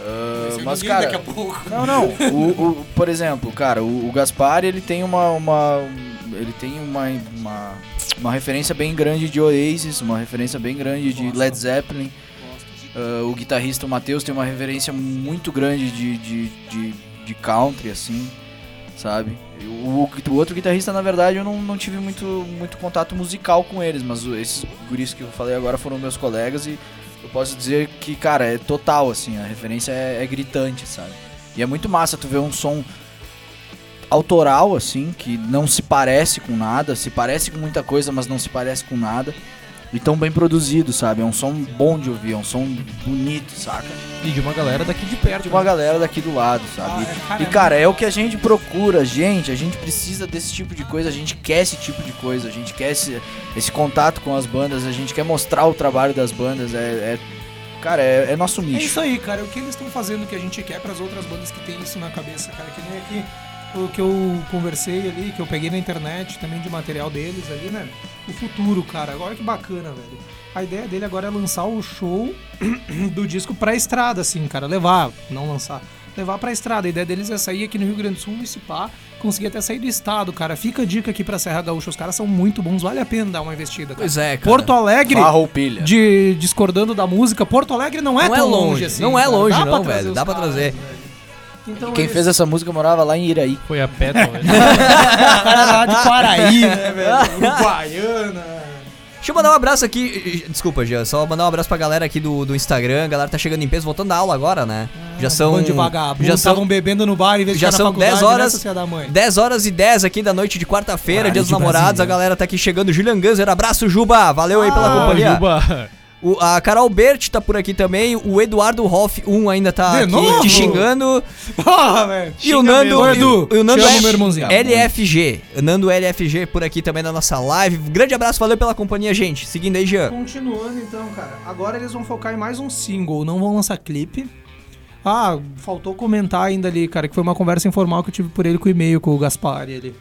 Speaker 4: Ah, mas, cara,
Speaker 3: daqui a pouco.
Speaker 4: não, não. O, o- por exemplo, cara, o, o Gaspar ele tem uma, uma- ele tem uma, uma uma referência bem grande de Oasis, uma referência bem grande de Led Zeppelin. Ah, o guitarrista Matheus tem uma referência muito grande de, de, de, de country, assim, sabe? E O, o outro guitarrista, na verdade, eu não, não tive muito, muito contato musical com eles, mas o- esses guris que eu falei agora foram meus colegas e eu posso dizer que, cara, é total, assim, a referência é- é gritante, sabe? E é muito massa tu ver um som autoral, assim, que não se parece com nada, se parece com muita coisa, mas não se parece com nada. E tão bem produzido, sabe? É um som bom de ouvir, é um som bonito, saca?
Speaker 5: E de uma galera daqui de
Speaker 4: De
Speaker 5: perto. né?
Speaker 4: uma galera daqui do lado, sabe?
Speaker 3: Ah, é, cara,
Speaker 4: e,
Speaker 3: é
Speaker 4: cara, é o que a gente procura, gente. A gente precisa desse tipo de coisa, a gente quer esse tipo de coisa, a gente quer esse, esse contato com as bandas, a gente quer mostrar o trabalho das bandas. É, é- cara, é, é nosso
Speaker 3: É
Speaker 4: nicho.
Speaker 3: isso aí, cara. O que eles estão fazendo que a gente quer pras outras bandas que tem isso na cabeça, cara? Que nem aqui o que eu conversei ali, que eu peguei na internet também de material deles ali, né? O futuro, cara. Olha que bacana, velho. A ideia dele agora é lançar o show do disco pra estrada, assim, cara. Levar, não lançar. Levar pra estrada. A ideia deles é sair aqui no Rio Grande do Sul e se pá, conseguir até sair do estado, cara. Fica a dica aqui pra Serra Gaúcha. Os caras são muito bons. Vale a pena dar uma investida, cara.
Speaker 1: Pois é, cara.
Speaker 3: Porto Alegre,
Speaker 4: Barra ou pilha.
Speaker 3: de discordando da música, Porto Alegre não é
Speaker 1: Não é
Speaker 3: tão
Speaker 1: longe,
Speaker 3: longe, assim.
Speaker 1: não é
Speaker 3: cara.
Speaker 1: longe
Speaker 3: Dá pra
Speaker 1: não,
Speaker 3: trazer
Speaker 1: velho,
Speaker 3: os
Speaker 1: dá pra
Speaker 3: caras, né?
Speaker 1: trazer.
Speaker 3: velho. Então
Speaker 4: Quem fez essa música morava lá em Iraí.
Speaker 5: Foi a pé, talvez.
Speaker 3: cara lá de Paraí, né, velho? Uruguaiana.
Speaker 1: Deixa Deixa eu mandar um abraço aqui. Desculpa, Jean. Só mandar um abraço pra galera aqui do, do Instagram. A galera tá chegando em peso, voltando da aula agora, né? já são.
Speaker 3: Ah, Bando de vagabundo,
Speaker 1: já
Speaker 3: estavam
Speaker 1: são,
Speaker 3: bebendo no bar em vez de
Speaker 1: já
Speaker 3: ficar
Speaker 1: são
Speaker 3: na faculdade,
Speaker 1: 10
Speaker 3: né,
Speaker 1: horas.
Speaker 3: filha da mãe.
Speaker 1: 10 horas e 10 aqui da noite de quarta-feira,
Speaker 3: Horário
Speaker 1: Dia dos
Speaker 3: de
Speaker 1: Namorados.
Speaker 3: Brasília. Ah,
Speaker 1: A galera tá aqui chegando. Julian Ganzer, abraço, Juba. Valeu aí pela companhia. O- a Carol Bert tá por aqui também. O Eduardo Hoff 1 ainda tá
Speaker 3: De
Speaker 1: aqui
Speaker 3: novo?
Speaker 1: te xingando.
Speaker 3: Porra, velho.
Speaker 1: E o Nando.
Speaker 3: Ô,
Speaker 1: e o-
Speaker 3: Edu,
Speaker 1: e o Nando
Speaker 3: te amo,
Speaker 1: F-
Speaker 3: meu irmãozinho.
Speaker 1: LFG. O Nando LFG por aqui também na nossa live. Grande abraço, valeu pela companhia, gente. Seguindo aí, Jean.
Speaker 3: Continuando então, cara. Agora eles vão focar em mais um single, não vão lançar clipe. Ah, faltou comentar ainda ali, cara, que foi uma conversa informal que eu tive por ele com o e-mail com o Gaspari ali.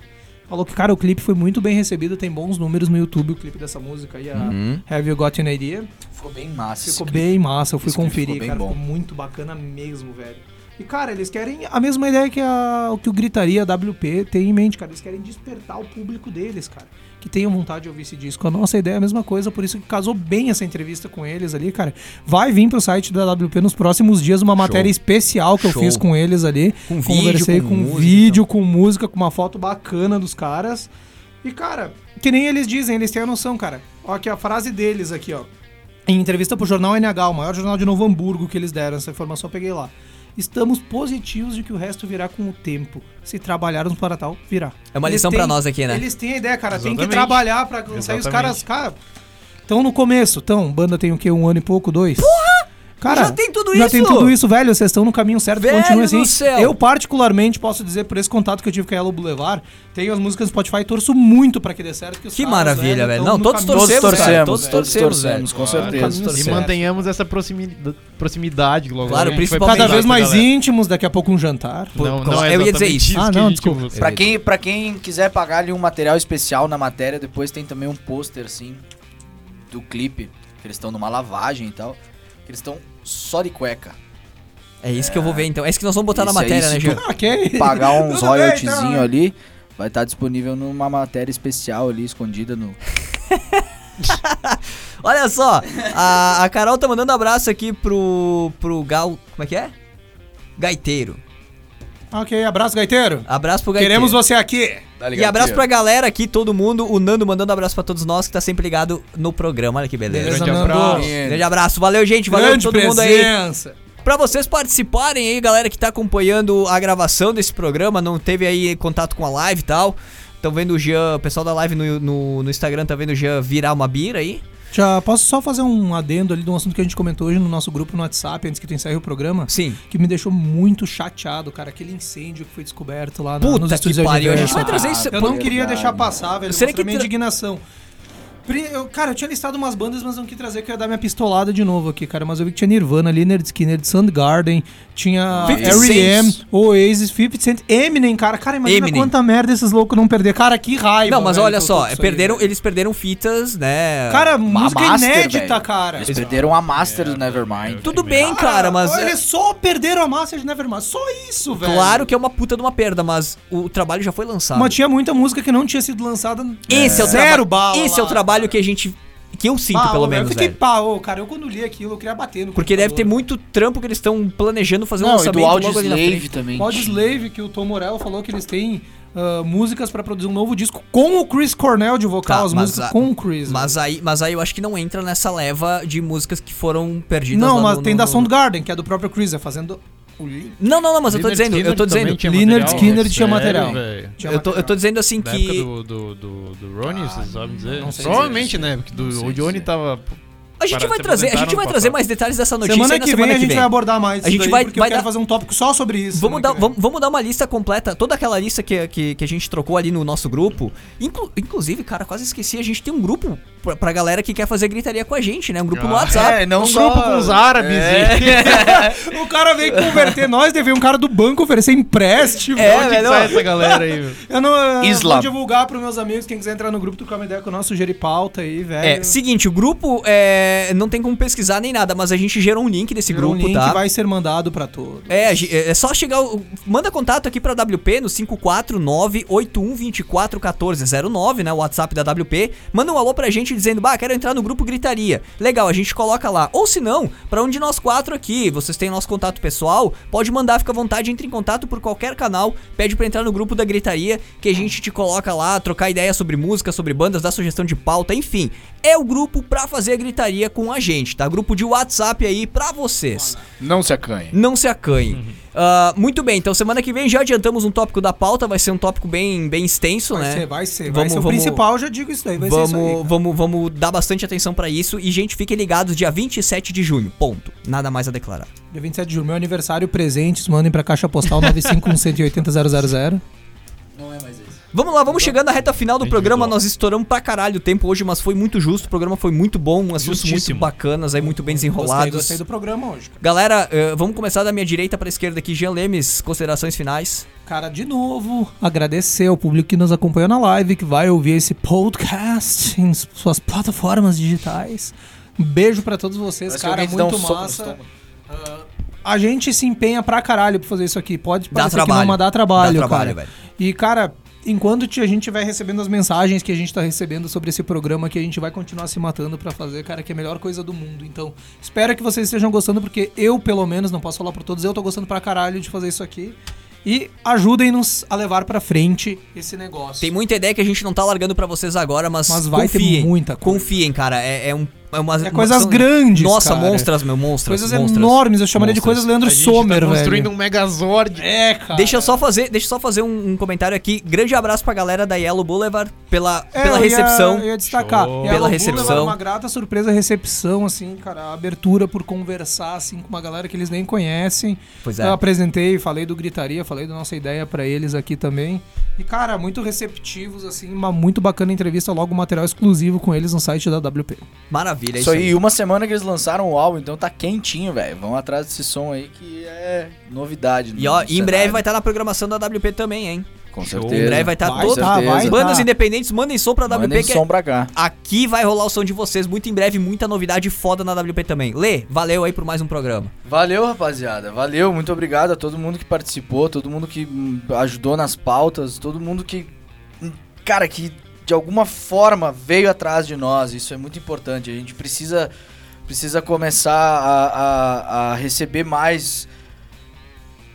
Speaker 3: Falou que, cara, o clipe foi muito bem recebido, tem bons números no YouTube, o clipe dessa música e a
Speaker 1: Uhum.
Speaker 3: Have You Got An Idea.
Speaker 4: Ficou bem massa.
Speaker 3: Ficou
Speaker 4: esse
Speaker 3: bem massa, eu fui
Speaker 4: Esse clipe
Speaker 3: conferir,
Speaker 4: ficou bem
Speaker 3: cara.
Speaker 4: bom.
Speaker 3: Ficou muito bacana mesmo, velho. E, cara, eles querem a mesma ideia que, a, que o Gritaria WP tem em mente, cara. Eles querem despertar o público deles, cara. Que tenham vontade de ouvir esse disco. A nossa ideia é a mesma coisa, por isso que casou bem essa entrevista com eles ali, cara. Vai vir pro site da WP nos próximos dias uma matéria especial que
Speaker 1: Show.
Speaker 3: eu fiz com eles ali.
Speaker 1: Com vídeo,
Speaker 3: Conversei
Speaker 1: com
Speaker 3: com,
Speaker 1: música,
Speaker 3: vídeo, com música, com uma foto bacana dos caras. E, cara, que nem eles dizem, eles têm a noção, cara. Ó, aqui a frase deles aqui, ó. Em entrevista pro jornal NH, o maior jornal de Novo Hamburgo que eles deram, essa informação eu peguei lá. Estamos positivos de que o resto virá com o tempo. Se trabalharmos para tal, virá.
Speaker 1: É uma
Speaker 3: Eles
Speaker 1: lição
Speaker 3: têm-
Speaker 1: pra nós aqui, né?
Speaker 3: Eles têm a ideia, cara. Tem
Speaker 2: Exatamente.
Speaker 3: que trabalhar pra lançar e os
Speaker 2: Exatamente.
Speaker 3: caras, cara. Então no começo, então, banda tem o quê? Um ano e pouco, dois? Porra! Cara,
Speaker 1: Já tem tudo
Speaker 3: já
Speaker 1: isso!
Speaker 3: tem tudo isso, velho. Vocês estão no caminho certo,
Speaker 1: Velho
Speaker 3: continuem
Speaker 1: do
Speaker 3: assim.
Speaker 1: céu!
Speaker 3: Eu, particularmente, posso dizer, por esse contato que eu tive com a Yellow Boulevard, tenho as múcaras do Spotify, torço muito pra que dê certo. Que, os
Speaker 1: Que
Speaker 3: caras,
Speaker 1: maravilha, velho.
Speaker 3: tão
Speaker 1: Não,
Speaker 3: no
Speaker 1: todos
Speaker 3: caminho
Speaker 4: Todos
Speaker 1: torcemos,
Speaker 3: certo,
Speaker 4: torcemos,
Speaker 1: cara.
Speaker 3: velho.
Speaker 1: Todos
Speaker 4: todos
Speaker 1: torcemos,
Speaker 4: torcemos, Ah,
Speaker 1: velho.
Speaker 4: com certeza.
Speaker 3: Todos
Speaker 2: E
Speaker 3: certo.
Speaker 2: mantenhamos essa proximidade, proximidade logo.
Speaker 5: né?
Speaker 1: Claro,
Speaker 2: logo a gente vai
Speaker 1: principalmente-
Speaker 2: pra
Speaker 3: Cada vez
Speaker 2: baixo
Speaker 3: mais
Speaker 2: da galera.
Speaker 3: íntimos, daqui a pouco um jantar.
Speaker 2: Não,
Speaker 1: Claro,
Speaker 2: não é
Speaker 1: eu ia dizer
Speaker 2: exatamente
Speaker 1: isso.
Speaker 2: que
Speaker 3: Ah,
Speaker 2: a
Speaker 3: não,
Speaker 2: gente
Speaker 3: desculpa.
Speaker 5: é.
Speaker 2: busca.
Speaker 4: Pra quem, pra quem quiser pagar ali um material especial na matéria, depois tem também um pôster, assim, do clipe. Que eles estão numa lavagem e tal. Que eles estão só de cueca.
Speaker 1: É isso que eu vou ver então. É isso que nós vamos botar na
Speaker 4: Isso aí,
Speaker 1: matéria,
Speaker 4: se
Speaker 1: né,
Speaker 4: tu
Speaker 1: Jean?
Speaker 3: Ah, Ok.
Speaker 4: Pagar uns
Speaker 3: Tudo bem,
Speaker 4: royaltyzinho
Speaker 3: então.
Speaker 4: ali. Vai estar disponível numa matéria especial ali, escondida no...
Speaker 1: Olha só, a, a Carol tá mandando abraço aqui pro. pro Gal. Como é que é? Gaiteiro.
Speaker 3: Ok, abraço, gaiteiro.
Speaker 1: Abraço pro Gaiteiro.
Speaker 3: Queremos você aqui.
Speaker 1: E abraço pra galera aqui, todo mundo. O Nando mandando abraço pra todos nós que tá sempre ligado no programa. Olha que beleza.
Speaker 3: Beleza,
Speaker 2: Grande
Speaker 3: Nando.
Speaker 2: abraço.
Speaker 1: Grande abraço, valeu, gente. Valeu
Speaker 3: Grande
Speaker 1: todo mundo aí.
Speaker 3: presença.
Speaker 1: Pra vocês participarem aí, galera que tá acompanhando a gravação desse programa, não teve aí contato com a live e tal. Estão vendo o Jean, o pessoal da live no, no, no Instagram tá vendo o Jean virar uma bira aí.
Speaker 3: Já posso só fazer um adendo ali de um assunto que a gente comentou hoje no nosso grupo no WhatsApp, antes que tu encerre o programa?
Speaker 1: Sim.
Speaker 3: Que me deixou muito chateado, cara. Aquele incêndio que foi descoberto lá
Speaker 1: Puta
Speaker 3: nos
Speaker 1: que
Speaker 3: estúdios de
Speaker 1: pariu, a gente
Speaker 3: Universal.
Speaker 1: vai trazer isso-
Speaker 3: Ah, Eu não
Speaker 1: Pô,
Speaker 3: queria
Speaker 4: verdade.
Speaker 3: deixar passar, velho.
Speaker 1: Será
Speaker 3: Será
Speaker 1: que
Speaker 3: que minha
Speaker 1: tra-
Speaker 3: indignação. Pri- eu- cara, eu tinha listado umas bandas, mas não quis trazer, que eu ia dar minha pistolada de novo aqui, cara. Mas eu vi que tinha Nirvana, Leonard Skinner, Soundgarden, tinha
Speaker 1: 50
Speaker 3: R.E.M.,
Speaker 1: Cent.
Speaker 3: Oasis, 50 Cent, Eminem, cara. Cara, imagina
Speaker 1: Eminem.
Speaker 3: quanta merda esses loucos não perder. Cara, que raiva.
Speaker 1: não, mas
Speaker 3: velho,
Speaker 1: olha
Speaker 3: que eu tô
Speaker 1: só,
Speaker 3: com isso aí,
Speaker 1: perderam,
Speaker 3: velho.
Speaker 1: eles perderam fitas, né?
Speaker 3: Cara,
Speaker 4: Uma
Speaker 3: música
Speaker 4: master,
Speaker 3: inédita,
Speaker 4: velho.
Speaker 3: cara.
Speaker 4: Eles perderam a master do Nevermind.
Speaker 1: tudo bem, cara, mas é-
Speaker 3: Eles só perderam a massa de Nevermind. Só isso, velho.
Speaker 1: claro que é uma puta de uma perda, mas o trabalho já foi lançado.
Speaker 3: Mas tinha muita música que não tinha sido lançada.
Speaker 1: Esse é, o
Speaker 3: Zero
Speaker 1: trabalho.
Speaker 3: bala.
Speaker 1: Esse é o trabalho que a gente que eu sinto,
Speaker 3: Bah,
Speaker 1: pelo
Speaker 3: ô, velho,
Speaker 1: menos,
Speaker 3: Eu fiquei
Speaker 1: velho.
Speaker 3: pá, ô, cara, eu quando li aquilo, eu queria bater no
Speaker 1: Porque deve ter
Speaker 3: computador.
Speaker 1: muito trampo que eles estão planejando fazer um
Speaker 4: Não, e
Speaker 1: lançamento
Speaker 4: do Audio
Speaker 1: logo ali na frente.
Speaker 4: Slave também.
Speaker 3: Pod Slave, que o Tom Morello falou que eles têm ah, músicas pra produzir um novo disco com o Chris Cornell de vocal,
Speaker 1: Tá,
Speaker 3: as
Speaker 1: mas
Speaker 3: músicas
Speaker 1: a-
Speaker 3: com o Chris. né?
Speaker 1: Mas aí, mas aí eu acho que não entra nessa leva de músicas que foram
Speaker 3: velho.
Speaker 1: perdidas.
Speaker 3: não,
Speaker 1: lá
Speaker 3: mas
Speaker 1: tá no-
Speaker 3: tem
Speaker 1: no-
Speaker 3: da
Speaker 1: no-
Speaker 3: Soundgarden, que é do próprio Chris, é fazendo o link.
Speaker 1: Não, não, não, mas eu tô
Speaker 2: Leonard
Speaker 1: dizendo, eu
Speaker 2: Skinner
Speaker 1: tô
Speaker 2: também
Speaker 1: dizendo.
Speaker 2: tinha
Speaker 3: Leonard
Speaker 5: É
Speaker 2: material.
Speaker 3: Skinner tinha material.
Speaker 2: velho.
Speaker 3: tinha
Speaker 1: eu, tô, eu tô
Speaker 3: material.
Speaker 1: dizendo assim
Speaker 2: Da
Speaker 1: que.
Speaker 2: época do, do, do, do Ronnie, vocês sabem dizer?
Speaker 3: não sei
Speaker 2: Provavelmente, né?
Speaker 3: dizer.
Speaker 2: Porque do,
Speaker 4: sei
Speaker 2: o Johnny
Speaker 4: dizer.
Speaker 2: tava.
Speaker 1: A gente
Speaker 2: Para,
Speaker 1: vai
Speaker 2: se
Speaker 1: trazer, a gente
Speaker 2: apresentaram
Speaker 1: vai
Speaker 2: no
Speaker 1: trazer
Speaker 2: passado.
Speaker 1: mais detalhes dessa notícia
Speaker 3: Semana
Speaker 1: aí na
Speaker 3: que vem
Speaker 1: semana
Speaker 3: a gente
Speaker 1: que vem.
Speaker 3: vai abordar mais.
Speaker 1: A
Speaker 3: isso
Speaker 1: gente
Speaker 3: daí,
Speaker 1: vai-
Speaker 3: porque
Speaker 1: vai
Speaker 3: eu quero
Speaker 1: dar-
Speaker 3: fazer um tópico só sobre isso. né?
Speaker 1: Vamos
Speaker 3: semana
Speaker 1: dar,
Speaker 3: que vem.
Speaker 1: vamos, vamos dar uma lista completa, toda aquela lista que, que, que a gente trocou ali no nosso grupo. Inclu- inclusive, cara, quase esqueci, a gente tem um grupo pra, pra galera que quer fazer gritaria com a gente, né? Um grupo no
Speaker 2: Ah,
Speaker 3: É,
Speaker 1: WhatsApp.
Speaker 4: não
Speaker 2: um grupo com os árabes. e-
Speaker 3: O cara veio converter nós, devia um cara do banco oferecer empréstimo.
Speaker 1: É,
Speaker 2: Onde
Speaker 1: velho,
Speaker 2: que sai essa galera aí? meu?
Speaker 3: Eu não eu vou
Speaker 4: Islam.
Speaker 3: divulgar pros meus amigos, quem quiser entrar no grupo, trocar uma ideia com o nosso Jeripauta aí, velho.
Speaker 1: É, seguinte, o grupo é, é, não tem como pesquisar nem nada, mas a gente gerou um link desse
Speaker 3: Virou um
Speaker 1: grupo,
Speaker 3: link
Speaker 1: tá?
Speaker 3: vai ser mandado pra todos.
Speaker 1: É, a gen- é é só chegar. o- Manda contato aqui pra WP no 549-8124-1409, né? O WhatsApp da WP. Manda um alô pra gente dizendo, bah, quero entrar no grupo Gritaria. Legal, a gente coloca lá. Ou se não, pra um de nós quatro aqui, vocês têm nosso contato pessoal, pode mandar, fica à vontade, entre em contato por qualquer canal, pede pra entrar no grupo da Gritaria, que a gente te coloca lá, trocar ideia sobre música, sobre bandas, dar sugestão de pauta, enfim. É o grupo pra fazer a gritaria com a gente, tá? Grupo de WhatsApp aí pra vocês.
Speaker 7: Não se acanhe.
Speaker 1: Não se acanhe.
Speaker 3: Uhum.
Speaker 1: Ah, muito bem, então semana que vem já adiantamos um tópico da pauta, vai ser um tópico bem, bem extenso,
Speaker 3: Vai
Speaker 1: né?
Speaker 3: ser, vai ser. vai
Speaker 1: Vamos-
Speaker 3: ser. O
Speaker 1: vamos-
Speaker 3: principal, já digo isso daí, vai
Speaker 1: Vamos,
Speaker 3: ser isso aí. cara.
Speaker 1: vamos, vamos dar bastante atenção pra isso e gente, fiquem ligados dia 27 de junho. Ponto. Nada mais a declarar.
Speaker 3: Dia 27 de julho, meu aniversário, presentes, mandem pra caixa postal 951180000.
Speaker 1: Vamos lá, vamos chegando à reta final do programa. Nós estouramos pra caralho o tempo hoje, mas foi muito justo. O programa foi muito bom, um assuntos muito
Speaker 5: Justíssimo.
Speaker 1: bacanas, aí muito bem
Speaker 3: Gostei,
Speaker 1: desenrolados.
Speaker 3: gostei do programa hoje, cara.
Speaker 1: Galera, eh, vamos começar da minha direita pra esquerda aqui. Jean Lemes, considerações finais.
Speaker 3: Cara, de novo, agradecer ao público que nos acompanhou na live, que vai ouvir esse podcast em suas plataformas digitais. Um beijo pra todos vocês,
Speaker 4: Parece
Speaker 3: cara,
Speaker 4: alguém te dá
Speaker 3: muito
Speaker 4: um soco no
Speaker 3: massa.
Speaker 4: estômago.
Speaker 3: Ah, a gente se empenha pra caralho pra fazer isso aqui. Pode
Speaker 1: Dá
Speaker 3: parecer que
Speaker 1: trabalho.
Speaker 3: não, mas dá trabalho,
Speaker 1: Dá trabalho,
Speaker 3: cara.
Speaker 1: velho.
Speaker 3: E, cara, enquanto ti- a gente vai recebendo as mensagens que a gente tá recebendo sobre esse programa, que a gente vai continuar se matando pra fazer, cara, que é a melhor coisa do mundo. Então, espero que vocês estejam gostando, porque eu, pelo menos, não posso falar pra todos, eu tô gostando pra caralho de fazer isso aqui. E ajudem-nos a levar pra frente esse negócio.
Speaker 1: Tem muita ideia que a gente não tá largando pra vocês agora, mas,
Speaker 3: Mas vai ter
Speaker 1: confiem,
Speaker 3: muita coisa.
Speaker 1: Confiem, cara. É, é um, é umas,
Speaker 3: É coisas
Speaker 1: são-
Speaker 3: grandes,
Speaker 1: Nossa,
Speaker 3: cara.
Speaker 1: monstras, meu, monstras.
Speaker 3: coisas
Speaker 1: monstras.
Speaker 3: enormes, eu chamaria de
Speaker 1: Monstras.
Speaker 3: coisas Leandro
Speaker 5: A gente tá
Speaker 3: Sommer,
Speaker 5: construindo um
Speaker 3: velho.
Speaker 5: Megazord.
Speaker 3: É, cara.
Speaker 1: Deixa eu só fazer, deixa eu só fazer um, um comentário aqui. Grande abraço pra galera da Yellow Boulevard pela,
Speaker 3: É,
Speaker 1: pela
Speaker 3: eu ia-
Speaker 1: recepção.
Speaker 3: eu ia destacar.
Speaker 5: Show.
Speaker 3: E a
Speaker 1: Pela
Speaker 3: Lobu
Speaker 1: recepção.
Speaker 3: levaram Uma grata surpresa a recepção, assim, cara. A abertura por conversar, assim, com uma galera que eles nem conhecem.
Speaker 1: Pois é.
Speaker 3: Eu apresentei, falei do Gritaria, falei da nossa ideia pra eles aqui também. E, cara, muito receptivos, assim, uma muito bacana entrevista, logo um material exclusivo com eles no site da WP.
Speaker 1: Maravilha, é
Speaker 4: Isso aí, uma semana que eles lançaram o álbum, então tá quentinho, velho. Vão atrás desse som aí que é novidade.
Speaker 1: E ó,
Speaker 4: no
Speaker 1: em breve
Speaker 4: cenário.
Speaker 1: vai estar na programação da WP também, hein?
Speaker 4: Com
Speaker 5: Show.
Speaker 4: certeza.
Speaker 1: Em breve vai estar
Speaker 3: Vai
Speaker 1: todo.
Speaker 3: tá, vai tá.
Speaker 1: Bandas independentes, mandem som pra WP
Speaker 4: Mandem
Speaker 1: que é-
Speaker 4: som pra cá.
Speaker 1: aqui vai rolar o som de vocês muito em breve, muita novidade foda na WP também. Lê, valeu aí por mais um programa.
Speaker 4: Valeu, rapaziada. Valeu, muito obrigado a todo mundo que participou, todo mundo que hum, ajudou nas pautas, todo mundo que. hum, Cara, que de alguma forma veio atrás de nós. Isso é muito importante. A gente precisa, precisa começar a, a- a receber mais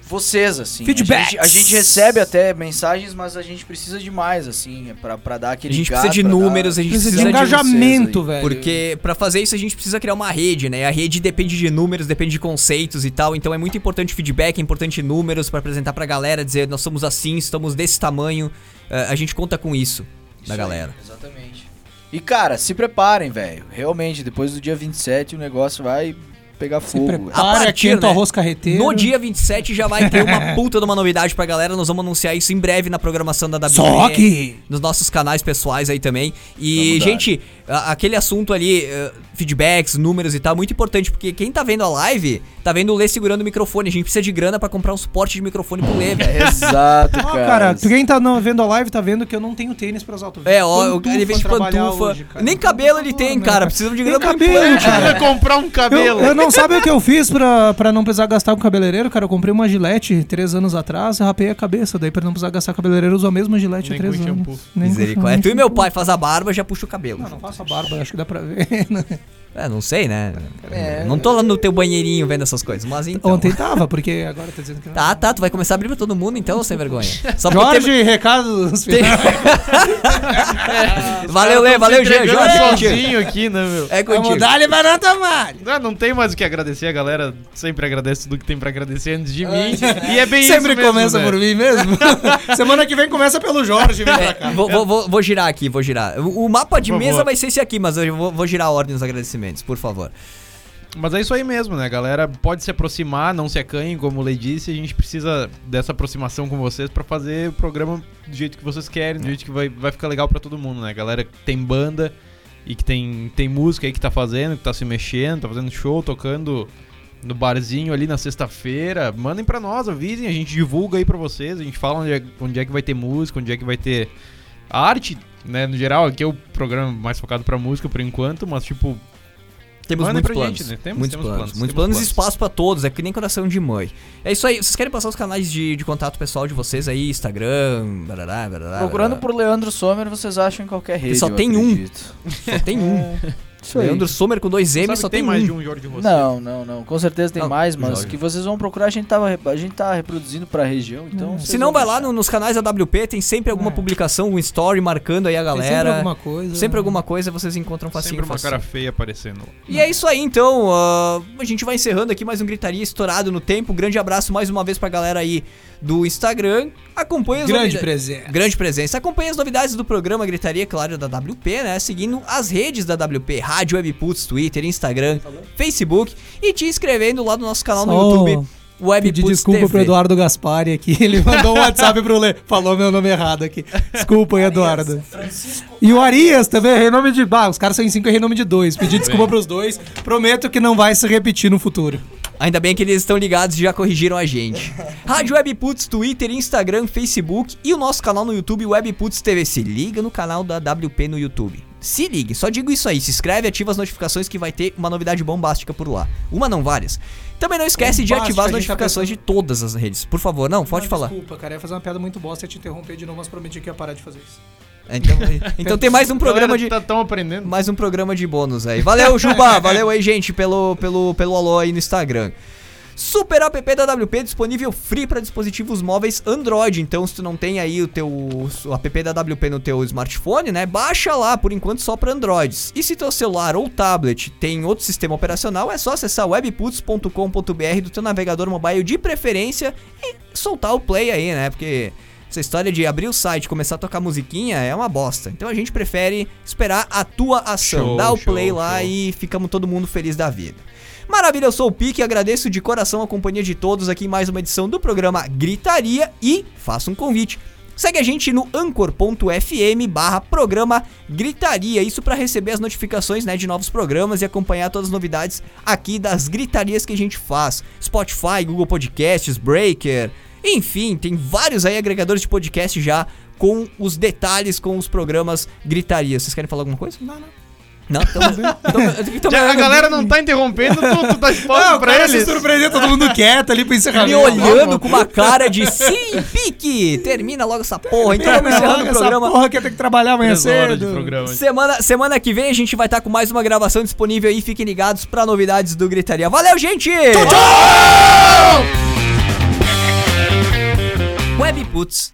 Speaker 4: vocês, assim. A
Speaker 3: Feedbacks.
Speaker 4: gente, a gente recebe até mensagens, mas a gente precisa de mais, assim, pra, pra dar
Speaker 1: A
Speaker 4: aquele.
Speaker 1: gente
Speaker 4: gás,
Speaker 1: precisa de
Speaker 4: pra dar-
Speaker 1: números, a gente
Speaker 3: Precisa
Speaker 1: precisa
Speaker 3: de
Speaker 1: de
Speaker 3: um engajamento,
Speaker 4: vocês
Speaker 3: velho.
Speaker 1: Porque pra fazer isso a gente precisa criar uma rede, né? A rede depende de números, depende de conceitos e tal. Então é muito importante feedback, é importante números pra apresentar pra galera, dizer nós somos assim, estamos desse tamanho. Eh, a gente conta com isso,
Speaker 4: Isso
Speaker 1: da
Speaker 4: aí,
Speaker 1: galera.
Speaker 4: exatamente. E cara, se preparem, velho. Realmente, depois do dia 27 o negócio vai pegar fogo.
Speaker 3: Se
Speaker 4: velho.
Speaker 1: A
Speaker 3: prepara,
Speaker 1: partir,
Speaker 3: quinto
Speaker 1: né?
Speaker 3: arroz carreteiro.
Speaker 4: um
Speaker 1: No dia 27 já vai ter uma puta de uma novidade pra galera. Nós vamos anunciar isso em breve na programação da WB.
Speaker 3: Só que...
Speaker 1: nos nossos canais pessoais aí também. E, gente, a- aquele assunto ali, eh, feedbacks, números e tal, muito importante, porque quem tá vendo a live, tá vendo o Lê segurando o microfone. A gente precisa de grana pra comprar um suporte de microfone pro Lê, velho.
Speaker 4: É, Exato,
Speaker 3: Ó,
Speaker 4: cara.
Speaker 3: cara, quem tá não- vendo a live tá vendo que eu não tenho tênis pra usar. Eu tô
Speaker 1: É, ó,
Speaker 3: pantufa
Speaker 1: ele vem de
Speaker 3: trabalhar
Speaker 1: pantufa.
Speaker 3: hoje, cara.
Speaker 1: Nem
Speaker 3: Então,
Speaker 1: cabelo
Speaker 3: por
Speaker 1: ele
Speaker 3: favor,
Speaker 1: tem,
Speaker 3: né,
Speaker 1: cara. Precisa de
Speaker 3: Nem
Speaker 1: grana pra
Speaker 3: cabelo, cara.
Speaker 5: Vai comprar um
Speaker 3: Eu,
Speaker 5: cabelo.
Speaker 3: eu não sabe o que eu fiz pra, pra não precisar gastar com cabeleireiro, cara. Eu comprei uma gilete três anos atrás, rapei a cabeça. Daí pra não precisar gastar com cabeleireiro, eu uso a mesma gilete há
Speaker 5: Nem
Speaker 3: três
Speaker 5: com
Speaker 3: anos.
Speaker 5: shampoo.
Speaker 3: Nem com
Speaker 1: Misericórdia. Tu
Speaker 3: shampoo. Ah,
Speaker 1: e meu pai faz a barba, já puxa o cabelo.
Speaker 3: Não, não faço a barba, acho que dá pra ver. né?
Speaker 1: É, não sei, né? Não tô lá no teu banheirinho vendo essas coisas, mas então.
Speaker 3: É. Tá Ontem tava, porque agora tá dizendo que não.
Speaker 1: Tá, tá, tu vai começar a abrir pra todo mundo então, sem vergonha. Só porque
Speaker 3: Jorge, recados.
Speaker 1: tem- É.
Speaker 3: finais.
Speaker 1: Valeu, Lê, valeu, Jean.
Speaker 5: Entregando um
Speaker 1: Jorge, é contigo.
Speaker 5: sozinho aqui, né, meu?
Speaker 1: É
Speaker 3: Vamos
Speaker 1: contigo.
Speaker 3: dar ele banana malha.
Speaker 5: Ah, não tem mais o que agradecer, a galera sempre agradece tudo que tem pra agradecer antes de mim. e é bem
Speaker 3: Sempre
Speaker 5: isso mesmo,
Speaker 3: começa
Speaker 5: né?
Speaker 3: por mim mesmo. Semana que vem começa pelo Jorge, vem pra cá.
Speaker 1: É, Vou, vou- vou- vou girar aqui, vou girar. O, o mapa de
Speaker 5: Por favor.
Speaker 1: mesa vai ser esse aqui, mas eu vou, vou girar a ordem dos agradecimentos, por favor.
Speaker 5: Mas é isso aí mesmo, né, galera? Pode se aproximar, não se acanhem, como o Lei disse. A gente precisa dessa aproximação com vocês pra fazer o programa do jeito que vocês querem, do jeito que vai, vai ficar legal pra todo mundo, né? Galera que tem banda e que tem, tem música aí que tá fazendo, que tá se mexendo, tá fazendo show, tocando no barzinho ali na sexta-feira. Mandem pra nós, avisem, a gente divulga aí pra vocês. A gente fala onde é, onde é que vai ter música, onde é que vai ter a arte, né, no geral. Aqui é o programa mais focado pra música por enquanto, mas tipo
Speaker 1: Temos
Speaker 5: Mandem
Speaker 1: muitos
Speaker 5: pra
Speaker 1: planos.
Speaker 5: gente, né? Temos-
Speaker 1: muitos
Speaker 5: temos
Speaker 1: planos.
Speaker 5: planos, temos
Speaker 1: Muitos planos e
Speaker 5: planos.
Speaker 1: espaço pra todos, é que nem coração de mãe. É isso aí. Vocês querem passar os canais de, de contato pessoal de vocês aí? Instagram, barará, barará,
Speaker 4: Tá, Procurando
Speaker 1: barará.
Speaker 4: por Leandro Sommer, vocês acham em qualquer rede.
Speaker 1: só
Speaker 4: eu
Speaker 1: tem um.
Speaker 4: acredito.
Speaker 1: Só tem um.
Speaker 4: Isso aí.
Speaker 1: Leandro Sommer com dois M,
Speaker 5: Sabe
Speaker 1: só
Speaker 5: que tem
Speaker 1: tem,
Speaker 5: mais
Speaker 1: um.
Speaker 5: de um Jorge Rossi.
Speaker 4: Não, não, não. Com certeza tem
Speaker 1: Não,
Speaker 4: mais, mas
Speaker 1: Jorge.
Speaker 4: que vocês vão procurar, a gente, tava, rep- a gente tá reproduzindo pra região, então. vocês
Speaker 1: Se não,
Speaker 4: vão
Speaker 1: vai lá
Speaker 4: achar.
Speaker 1: no- nos canais da WP, tem sempre alguma
Speaker 3: É.
Speaker 1: publicação, um story marcando aí a
Speaker 3: Tem
Speaker 1: galera.
Speaker 3: sempre alguma coisa.
Speaker 1: Sempre alguma coisa vocês encontram facinho.
Speaker 5: Sempre uma
Speaker 1: facinho.
Speaker 5: cara feia aparecendo. lá.
Speaker 1: E é isso aí, então. ah, a gente vai encerrando aqui mais um Gritaria Estourado no Tempo. Grande abraço mais uma vez pra galera aí do Instagram. Acompanhe as
Speaker 3: Grande
Speaker 1: novida-
Speaker 3: presente.
Speaker 1: Grande presença. Acompanhe as novidades do programa Gritaria, claro, da WP, né? Seguindo as redes da WP, Rádio Webputs, Twitter, Instagram, Facebook e te inscrevendo lá no nosso canal no
Speaker 3: Só
Speaker 1: YouTube,
Speaker 5: É,
Speaker 3: Pedir
Speaker 1: Webputs
Speaker 3: desculpa
Speaker 1: TV.
Speaker 3: pro Eduardo Gaspari aqui. Ele mandou um WhatsApp pro Lê. Falou meu nome errado aqui. Desculpa aí, Eduardo. E o Arias também, errei nome de. Bah, os caras são em 5 errei nome de dois. Pedi desculpa pros dois. Prometo que não vai se repetir no futuro.
Speaker 1: Ainda bem que eles estão ligados e já corrigiram a gente. Rádio Webputs, Twitter, Instagram, Facebook e o nosso canal no YouTube, Webputs TV. Se liga no canal da WP no YouTube. Se ligue, só digo isso aí. Se inscreve, ativa as notificações que vai ter uma novidade bombástica por lá. Uma não, várias. Também não esquece de
Speaker 3: Bombástica,
Speaker 1: ativar as
Speaker 3: a gente tá
Speaker 1: notificações de todas as redes. Por favor, não, pode
Speaker 3: Ah,
Speaker 1: falar.
Speaker 3: Desculpa, cara. Eu ia fazer uma piada muito bosta e te interromper de novo, mas prometi que ia parar de fazer isso.
Speaker 1: Então, então tem mais um programa de
Speaker 5: Galera, tá tão aprendendo.
Speaker 1: mais um programa de bônus aí. Valeu, Juba. Valeu aí, gente, pelo, pelo, pelo alô aí no Instagram. Super app da WP disponível free para dispositivos móveis Android. Então, se tu não tem aí o teu o app da WP no teu smartphone, né? Baixa lá, por enquanto só para Androids. E se teu celular ou tablet tem outro sistema operacional, é só acessar webputs.com.br do teu navegador mobile de preferência e soltar o play aí, né? Porque essa história de abrir o site e começar a tocar musiquinha é uma bosta. Então a gente prefere esperar a tua ação.
Speaker 5: Show,
Speaker 1: Dá o
Speaker 5: show,
Speaker 1: play lá
Speaker 5: show.
Speaker 1: e ficamos todo mundo feliz da vida. Maravilha, eu sou o Pique, agradeço de coração a companhia de todos aqui em mais uma edição do programa Gritaria e faço um convite. Segue a gente no anchor.fm barra programa Gritaria, isso para receber as notificações né, de novos programas e acompanhar todas as novidades aqui das gritarias que a gente faz. Spotify, Google Podcasts, Breaker, enfim, tem vários aí agregadores de podcast já com os detalhes, com os programas Gritaria. Vocês querem falar alguma coisa?
Speaker 3: Não, não.
Speaker 1: Não? Então, então- então-
Speaker 5: Já, a galera não tá interrompendo, tu, tu tá expondo
Speaker 3: Um Não, o
Speaker 5: pra
Speaker 3: cara se
Speaker 5: eles.
Speaker 3: surpreender, todo mundo quieto ali pro encerramento.
Speaker 1: me olhando com uma cara de sim, pique! Termina logo essa porra. Então vamos encerrando o
Speaker 3: Essa
Speaker 1: programa.
Speaker 3: porra que eu tenho que trabalhar amanhã
Speaker 5: Três horas de
Speaker 3: cedo.
Speaker 5: programa.
Speaker 1: Semana, semana que vem a gente vai estar com mais uma gravação disponível aí. Fiquem ligados pra novidades do Gritaria. Valeu, gente! Tchau, tchau! Webputs